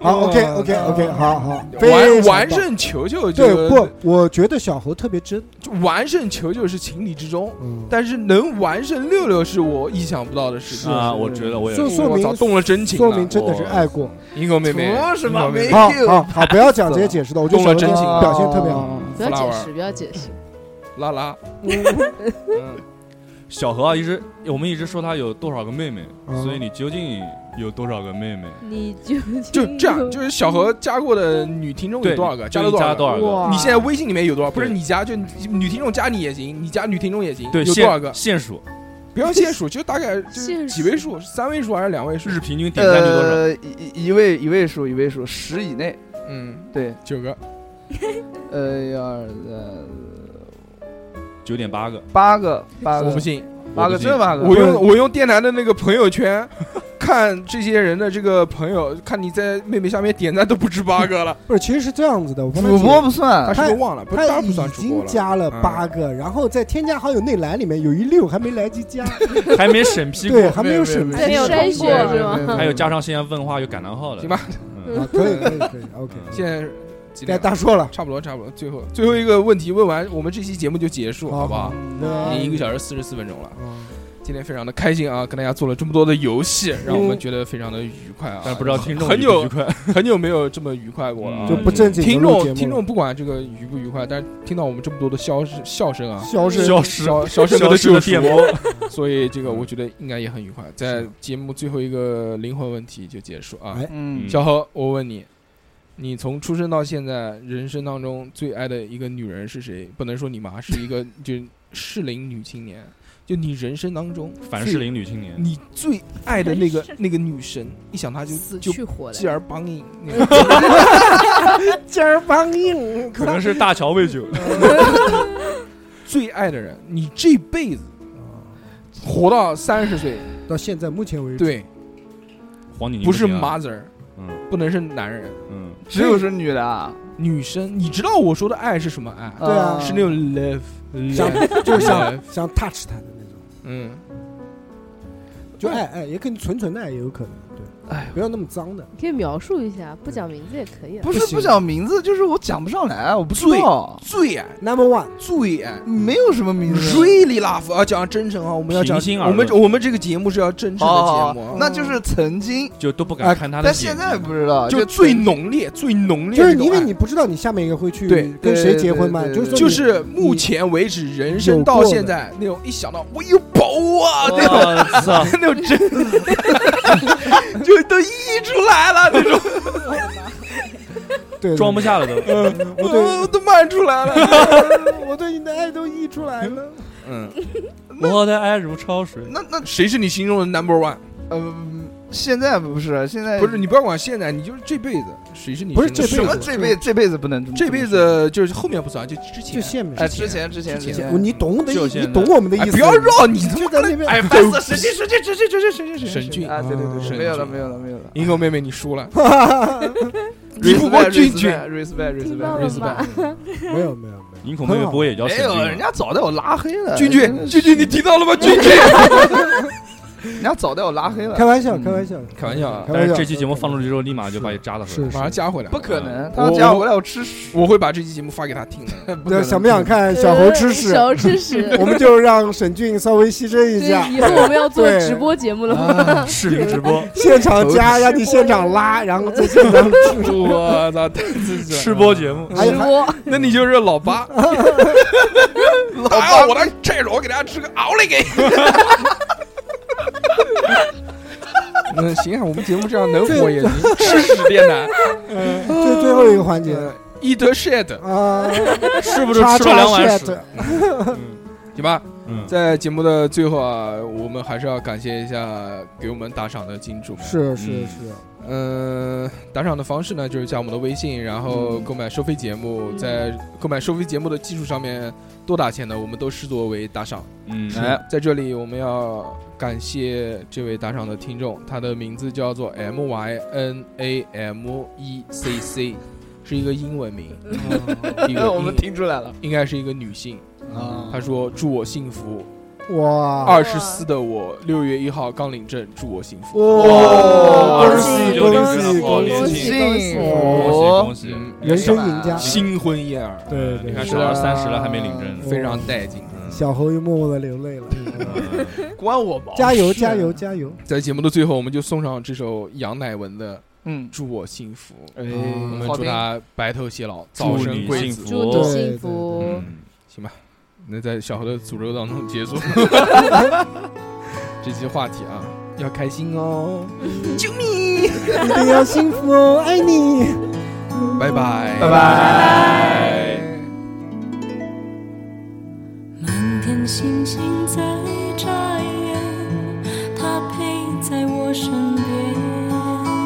[SPEAKER 4] 好，OK
[SPEAKER 2] 嗯
[SPEAKER 4] OK OK，好好，非
[SPEAKER 2] 完
[SPEAKER 4] 常
[SPEAKER 2] 完
[SPEAKER 4] 棒
[SPEAKER 2] 胜球球这个
[SPEAKER 4] 对不？我觉得小猴特别真，
[SPEAKER 2] 就完胜球球是情理之中，
[SPEAKER 4] 嗯，
[SPEAKER 2] 但是能完胜六六是我意想不到的事情。
[SPEAKER 7] 啊，我觉得我也
[SPEAKER 4] 说
[SPEAKER 7] 是。
[SPEAKER 4] 说
[SPEAKER 2] 我操，
[SPEAKER 4] 明
[SPEAKER 2] 动了真情了，啊
[SPEAKER 4] 说明真的是爱过。
[SPEAKER 2] 英国妹妹，
[SPEAKER 3] 图什么
[SPEAKER 2] 英国妹妹
[SPEAKER 3] 没
[SPEAKER 4] 好
[SPEAKER 3] 哎呦
[SPEAKER 4] 好好，不要讲这些解释的，我觉得
[SPEAKER 2] 动了
[SPEAKER 4] 小
[SPEAKER 2] 真
[SPEAKER 4] 猴
[SPEAKER 2] 情了
[SPEAKER 4] 表现特别好。
[SPEAKER 11] 不要解
[SPEAKER 2] Flower
[SPEAKER 11] 释，不要解释。
[SPEAKER 2] 拉拉，嗯
[SPEAKER 7] 小何啊，一直我们一直说他有多少个妹妹，
[SPEAKER 4] 嗯
[SPEAKER 7] 所以你究竟有多少个妹妹？
[SPEAKER 11] 你就
[SPEAKER 2] 就这样，就是小何加过的女听众有
[SPEAKER 7] 对，
[SPEAKER 2] 多少个？
[SPEAKER 7] 加
[SPEAKER 2] 了多
[SPEAKER 7] 加
[SPEAKER 2] 少
[SPEAKER 7] 多
[SPEAKER 2] 个？
[SPEAKER 7] 少个？
[SPEAKER 11] 哇
[SPEAKER 2] 你现在微信里面有多少？不是
[SPEAKER 7] 对
[SPEAKER 2] 你加，就女听众加你也行，你加女听众也行。
[SPEAKER 7] 对，
[SPEAKER 2] 有多少个
[SPEAKER 7] 现？现数
[SPEAKER 2] 不要限数，就大概就是
[SPEAKER 11] 限
[SPEAKER 2] 几位数，三位数还是两位数？
[SPEAKER 7] 日平均点赞率多少？
[SPEAKER 3] 呃，一一位一位数一位数十以内，
[SPEAKER 2] 嗯，
[SPEAKER 3] 对，
[SPEAKER 2] 九个。
[SPEAKER 3] 呃，一二三
[SPEAKER 7] 九点八个。
[SPEAKER 3] 八个八
[SPEAKER 2] 我不
[SPEAKER 3] 个
[SPEAKER 2] 信，
[SPEAKER 3] 八个
[SPEAKER 7] 我不信
[SPEAKER 3] 嗯真的八个，
[SPEAKER 2] 我用我用电台的那个朋友圈， 看这些人的这个朋友，看你在妹妹下面点赞都不止八个了。
[SPEAKER 4] 不是，其实是这样子的，我帮他
[SPEAKER 2] 主播
[SPEAKER 4] 解
[SPEAKER 2] 不算
[SPEAKER 3] 啊
[SPEAKER 2] 他是不是忘了不
[SPEAKER 4] 他
[SPEAKER 2] 当然不算
[SPEAKER 4] 已
[SPEAKER 2] 主播
[SPEAKER 4] 经
[SPEAKER 2] 了
[SPEAKER 4] 加了
[SPEAKER 2] 嗯
[SPEAKER 4] 八个，然后在添加好友内栏里面有一溜还没来及 加，
[SPEAKER 12] 还没审批过，
[SPEAKER 4] 对，还没有审批，
[SPEAKER 12] 还有加上现在问话有感叹号的，
[SPEAKER 2] 嗯行吧
[SPEAKER 12] 嗯
[SPEAKER 4] 啊可以可以可以，OK
[SPEAKER 2] 现在是几
[SPEAKER 4] 该
[SPEAKER 2] 点？
[SPEAKER 4] 大硕了
[SPEAKER 2] 差不多差不多。最后最后一个问题问完，我们这期节目就结束，好不好？
[SPEAKER 4] 嗯那嗯
[SPEAKER 2] 已经一个小时四十四分钟了。今天非常的开心啊，跟大家做了这么多的游戏，让我们觉得非常的愉快啊！
[SPEAKER 12] 但不知道听众
[SPEAKER 2] 很
[SPEAKER 12] 愉不
[SPEAKER 2] 久
[SPEAKER 12] 愉快
[SPEAKER 2] 很久没有这么愉快过了啊！
[SPEAKER 4] 就不正经地
[SPEAKER 2] 听
[SPEAKER 4] 录节目
[SPEAKER 2] 众
[SPEAKER 4] 了
[SPEAKER 2] 听众不管这个愉不愉快，但是听到我们这么多的笑声笑声啊，
[SPEAKER 4] 笑声
[SPEAKER 2] 笑
[SPEAKER 12] 消失
[SPEAKER 2] 消消声
[SPEAKER 12] 消失
[SPEAKER 2] 救
[SPEAKER 12] 的
[SPEAKER 2] 赎
[SPEAKER 12] 电波，
[SPEAKER 2] 所以这个我觉得应该也很愉快。在节目最后一个灵魂问题就结束啊！
[SPEAKER 12] 嗯
[SPEAKER 2] 小何，我问你，你从出生到现在，人生当中最爱的一个女人是谁？不能说你妈，是一个就是适龄女青年，就你人生当中
[SPEAKER 12] 反
[SPEAKER 2] 最
[SPEAKER 12] 适龄女青年
[SPEAKER 2] 你最爱的那个那个女神，一想她就
[SPEAKER 11] 死
[SPEAKER 2] 就
[SPEAKER 11] 去活来
[SPEAKER 2] 继而帮 你，
[SPEAKER 4] 今儿帮硬，
[SPEAKER 12] 可能是大乔喂 酒，
[SPEAKER 2] 最爱的人，你这辈子
[SPEAKER 12] 啊
[SPEAKER 2] 活到三十岁，
[SPEAKER 4] 到现在目前为止，
[SPEAKER 2] 对，
[SPEAKER 12] 黄景
[SPEAKER 2] 不是
[SPEAKER 7] 啊
[SPEAKER 2] mother，
[SPEAKER 12] 嗯，
[SPEAKER 2] 不能是男人，
[SPEAKER 12] 嗯，
[SPEAKER 3] 只有是女的啊，
[SPEAKER 2] 女生，你知道我说的爱是什么爱？
[SPEAKER 4] 对啊
[SPEAKER 2] 是那种 love，
[SPEAKER 4] 想
[SPEAKER 2] love，
[SPEAKER 4] 就是
[SPEAKER 2] love
[SPEAKER 4] 想想 touch 他的那种，
[SPEAKER 2] 嗯，
[SPEAKER 4] 就爱爱，也可以纯纯的爱也有可能，对，
[SPEAKER 2] 哎，
[SPEAKER 4] 不要那么脏的，
[SPEAKER 11] 可以描述一下，不讲名字也可以啊。
[SPEAKER 3] 不是不讲名字，就是我讲不上来，啊我不知道。
[SPEAKER 2] 最爱
[SPEAKER 4] number one，
[SPEAKER 2] 最爱
[SPEAKER 3] 没有什么
[SPEAKER 2] 嗯
[SPEAKER 3] 名字。
[SPEAKER 2] really love 啊，讲真诚啊，我们要讲
[SPEAKER 12] 平心，而
[SPEAKER 2] 我们
[SPEAKER 12] 论
[SPEAKER 2] 我们这个节目是要真诚的
[SPEAKER 3] 哦
[SPEAKER 2] 节目啊，，
[SPEAKER 3] 那就是曾经
[SPEAKER 12] 就都不
[SPEAKER 2] 敢看他的
[SPEAKER 3] 但
[SPEAKER 2] 眼
[SPEAKER 3] 现
[SPEAKER 2] 睛
[SPEAKER 3] 在不知道，
[SPEAKER 2] 就最浓烈、最浓烈
[SPEAKER 4] 就
[SPEAKER 2] 的
[SPEAKER 4] 是
[SPEAKER 2] 那种爱，
[SPEAKER 4] 因为你不知道你下面一个会去
[SPEAKER 2] 对
[SPEAKER 4] 跟谁结婚嘛，就是说
[SPEAKER 2] 就
[SPEAKER 4] 你
[SPEAKER 2] 是目前为止人生到现在那种一想到我有宝啊，那
[SPEAKER 7] 哦
[SPEAKER 12] 我操
[SPEAKER 2] 种那种真，就都溢出来 了那种，
[SPEAKER 4] 对
[SPEAKER 12] 装不下了都。
[SPEAKER 4] 嗯，我对
[SPEAKER 2] 我都漫出来了，
[SPEAKER 4] 我对你的爱都溢出来了。
[SPEAKER 2] 嗯，
[SPEAKER 12] 我的爱如潮水。
[SPEAKER 3] 那那
[SPEAKER 2] 谁是你心中的 number one？
[SPEAKER 3] 嗯，现在不是现在
[SPEAKER 2] 不是你不要管现在，你就是这辈子谁是你
[SPEAKER 3] 不是
[SPEAKER 2] 心中的 number
[SPEAKER 3] 这辈子
[SPEAKER 2] one
[SPEAKER 3] 什么这辈这辈子不能这么
[SPEAKER 2] 这辈子就是后面不算，就之前
[SPEAKER 4] 就下面
[SPEAKER 2] 哎
[SPEAKER 3] 之前之前
[SPEAKER 2] 之
[SPEAKER 3] 之
[SPEAKER 2] 前
[SPEAKER 3] 前，
[SPEAKER 4] 你懂我的
[SPEAKER 2] 就
[SPEAKER 4] 意，
[SPEAKER 2] 现
[SPEAKER 4] 你
[SPEAKER 2] 在
[SPEAKER 4] 懂我们的意
[SPEAKER 2] 哎
[SPEAKER 4] 思。
[SPEAKER 2] 不要绕你他
[SPEAKER 4] 就在那边
[SPEAKER 2] 哎
[SPEAKER 3] 烦死了神经神经神经神经神经神经
[SPEAKER 2] 神俊
[SPEAKER 3] 啊对对对
[SPEAKER 2] 神
[SPEAKER 3] 没有
[SPEAKER 2] 俊
[SPEAKER 3] 了没有了没有了
[SPEAKER 2] 英国妹妹你 输了，你不过
[SPEAKER 3] respect
[SPEAKER 2] 俊俊
[SPEAKER 3] respect respect
[SPEAKER 2] 到了吗
[SPEAKER 3] respect，
[SPEAKER 4] 没有哎没有没有，
[SPEAKER 12] 营口妹妹不会也叫
[SPEAKER 3] 没
[SPEAKER 12] 神
[SPEAKER 3] 有，
[SPEAKER 12] 经
[SPEAKER 3] 人家早带我拉黑了。
[SPEAKER 2] 俊俊俊俊，你听到了吗？俊俊，
[SPEAKER 3] 人家早带我拉黑了。
[SPEAKER 4] 开玩笑，嗯开玩笑，
[SPEAKER 2] 开玩笑啊！
[SPEAKER 4] 开玩
[SPEAKER 12] 但
[SPEAKER 4] 笑
[SPEAKER 12] 是这期节目放出去之后，立马就把你扎了回来，
[SPEAKER 2] 马上加回来，
[SPEAKER 3] 不可能，他
[SPEAKER 2] 我
[SPEAKER 3] 要加我回来，我吃屎。
[SPEAKER 2] 我会把这期节目发给他 听的。
[SPEAKER 3] 不可能
[SPEAKER 4] 想不想看小猴吃屎？
[SPEAKER 11] 呃小猴吃屎
[SPEAKER 4] 我们就让沈俊稍微牺牲
[SPEAKER 11] 对
[SPEAKER 4] 一 下。
[SPEAKER 11] 以后我们要做
[SPEAKER 4] 对
[SPEAKER 11] 直播节目了
[SPEAKER 4] 啊
[SPEAKER 11] 吗？
[SPEAKER 12] 视频直 播
[SPEAKER 4] 现场加，让你现场拉，然后在现场吃。
[SPEAKER 2] 我操，太刺激了！
[SPEAKER 12] 吃播节目，
[SPEAKER 4] 还有还
[SPEAKER 2] 那你就是老八， 老
[SPEAKER 3] 啊
[SPEAKER 2] 八，我来这手给大家吃个奥利给。 嗯，行啊，我们节目这样能火也行， 吃屎电台，
[SPEAKER 4] 这最后一个环节
[SPEAKER 2] ，eat shit，
[SPEAKER 4] 啊，
[SPEAKER 12] 是不是
[SPEAKER 4] 叉
[SPEAKER 12] 吃了
[SPEAKER 4] 叉
[SPEAKER 12] 两碗
[SPEAKER 4] shit
[SPEAKER 12] 屎？
[SPEAKER 2] 行吧？
[SPEAKER 12] 嗯
[SPEAKER 2] 在节目的最后啊，我们还是要感谢一下给我们打赏的金主们。
[SPEAKER 4] 是是是，
[SPEAKER 2] 嗯，打赏的方式呢，就是加我们的微信，然后购买收费节目，在购买收费节目的基础上面多打钱的，我们都视作为打赏。
[SPEAKER 12] 嗯，
[SPEAKER 3] 哎
[SPEAKER 2] 在这里我们要感谢这位打赏的听众，他的名字叫做 M Y N A M E C C，是一个英文名，
[SPEAKER 4] 嗯
[SPEAKER 2] 一 个
[SPEAKER 3] 我们
[SPEAKER 2] 英
[SPEAKER 3] 听出来了。
[SPEAKER 2] 应该是一个女性。
[SPEAKER 3] 啊
[SPEAKER 2] 他说：“祝我幸福。”
[SPEAKER 4] 哇，
[SPEAKER 2] 二十四的我，六月一号刚领证，祝我幸福。
[SPEAKER 4] 哇，
[SPEAKER 12] 恭
[SPEAKER 4] 恭
[SPEAKER 12] 喜
[SPEAKER 4] 喜
[SPEAKER 12] 恭
[SPEAKER 4] 恭
[SPEAKER 12] 喜
[SPEAKER 4] 喜
[SPEAKER 12] 恭
[SPEAKER 4] 恭
[SPEAKER 12] 喜
[SPEAKER 4] 喜！
[SPEAKER 7] 哦
[SPEAKER 12] 恭喜恭喜！
[SPEAKER 4] 人生赢家，
[SPEAKER 2] 新婚燕尔，
[SPEAKER 4] 嗯对
[SPEAKER 12] 你
[SPEAKER 4] 对哦
[SPEAKER 12] 看，
[SPEAKER 4] 对，
[SPEAKER 12] 这到三十了还没领证，
[SPEAKER 2] 非常带劲。
[SPEAKER 4] 小猴又默默的流泪了，
[SPEAKER 3] 嗯关我毛事啊
[SPEAKER 4] 加油加油！加油！
[SPEAKER 2] 在节目的最后，我们就送上这首杨乃文的《
[SPEAKER 3] 嗯
[SPEAKER 2] 祝我幸福》，
[SPEAKER 3] 哎
[SPEAKER 2] 我们
[SPEAKER 3] 好
[SPEAKER 2] 祝
[SPEAKER 3] 听
[SPEAKER 2] 他白头偕老，
[SPEAKER 12] 祝
[SPEAKER 2] 早
[SPEAKER 12] 你
[SPEAKER 2] 生贵
[SPEAKER 12] 幸
[SPEAKER 2] 子。
[SPEAKER 11] 祝你
[SPEAKER 4] 对
[SPEAKER 11] 幸福。
[SPEAKER 12] 嗯
[SPEAKER 2] 行吧，那在小猴的诅咒当中结 束这期话题啊，要开心哦，
[SPEAKER 4] 救命！一定要幸福哦，爱你。
[SPEAKER 2] 拜拜，
[SPEAKER 3] 拜拜。
[SPEAKER 13] 满天星星在眨眼，它陪在我身边。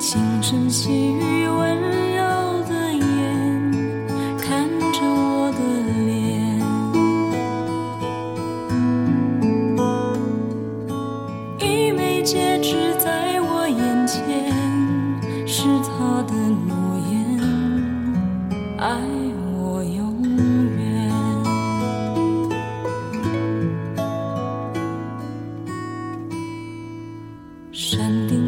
[SPEAKER 13] 轻声细语，温柔的眼看着我的脸。
[SPEAKER 9] 一切只在我眼前，是他的诺言，爱我永远。山顶。